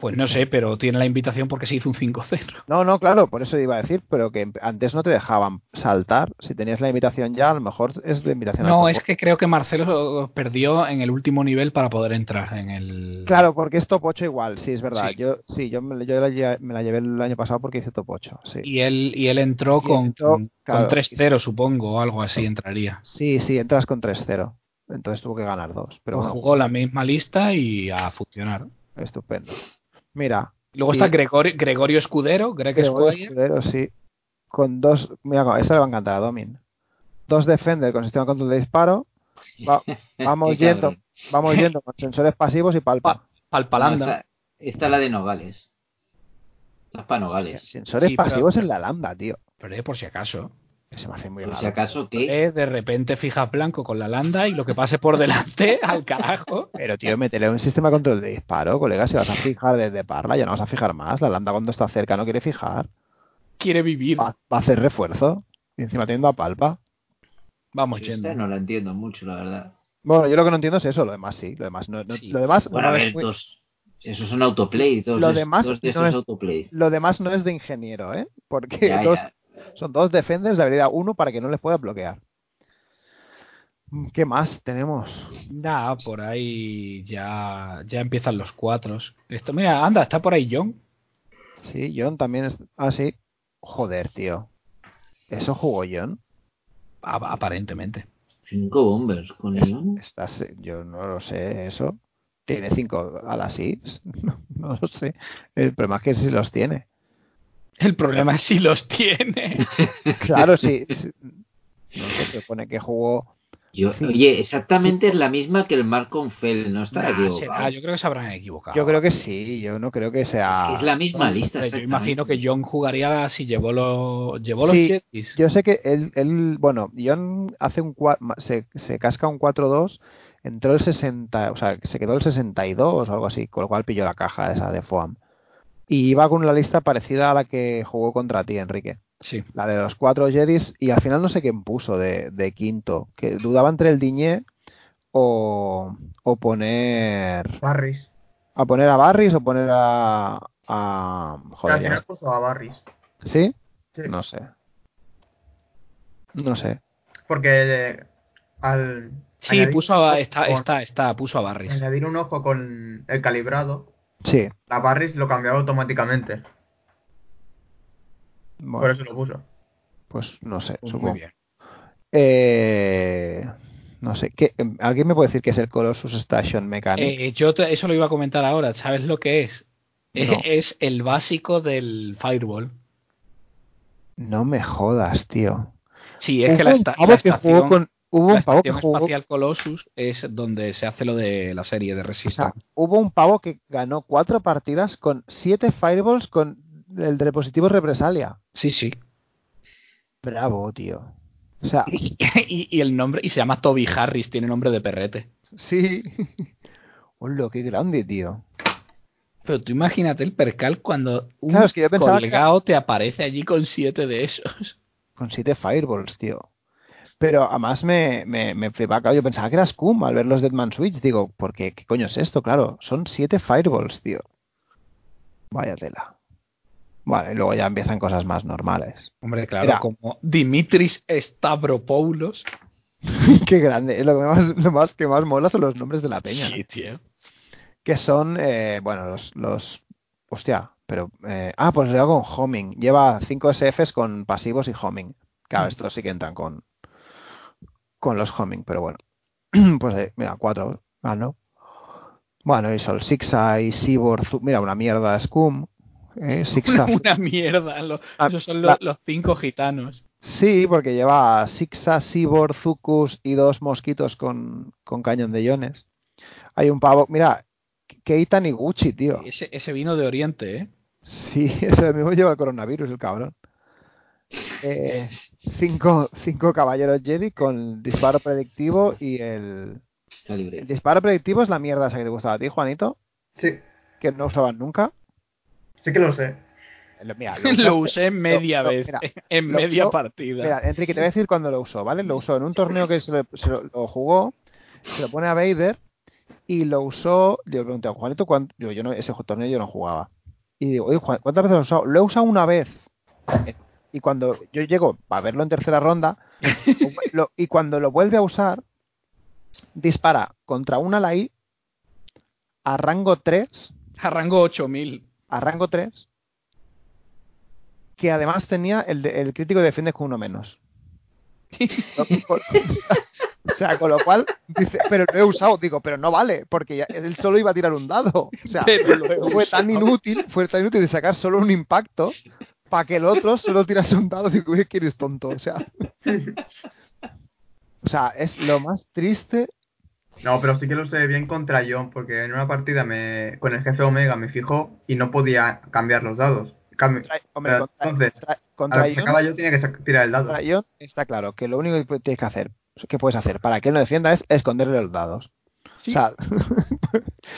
[SPEAKER 2] Pues no sé, pero tiene la invitación porque se hizo un 5-0.
[SPEAKER 1] No, no, claro, por eso iba a decir, pero que antes no te dejaban saltar. Si tenías la invitación ya, a lo mejor es la invitación al
[SPEAKER 2] No,
[SPEAKER 1] top
[SPEAKER 2] es
[SPEAKER 1] ocho.
[SPEAKER 2] que creo que Marcelo perdió en el último nivel para poder entrar en el...
[SPEAKER 1] Claro, porque es top 8 igual, sí, es verdad.
[SPEAKER 2] Sí.
[SPEAKER 1] Yo sí, yo, me, yo la, lle- me la llevé el año pasado porque hice top 8, sí.
[SPEAKER 2] Y él, y él entró
[SPEAKER 1] Y
[SPEAKER 2] con,
[SPEAKER 1] entró,
[SPEAKER 2] con- con
[SPEAKER 1] claro.
[SPEAKER 2] 3-0, supongo, o algo así entraría.
[SPEAKER 1] Sí, sí, entras con 3-0. Entonces tuvo que ganar dos. Pero
[SPEAKER 2] Pues
[SPEAKER 1] bueno,
[SPEAKER 2] jugó la misma lista y a funcionar.
[SPEAKER 1] estupendo. Mira,
[SPEAKER 2] Luego
[SPEAKER 1] Sí.
[SPEAKER 2] está Gregori- Gregorio Escudero, Greg
[SPEAKER 1] Gregorio
[SPEAKER 2] Escudero.
[SPEAKER 1] Escudero, sí. Con dos. Mira, esta le va a encantar a Domin. Dos Defender con sistema de control de disparo.
[SPEAKER 4] [LAUGHS]
[SPEAKER 1] Va- vamos
[SPEAKER 4] Qué
[SPEAKER 1] yendo,
[SPEAKER 4] Eh, cabrón.
[SPEAKER 1] vamos yendo con sensores pasivos y palpa.
[SPEAKER 2] Palpalanda.
[SPEAKER 4] No, esta, esta es la de Nogales. Esta es para Nogales.
[SPEAKER 1] Sensores
[SPEAKER 2] Sí, pero-
[SPEAKER 1] pasivos en la lambda, tío.
[SPEAKER 2] Pero eh, por si acaso.
[SPEAKER 1] Que se me hace muy
[SPEAKER 4] Por si
[SPEAKER 1] raro.
[SPEAKER 4] acaso que.
[SPEAKER 2] Eh, de repente fijas blanco con la landa y lo que pase
[SPEAKER 1] [LAUGHS]
[SPEAKER 2] por delante, al carajo.
[SPEAKER 1] Pero, tío, métele un sistema de control de disparo, colega. Si vas a fijar desde parla, ya no vas a fijar más. La lambda cuando está cerca no quiere fijar.
[SPEAKER 2] Quiere vivir.
[SPEAKER 1] Va, va a hacer refuerzo. Y encima teniendo a palpa.
[SPEAKER 2] Vamos
[SPEAKER 4] Esta
[SPEAKER 2] yendo.
[SPEAKER 4] no la entiendo mucho, la verdad.
[SPEAKER 1] Bueno, yo lo que no entiendo es eso. Lo demás sí. Lo demás no. no-
[SPEAKER 2] Sí.
[SPEAKER 1] Lo demás.
[SPEAKER 4] Bueno, a
[SPEAKER 1] no es
[SPEAKER 4] ver,
[SPEAKER 1] muy-
[SPEAKER 4] dos. Eso es un autoplay. Dos,
[SPEAKER 1] eh, pues, Lo
[SPEAKER 4] de-
[SPEAKER 1] demás
[SPEAKER 4] dos de
[SPEAKER 1] no
[SPEAKER 4] esos
[SPEAKER 1] es-
[SPEAKER 4] autoplays.
[SPEAKER 1] Lo demás no es de ingeniero, ¿eh? Porque
[SPEAKER 4] Ya,
[SPEAKER 1] dos-
[SPEAKER 4] ya.
[SPEAKER 1] son dos defenders de habilidad 1 para que no les puedas bloquear. Mm, ¿Qué más tenemos?
[SPEAKER 2] Nah, por ahí ya, ya empiezan los cuatros. Esto, mira, anda, está por ahí John.
[SPEAKER 1] Sí, John también es. Ah, sí. Joder, tío. ¿Eso jugó John?
[SPEAKER 2] a- aparentemente.
[SPEAKER 4] Cinco bombers con
[SPEAKER 1] Es-
[SPEAKER 4] Ion.
[SPEAKER 1] estás- yo no lo sé eso. ¿Tiene cinco alas sí? [LAUGHS] No, no lo sé. El problema es que sí los tiene.
[SPEAKER 2] El problema es si los tiene.
[SPEAKER 1] Claro,
[SPEAKER 4] [LAUGHS]
[SPEAKER 1] sí. sí. No sé, se supone que jugó.
[SPEAKER 4] Yo- oye, exactamente es la misma que el Marcon Fell, no está
[SPEAKER 2] Nah,
[SPEAKER 4] equivocado.
[SPEAKER 2] será, yo creo que se habrán equivocado.
[SPEAKER 1] Yo creo que sí, yo no creo que
[SPEAKER 4] Es
[SPEAKER 1] sea.
[SPEAKER 4] que es la misma lista.
[SPEAKER 2] Pues Yo imagino
[SPEAKER 4] exactamente.
[SPEAKER 2] que John jugaría si llevó los, llevó los
[SPEAKER 1] Sí,
[SPEAKER 2] Yetis.
[SPEAKER 1] Yo sé que él, él bueno, John hace un cua- ma- se, se casca un 4-2, entró el 60, o sea, se quedó el 62 o algo así, con lo cual pilló la caja esa de Foam. Y iba con una lista parecida a la que jugó contra ti, Enrique.
[SPEAKER 2] Sí.
[SPEAKER 1] La de los cuatro Jedis, y al final no sé quién puso de, de quinto, que dudaba entre el Diñé o, o poner
[SPEAKER 3] Barris.
[SPEAKER 1] a poner a Barris o poner a, a joder,
[SPEAKER 3] Al
[SPEAKER 1] ya no-
[SPEAKER 3] final puso a Barris.
[SPEAKER 1] ¿sí?
[SPEAKER 3] Sí.
[SPEAKER 1] No sé. No sé.
[SPEAKER 3] Porque eh, al.
[SPEAKER 2] Sí,
[SPEAKER 3] añadir
[SPEAKER 2] puso
[SPEAKER 3] un
[SPEAKER 2] a,
[SPEAKER 3] ojo
[SPEAKER 2] está,
[SPEAKER 3] con-
[SPEAKER 2] está, está, puso a Barris.
[SPEAKER 3] Añadir un ojo con el calibrado,
[SPEAKER 1] Sí.
[SPEAKER 3] la Barris lo cambiaba automáticamente.
[SPEAKER 1] Bueno,
[SPEAKER 3] Por eso lo puso.
[SPEAKER 1] pues no sé,
[SPEAKER 2] Muy
[SPEAKER 1] supongo.
[SPEAKER 2] bien.
[SPEAKER 1] Eh, no sé. ¿qué- em, ¿Alguien me puede decir qué es el Colossus Station Mechanic?
[SPEAKER 2] Eh, yo te- eso lo iba a comentar ahora. ¿Sabes lo que es? Es,
[SPEAKER 1] No.
[SPEAKER 2] es el básico del Fireball.
[SPEAKER 1] No me jodas, tío.
[SPEAKER 2] Sí, es que la,
[SPEAKER 1] Hubo un
[SPEAKER 2] esta-
[SPEAKER 1] pavo
[SPEAKER 2] la
[SPEAKER 1] que
[SPEAKER 2] estación,
[SPEAKER 1] jugó con- hubo
[SPEAKER 2] la
[SPEAKER 1] un pavo que
[SPEAKER 2] estación
[SPEAKER 1] jugó-
[SPEAKER 2] espacial Colossus es donde se hace lo de la serie de
[SPEAKER 1] o sea,
[SPEAKER 2] Resistance.
[SPEAKER 1] hubo un pavo que ganó cuatro partidas con siete fireballs con el repositivo represalia.
[SPEAKER 2] sí, sí. [LAUGHS]
[SPEAKER 1] Bravo, tío. O sea,
[SPEAKER 2] Y, y el nombre, y se llama Toby Harris, tiene nombre de perrete.
[SPEAKER 1] sí. [LAUGHS] Hola, qué grande, tío.
[SPEAKER 2] Pero tú imagínate el percal cuando un
[SPEAKER 1] Claro, es que yo pensaba que-
[SPEAKER 2] colgado te aparece allí con siete de esos.
[SPEAKER 1] Con siete fireballs, tío. Pero además me, me, me flipaba, claro, yo pensaba que era Scum al ver los Deadman Switch. Digo, ¿por qué? ¿Qué coño es esto? Claro, son siete fireballs, tío. Vaya tela. Vale, y luego ya empiezan cosas más normales.
[SPEAKER 2] Hombre, claro,
[SPEAKER 1] Mira.
[SPEAKER 2] como Dimitris Stavropoulos.
[SPEAKER 1] [LAUGHS] qué grande. Es lo, que más, lo más que más mola son los nombres de la peña.
[SPEAKER 2] Sí, tío.
[SPEAKER 1] que son, eh, bueno, los, los... Hostia, pero... eh, ah, pues lo hago con homing. Lleva 5 SFs con pasivos y homing. Claro,
[SPEAKER 2] Mm.
[SPEAKER 1] estos sí que entran con, con los homing, pero bueno. [CLEARS THROAT] pues eh, mira, 4. Ah, no. Bueno, y Sol Sixa y Seaboard... Zu- Mira, una mierda Scum.
[SPEAKER 2] [LAUGHS]
[SPEAKER 1] Eh, Sixa...
[SPEAKER 2] Una mierda. lo-
[SPEAKER 1] Ah,
[SPEAKER 2] esos son
[SPEAKER 1] la-
[SPEAKER 2] los, los cinco gitanos.
[SPEAKER 1] Sí, porque lleva Sixa, Sibor, Zucus y dos mosquitos con, con cañón de iones. Hay un pavo... Mira, Keita Niguchi, tío.
[SPEAKER 2] Ese, ese vino de Oriente, ¿eh?
[SPEAKER 1] Sí, [LAUGHS] es el mismo lleva el coronavirus, el cabrón. Eh, cinco, cinco caballeros Jedi con disparo predictivo y el,
[SPEAKER 4] Calibre.
[SPEAKER 1] el disparo predictivo es la mierda esa que te gustaba a ti, Juanito,
[SPEAKER 3] Sí,
[SPEAKER 1] que no usaban nunca. Eh,
[SPEAKER 3] sí que lo sé.
[SPEAKER 1] Lo- Mira,
[SPEAKER 2] [LAUGHS]
[SPEAKER 1] usaste-
[SPEAKER 2] Lo usé media
[SPEAKER 1] lo-
[SPEAKER 2] vez,
[SPEAKER 1] mira,
[SPEAKER 2] en
[SPEAKER 1] lo-
[SPEAKER 2] media
[SPEAKER 1] lo-
[SPEAKER 2] partida.
[SPEAKER 1] Mira, Enrique, te voy a decir cuando lo usó, ¿vale? Lo usó en un torneo que se lo, se lo- lo jugó, se lo pone a Vader y lo usó. Yo le pregunté a Juanito, cuán- digo, yo no, ese torneo yo no jugaba. Y digo, oye, Juan, ¿cuántas veces lo has usado? Lo he usado una vez. Eh, Y cuando yo llego para verlo en tercera ronda, [LAUGHS] lo- y cuando lo vuelve a usar, dispara contra una la I a rango 3
[SPEAKER 2] Arrango 8000.
[SPEAKER 1] a rango 3, que además tenía el, de- el crítico defiende con uno menos. Lo- con- o, sea, o sea, con lo cual, dice, pero lo he usado, digo, pero no vale, porque ya- él solo iba a tirar un dado. O
[SPEAKER 2] [LAUGHS]
[SPEAKER 1] sea,
[SPEAKER 2] Pero lo he
[SPEAKER 1] Ah, fue tan inútil, fue tan inútil de sacar solo un impacto para que el otro solo tirase un dado y digo, "Oye, que eres tonto. O sea, o sea, es lo más triste.
[SPEAKER 3] No, pero sí que lo sé bien contra John, porque en una partida me, con el jefe Omega me fijó y no podía cambiar los dados. Cam-
[SPEAKER 1] Tra- Hombre,
[SPEAKER 3] Pero
[SPEAKER 1] contra,
[SPEAKER 3] entonces,
[SPEAKER 1] contra-
[SPEAKER 3] a lo
[SPEAKER 1] contra
[SPEAKER 3] que
[SPEAKER 1] Ion-
[SPEAKER 3] sacaba yo tenía que sac- tirar el dado.
[SPEAKER 1] Ahora, Ion, está claro que lo único que tienes que hacer, que puedes hacer para que él no defienda es esconderle los dados.
[SPEAKER 2] Sí,
[SPEAKER 1] O sea,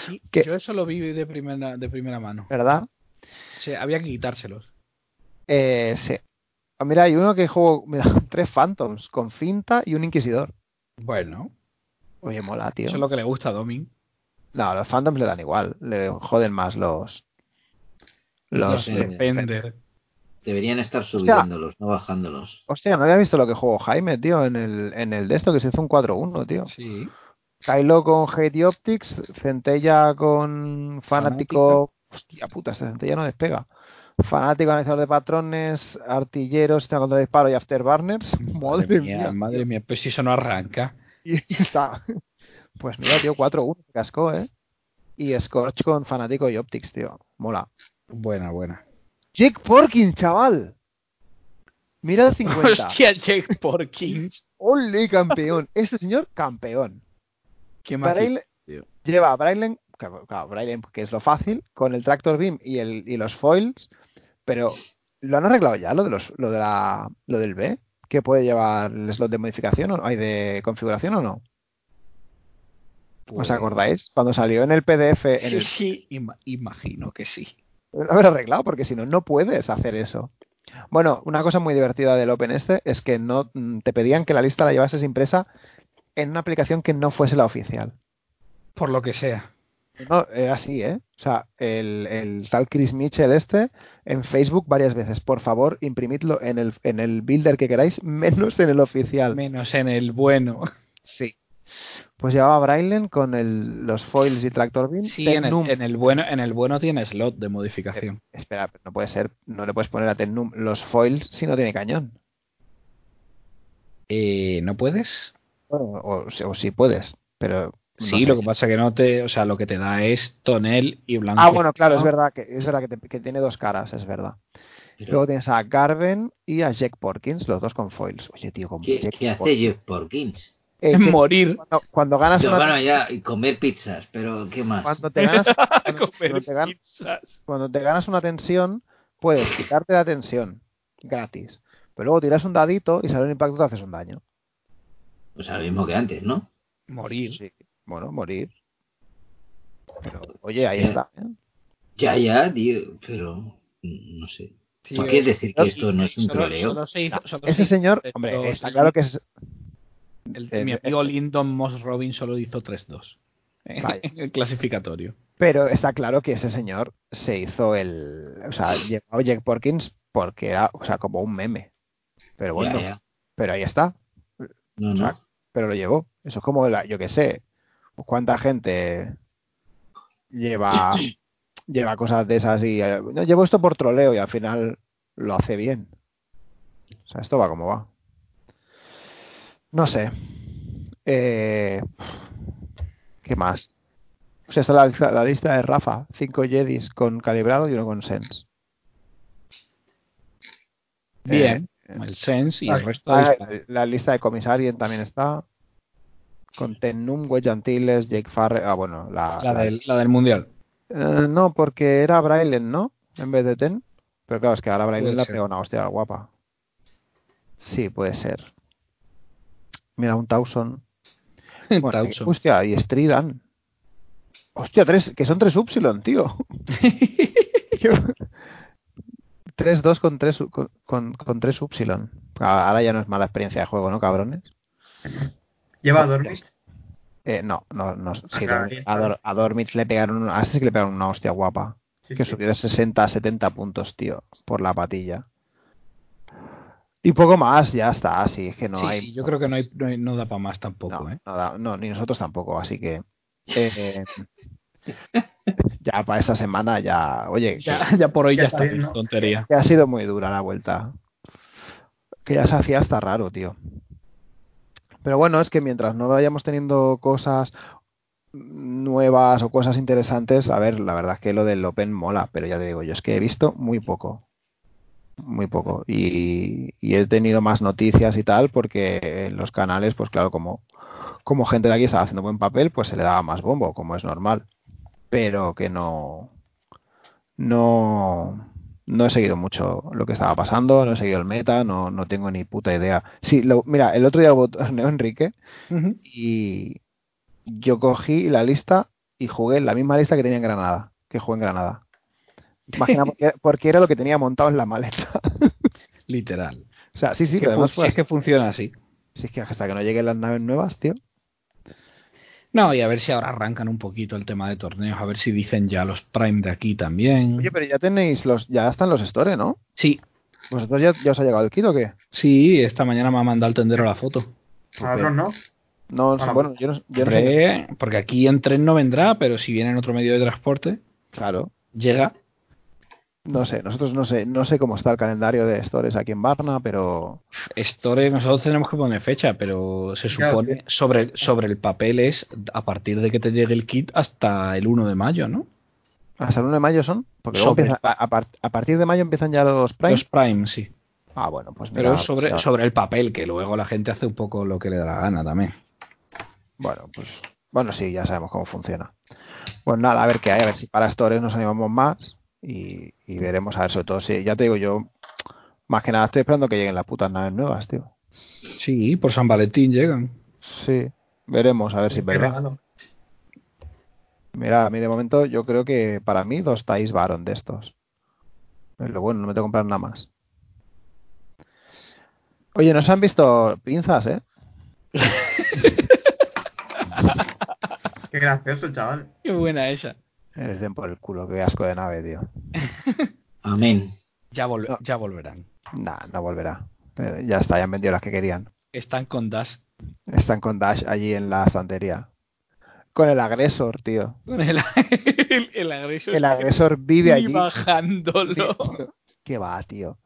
[SPEAKER 2] sí,
[SPEAKER 1] que-
[SPEAKER 2] Yo eso lo vi de primera, de primera mano.
[SPEAKER 1] ¿verdad?
[SPEAKER 2] O sea, había que quitárselos.
[SPEAKER 1] Eh, sí. Ah, Mira, hay uno que jugó, mira, [LAUGHS] tres Phantoms con finta y un Inquisidor.
[SPEAKER 2] Bueno,
[SPEAKER 1] Oye, mola, tío.
[SPEAKER 2] eso es lo que le gusta a Domin.
[SPEAKER 1] No, los Phantoms le dan igual, le joden más los. Los.
[SPEAKER 4] Los
[SPEAKER 1] eh,
[SPEAKER 4] Defender.
[SPEAKER 2] Pender.
[SPEAKER 4] Deberían estar subiéndolos, no bajándolos.
[SPEAKER 1] Hostia, no había visto lo que jugó Jaime, tío, en el, en el de esto, que se hizo un 4-1, tío.
[SPEAKER 2] Sí.
[SPEAKER 1] Kylo con Hate Optics, Centella con Fanático. Hostia puta, esta Centella no despega. Fanático analizador de patrones, artillero, sistema contra disparo y afterburners. [LAUGHS] Madre, mía,
[SPEAKER 2] madre mía, pues si eso no arranca.
[SPEAKER 1] Y está. [LAUGHS] Pues mira, tío, 4-1, se cascó, ¿eh? Y Scorch con Fanático y Optics, tío. Mola.
[SPEAKER 2] Buena, buena.
[SPEAKER 1] Jake Porkins, chaval. Mira el [LAUGHS] 50.
[SPEAKER 2] Hostia, Jake Porkins.
[SPEAKER 1] ¡Ole, campeón! Este señor, campeón.
[SPEAKER 2] Qué
[SPEAKER 1] Braille- lleva a Braille, claro, claro, Braille, que es lo fácil, con el Tractor Beam y, el, y los foils, pero ¿lo han arreglado ya lo, de los, lo, de la, lo del B? ¿Que puede llevar el slot de modificación o hay de configuración o no?
[SPEAKER 2] Pues
[SPEAKER 1] ¿Os acordáis? Cuando salió en el PDF, en
[SPEAKER 2] Sí,
[SPEAKER 1] el-
[SPEAKER 2] sí, ima- imagino que sí.
[SPEAKER 1] lo haber arreglado, porque si no, no puedes hacer eso. Bueno, una cosa muy divertida del Open este es que no mm, te pedían que la lista la llevases impresa en una aplicación que no fuese la oficial.
[SPEAKER 2] Por lo que sea.
[SPEAKER 1] No, era así, ¿eh? O sea, el, el tal Chris Mitchell este, en Facebook varias veces, por favor, imprimidlo en el, en el builder que queráis, [LAUGHS] menos en el
[SPEAKER 2] Al
[SPEAKER 1] oficial.
[SPEAKER 2] menos en el bueno.
[SPEAKER 1] Sí. Pues llevaba Braille con el- los foils y tractor beam.
[SPEAKER 2] Sí,
[SPEAKER 1] Ten
[SPEAKER 2] en el,
[SPEAKER 1] Num-
[SPEAKER 2] en el bueno, en el bueno tiene slot de modificación.
[SPEAKER 1] Espera, pero no puede ser, no le puedes poner a Tennum los foils si no tiene cañón.
[SPEAKER 2] Eh, ¿No puedes?
[SPEAKER 1] Bueno, o, o si- o si puedes, pero... no
[SPEAKER 2] Sí,
[SPEAKER 1] sé.
[SPEAKER 2] lo que pasa que no te, o sea, lo que te da es tonel y blanco.
[SPEAKER 1] Ah, bueno, claro, es
[SPEAKER 2] ¿no?
[SPEAKER 1] verdad que es verdad que, te- que tiene dos caras, es verdad.
[SPEAKER 4] Pero,
[SPEAKER 1] Luego tienes a Garven y a Jack Porkins, los dos con foils. Oye, tío, con
[SPEAKER 4] ¿Qué,
[SPEAKER 1] Jack
[SPEAKER 4] qué hace
[SPEAKER 1] Porkins.
[SPEAKER 4] Jeff Porkins?
[SPEAKER 1] Eh,
[SPEAKER 2] Es
[SPEAKER 1] Jack
[SPEAKER 2] morir.
[SPEAKER 1] cuando, cuando ganas
[SPEAKER 4] Yo,
[SPEAKER 1] una-
[SPEAKER 4] bueno, ya y comer pizzas, pero ¿qué más?
[SPEAKER 1] cuando te
[SPEAKER 2] [LAUGHS]
[SPEAKER 1] ganas cuando,
[SPEAKER 2] Comer
[SPEAKER 1] te gan-
[SPEAKER 2] pizzas.
[SPEAKER 1] cuando te ganas una tensión puedes quitarte la tensión gratis pero luego tiras un dadito y sale un impacto te haces un daño
[SPEAKER 4] Pues lo mismo que antes, ¿no?
[SPEAKER 2] Morir.
[SPEAKER 1] bueno morir pero oye ahí
[SPEAKER 4] Sí.
[SPEAKER 1] está ¿eh?
[SPEAKER 4] Ya, ya, tío, pero mm, no sé.
[SPEAKER 2] Sí,
[SPEAKER 4] ¿Por qué decir que esto no es un
[SPEAKER 2] solo-
[SPEAKER 4] troleo?
[SPEAKER 2] solo se hizo- solo se
[SPEAKER 1] ese
[SPEAKER 2] hizo-
[SPEAKER 1] señor
[SPEAKER 2] pero-
[SPEAKER 1] hombre está claro que
[SPEAKER 2] [LAUGHS]
[SPEAKER 1] es
[SPEAKER 2] el-
[SPEAKER 1] eh,
[SPEAKER 2] mi
[SPEAKER 1] eh,
[SPEAKER 2] amigo Lyndon Moss Robin solo hizo 3-2 en
[SPEAKER 1] Vaya.
[SPEAKER 2] el clasificatorio.
[SPEAKER 1] pero está claro que ese señor se hizo el o sea llevó a Jack Porkins porque era o sea como un meme pero bueno
[SPEAKER 4] Ya, ya.
[SPEAKER 1] pero ahí está
[SPEAKER 4] No, no.
[SPEAKER 1] pero lo llevó. Eso es como, la, yo que sé, pues cuánta gente lleva lleva cosas de esas y eh, no, llevo esto por troleo y al final lo hace bien. O sea, esto va como va. No sé. Eh, ¿Qué más? O sea, está la, lista- la lista de Rafa. Cinco Jedis con calibrado y uno con Sense.
[SPEAKER 2] Bien, Eh, el Sense y el
[SPEAKER 1] Ah,
[SPEAKER 2] resto de
[SPEAKER 1] ah,
[SPEAKER 2] distancia.
[SPEAKER 1] la lista de comisarien también está. Con Tennum, Wedge Antilles, Jake Farrell. Ah, bueno, la.
[SPEAKER 2] la
[SPEAKER 1] la-
[SPEAKER 2] del, la del mundial.
[SPEAKER 1] Eh, no, porque era Brailen, ¿no? En vez de Ten. Pero claro, es que ahora Brailen
[SPEAKER 2] Puede
[SPEAKER 1] la
[SPEAKER 2] ser.
[SPEAKER 1] pega una hostia guapa. Sí, puede ser. Mira, un Towson. Bueno,
[SPEAKER 2] Taucho.
[SPEAKER 1] Hostia, y Stridan. Hostia, tres, que son tres Upsilon,
[SPEAKER 2] [LAUGHS]
[SPEAKER 1] tío. 3-2 con 3 con, con, con tres Upsilon. Ah, Ahora ya no es mala experiencia de juego, ¿no, cabrones?
[SPEAKER 3] Lleva a dormir.
[SPEAKER 1] Eh, no, no, no. Sí,
[SPEAKER 3] Ah, claro,
[SPEAKER 1] Dormit-
[SPEAKER 3] ahí está.
[SPEAKER 1] a, Dor- a Dormit le pegaron, un- a este sí que le pegaron una hostia guapa.
[SPEAKER 3] Sí,
[SPEAKER 1] que
[SPEAKER 3] sí.
[SPEAKER 1] subiera 60, 70 puntos, tío, por la patilla. Y poco más, ya está. Así es que no
[SPEAKER 2] Sí,
[SPEAKER 1] hay.
[SPEAKER 2] sí, yo creo que no, hay, no, hay- no da para más tampoco.
[SPEAKER 1] no,
[SPEAKER 2] ¿eh?
[SPEAKER 1] no da- no, ni nosotros tampoco, así
[SPEAKER 2] [LAUGHS]
[SPEAKER 1] que. eh, ya para esta semana, ya. Oye, que-
[SPEAKER 2] Ya, [LAUGHS] ya por hoy ya,
[SPEAKER 3] Ya
[SPEAKER 2] está
[SPEAKER 3] está bien,
[SPEAKER 2] bien,
[SPEAKER 3] ¿no?
[SPEAKER 2] tontería.
[SPEAKER 1] que ha sido muy dura la vuelta. Que ya se hacía hasta raro, tío. Pero bueno, es que mientras no vayamos teniendo cosas nuevas o cosas interesantes, a ver, la verdad es que lo del Open mola, pero ya te digo, yo es que he visto muy poco. Muy poco. Y, y he tenido más noticias y tal, porque en los canales, pues claro, como, como gente de aquí estaba haciendo buen papel, pues se le daba más bombo, como es normal. Pero que no. No no he seguido mucho lo que estaba pasando, no he seguido el meta, no, no tengo ni puta idea. Sí, lo- mira, el otro día hubo torneo Enrique y yo cogí la lista y jugué la misma lista que tenía en Granada, que jugué en Granada. Imagina porque, porque era lo que tenía montado en la maleta. [LAUGHS]
[SPEAKER 2] Literal.
[SPEAKER 1] O sea, sí, sí,
[SPEAKER 2] Que
[SPEAKER 1] pero además pues,
[SPEAKER 2] fun-
[SPEAKER 1] fue
[SPEAKER 2] es que
[SPEAKER 1] así.
[SPEAKER 2] funciona así.
[SPEAKER 1] Si es que hasta que no lleguen las naves nuevas, tío.
[SPEAKER 2] No, y a ver si ahora arrancan un poquito el tema de torneos, a ver si dicen ya los Prime de aquí también.
[SPEAKER 1] Oye, pero ya tenéis los, ya están los store, ¿no?
[SPEAKER 2] Sí,
[SPEAKER 1] ¿Vosotros ya, ya os ha llegado el kit o qué?
[SPEAKER 2] sí, esta mañana me ha mandado el tendero la foto.
[SPEAKER 3] Cabrón, ¿no?
[SPEAKER 1] No,
[SPEAKER 3] Ah,
[SPEAKER 1] bueno, yo no, yo no sé.
[SPEAKER 2] Hombre, Porque aquí en tren no vendrá, pero si viene en otro medio de transporte,
[SPEAKER 1] Claro.
[SPEAKER 2] llega.
[SPEAKER 1] No sé, nosotros no sé, no sé cómo está el calendario de Stores aquí en Varna, pero
[SPEAKER 2] Store, nosotros tenemos que poner fecha, pero se
[SPEAKER 3] Claro,
[SPEAKER 2] supone sobre, sobre el papel es a partir de que te llegue el kit hasta el 1 de mayo, ¿no?
[SPEAKER 1] hasta el 1 de mayo son, porque luego
[SPEAKER 2] Sobre.
[SPEAKER 1] empieza- a, a par- a partir de mayo empiezan ya los Prime.
[SPEAKER 2] Los Prime, sí.
[SPEAKER 1] Ah, bueno, pues mira,
[SPEAKER 2] Pero es sobre,
[SPEAKER 1] pues,
[SPEAKER 2] sobre el papel, que luego la gente hace un poco lo que le da la gana también.
[SPEAKER 1] Bueno, pues bueno, sí, ya sabemos cómo funciona. Pues nada, a ver qué hay, a ver si para Stores nos animamos más y, y veremos, a ver, sobre todo si, ya te digo yo, más que nada estoy esperando que lleguen las putas naves nuevas, tío.
[SPEAKER 2] Sí, por San Valentín llegan.
[SPEAKER 1] Sí, veremos, a ver si es verdad. Mira, a mí de momento yo creo que para mí dos Thais Baron de estos. Es lo bueno, no me tengo que comprar nada más. Oye, nos han visto pinzas, ¿eh?
[SPEAKER 3] Qué gracioso, chaval.
[SPEAKER 2] Qué buena esa.
[SPEAKER 1] Eres den por el culo, qué asco de nave, tío.
[SPEAKER 4] Amén.
[SPEAKER 2] Ya, vol-
[SPEAKER 1] No.
[SPEAKER 2] ya volverán.
[SPEAKER 1] Nah, no volverá. Eh, Ya está, ya han vendido las que querían.
[SPEAKER 2] Están con Dash.
[SPEAKER 1] Están con Dash allí en la estantería. Con el agresor, tío.
[SPEAKER 2] Con el, el, el agresor.
[SPEAKER 1] El agresor vive
[SPEAKER 2] Y
[SPEAKER 1] allí.
[SPEAKER 2] [LAUGHS] bajándolo.
[SPEAKER 1] [LAUGHS] Qué va, tío.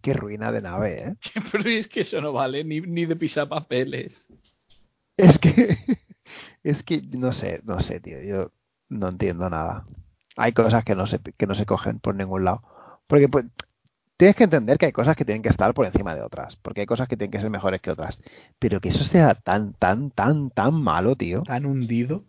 [SPEAKER 1] Qué ruina de nave, ¿eh?
[SPEAKER 2] [LAUGHS] Pero es que eso no vale ni, ni de pisar papeles.
[SPEAKER 1] Es que. [LAUGHS] Es que no sé, no sé, tío. Yo no entiendo nada. Hay cosas que no se, que no se cogen por ningún lado. Porque pues, tienes que entender que hay cosas que tienen que estar por encima de otras. Porque hay cosas que tienen que ser mejores que otras. Pero que eso sea tan, tan, tan, tan malo, tío.
[SPEAKER 2] Tan hundido.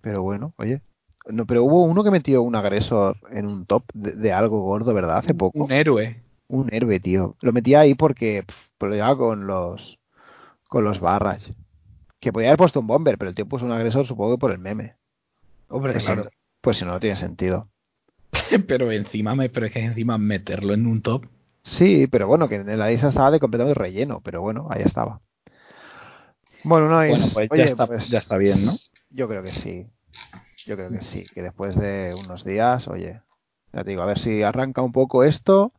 [SPEAKER 1] Pero bueno, oye. No, pero hubo uno que metió un agresor en un top de, de algo gordo, ¿verdad? Hace poco.
[SPEAKER 2] Un héroe.
[SPEAKER 1] Un héroe, tío. Lo metía ahí porque pf, peleaba con los con los barras. Que podía haber puesto un bomber, pero el tío puso un agresor, supongo que por el meme.
[SPEAKER 2] Hombre,
[SPEAKER 1] Pues, si, no, pues si no, no tiene sentido.
[SPEAKER 2] [LAUGHS] Pero encima, me, pero es que encima meterlo en un top.
[SPEAKER 1] Sí, pero bueno, que en la lista estaba de completamente relleno, pero bueno, ahí estaba. Bueno, no es.
[SPEAKER 2] Bueno, pues,
[SPEAKER 1] oye,
[SPEAKER 2] ya está,
[SPEAKER 1] pues-
[SPEAKER 2] ya está bien, ¿no?
[SPEAKER 1] Yo creo que sí. Yo creo que sí. Que después de unos días, oye, ya te digo, a ver si arranca un poco esto.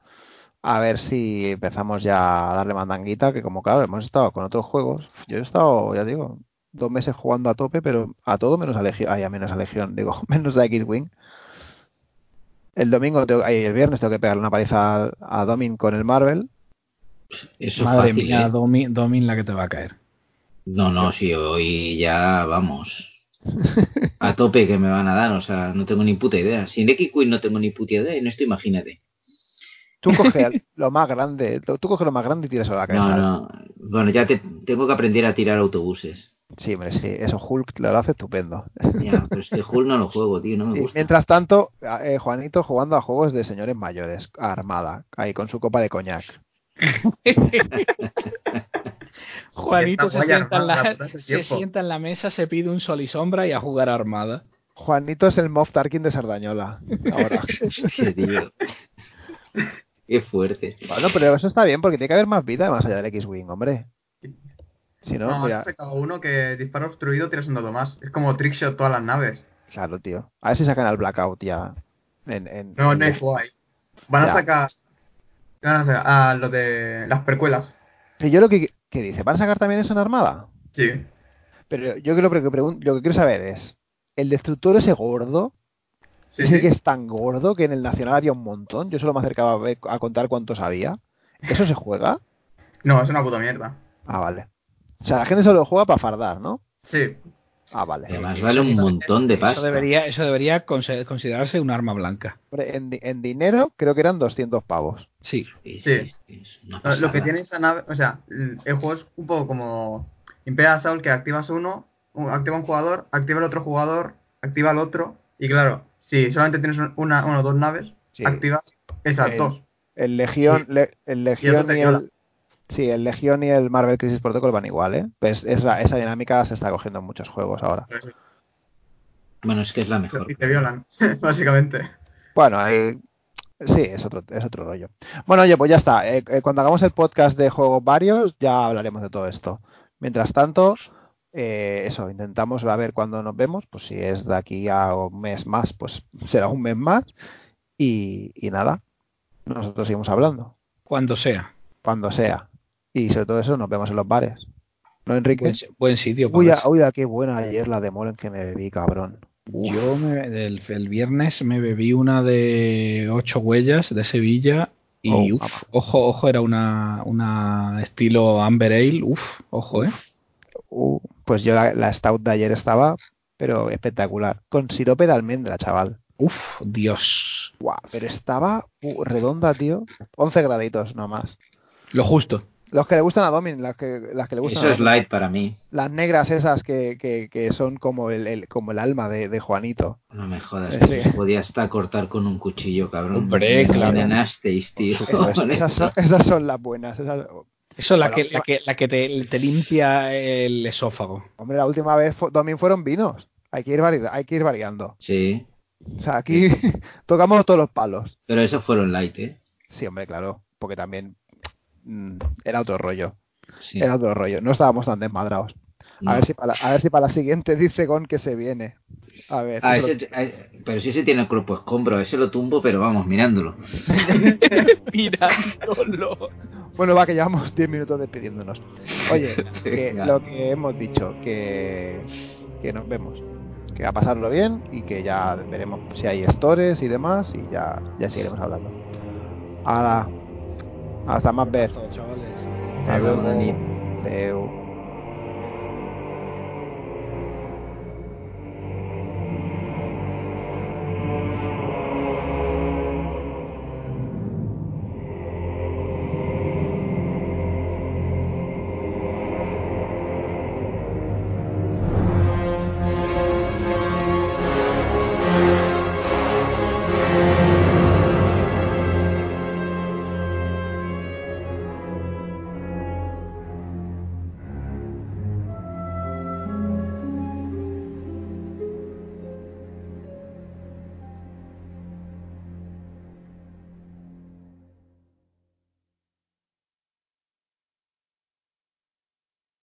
[SPEAKER 1] A ver si empezamos ya a darle mandanguita, que como claro, hemos estado con otros juegos. Yo he estado, ya te digo, dos meses jugando a tope, pero a todo menos a Legión. Ay, a menos a Legión, digo, [LAUGHS] menos a X-Wing. El domingo, tengo- ay, el viernes tengo que pegarle una paliza al- a, Domin con el Marvel.
[SPEAKER 4] Eso
[SPEAKER 2] Madre
[SPEAKER 4] es fácil,
[SPEAKER 2] mía,
[SPEAKER 4] ¿eh?
[SPEAKER 2] Domin, Domin la que te va a caer.
[SPEAKER 4] No, no, sí, hoy ya
[SPEAKER 1] [LAUGHS]
[SPEAKER 4] vamos. A tope que me van a dar, o sea, no tengo ni puta idea. Sin X Queen no tengo ni puta idea, en esto imagínate. [LAUGHS]
[SPEAKER 1] Tú coge lo más grande, tú tú coge lo más grande y tiras a la cabeza.
[SPEAKER 4] No, no. Bueno, ya te, tengo que aprender a tirar autobuses.
[SPEAKER 1] Sí, hombre, sí, eso Hulk lo hace estupendo. [LAUGHS]
[SPEAKER 4] Ya, pero es que Hulk no lo juego, tío, no me
[SPEAKER 1] Y
[SPEAKER 4] gusta. [LAUGHS]
[SPEAKER 1] mientras tanto, a- eh, Juanito jugando a juegos de señores mayores, armada, ahí con su copa de coñac.
[SPEAKER 2] Juanito
[SPEAKER 3] Esta
[SPEAKER 2] se
[SPEAKER 3] guaya
[SPEAKER 2] sienta, en
[SPEAKER 3] armada,
[SPEAKER 2] la,
[SPEAKER 3] la puta hace
[SPEAKER 2] se
[SPEAKER 3] tiempo.
[SPEAKER 2] sienta en la mesa, se pide un sol y sombra y a jugar armada.
[SPEAKER 1] Juanito es el Moff Tarkin de Sardañola.
[SPEAKER 3] [LAUGHS]
[SPEAKER 1] Ahora.
[SPEAKER 4] Sí, tío. Qué fuerte.
[SPEAKER 1] bueno, pero eso está bien porque tiene que haber más vida más allá del X-Wing, hombre. Si no,
[SPEAKER 3] No,
[SPEAKER 1] mira,
[SPEAKER 3] has sacado uno que dispara obstruido, tiras un dado más. Es como trickshot todas las naves.
[SPEAKER 1] claro, tío. A ver si sacan al Blackout ya. En, en-
[SPEAKER 3] No,
[SPEAKER 1] en-
[SPEAKER 3] no es guay. Van a
[SPEAKER 1] Ya.
[SPEAKER 3] sacar. ¿Qué van a sacar? Ah, lo de las precuelas.
[SPEAKER 1] Que yo lo que, que dice, ¿van a sacar también eso en armada?
[SPEAKER 3] Sí.
[SPEAKER 1] Pero yo que lo, pre- que pregun- lo que quiero saber es, ¿el destructor ese gordo
[SPEAKER 3] Sí,
[SPEAKER 1] Ese
[SPEAKER 3] sí.
[SPEAKER 1] que es tan gordo que en el Nacional había un montón. Yo solo me acercaba a, ver- a contar cuántos había. ¿Eso se juega?
[SPEAKER 3] No, es una puta mierda.
[SPEAKER 1] Ah, vale. O sea, la gente solo juega para fardar, ¿no?
[SPEAKER 3] Sí.
[SPEAKER 1] Ah, vale.
[SPEAKER 4] Además, vale un montón de
[SPEAKER 2] Eso
[SPEAKER 4] pasta.
[SPEAKER 2] debería, eso debería conse- considerarse un arma blanca.
[SPEAKER 1] Hombre, En, di- en dinero creo que eran 200 pavos.
[SPEAKER 2] Sí.
[SPEAKER 4] Sí,
[SPEAKER 3] Sí.
[SPEAKER 4] sí, es una
[SPEAKER 3] Lo- Lo que
[SPEAKER 4] pasada.
[SPEAKER 3] tiene esa nave, o sea, l- el juego es un poco como Imperial Assault que activas uno, u- activa un jugador, activa el otro jugador, activa el otro, y claro, si solamente tienes un- una, una o dos naves,
[SPEAKER 1] Sí.
[SPEAKER 3] activas esas
[SPEAKER 1] El-
[SPEAKER 3] dos.
[SPEAKER 1] El Legión, le- el Legión
[SPEAKER 3] te
[SPEAKER 1] y
[SPEAKER 3] viola.
[SPEAKER 1] el... Sí, el Legión y el Marvel Crisis Protocol van igual, ¿eh? Pues esa, esa dinámica se está cogiendo en muchos juegos ahora.
[SPEAKER 4] Bueno, es que es la mejor.
[SPEAKER 3] Y te violan, [LAUGHS] básicamente.
[SPEAKER 1] Bueno, eh, sí, es otro, es otro rollo. Bueno, oye, pues ya está. Eh, eh, cuando hagamos el podcast de juegos varios, ya hablaremos de todo esto. Mientras tanto, eh, eso, intentamos a ver cuándo nos vemos. Pues si es de aquí a un mes más, pues [LAUGHS] será un mes más. Y, y nada, nosotros seguimos hablando,
[SPEAKER 2] Cuando sea.
[SPEAKER 1] cuando sea. Y sobre todo eso, nos vemos en los bares. ¿No, Enrique?
[SPEAKER 2] Buen, buen sitio. para
[SPEAKER 1] Uy, ah,
[SPEAKER 2] verse.
[SPEAKER 1] a- uy, a qué buena ayer la de Molen que me bebí, cabrón.
[SPEAKER 2] Yo me- del- el viernes me bebí una de ocho huellas de Sevilla y
[SPEAKER 1] Oh,
[SPEAKER 2] uf, ojo, ojo, era una, una estilo Amber Ale, uf, ojo, eh.
[SPEAKER 1] Uh, pues yo la, la stout de ayer estaba, pero espectacular. Con sirope de almendra, chaval.
[SPEAKER 2] Uf, Dios.
[SPEAKER 1] Guau, pero estaba uh, redonda, tío. 11 graditos nomás.
[SPEAKER 2] Lo justo.
[SPEAKER 1] Los que le gustan a Domin, las que, las que le gustan
[SPEAKER 4] Eso
[SPEAKER 1] a
[SPEAKER 4] es
[SPEAKER 1] Domin.
[SPEAKER 4] light para mí.
[SPEAKER 1] Las negras esas que, que- que son como el, el- como el alma de, de Juanito.
[SPEAKER 4] No me jodas,
[SPEAKER 1] Eh,
[SPEAKER 4] que
[SPEAKER 1] sí.
[SPEAKER 4] se podía hasta cortar con un cuchillo, cabrón.
[SPEAKER 2] Hombre,
[SPEAKER 4] Me
[SPEAKER 2] claro.
[SPEAKER 4] envenenasteis, tío.
[SPEAKER 1] Eso
[SPEAKER 4] [LAUGHS]
[SPEAKER 1] es,
[SPEAKER 4] Con
[SPEAKER 1] esas,
[SPEAKER 4] esto.
[SPEAKER 1] son, esas son las buenas. esas-
[SPEAKER 2] Eso es la
[SPEAKER 1] Bueno,
[SPEAKER 2] que, la que, la que te, te limpia el esófago.
[SPEAKER 1] Hombre, la última vez fu- también fueron vinos. Hay que ir vari- hay que ir variando.
[SPEAKER 4] Sí,
[SPEAKER 1] O sea, aquí [LAUGHS] tocamos todos los palos.
[SPEAKER 4] pero esos fueron light, ¿eh?
[SPEAKER 1] Sí, hombre, claro. Porque también mm, era otro rollo.
[SPEAKER 4] Sí.
[SPEAKER 1] Era otro rollo. No estábamos tan desmadrados. A,
[SPEAKER 4] No.
[SPEAKER 1] ver si para, a ver si para la siguiente dice con que se viene. A ver.
[SPEAKER 4] Ah,
[SPEAKER 1] eso lo-
[SPEAKER 4] ese- ah, pero si ese tiene el cuerpo escombro, ese lo tumbo, pero vamos, mirándolo.
[SPEAKER 2] Mirándolo.
[SPEAKER 1] Bueno, va que llevamos 10 minutos despidiéndonos. Oye,
[SPEAKER 4] [LAUGHS]
[SPEAKER 1] que
[SPEAKER 4] Venga.
[SPEAKER 1] lo que hemos dicho, que, que nos vemos. Que a pasarlo bien y que ya veremos si hay stores y demás y ya, ya seguiremos hablando. Ahora, hasta más ver.
[SPEAKER 2] Chavales.
[SPEAKER 4] Hasta luego.
[SPEAKER 1] Adeu.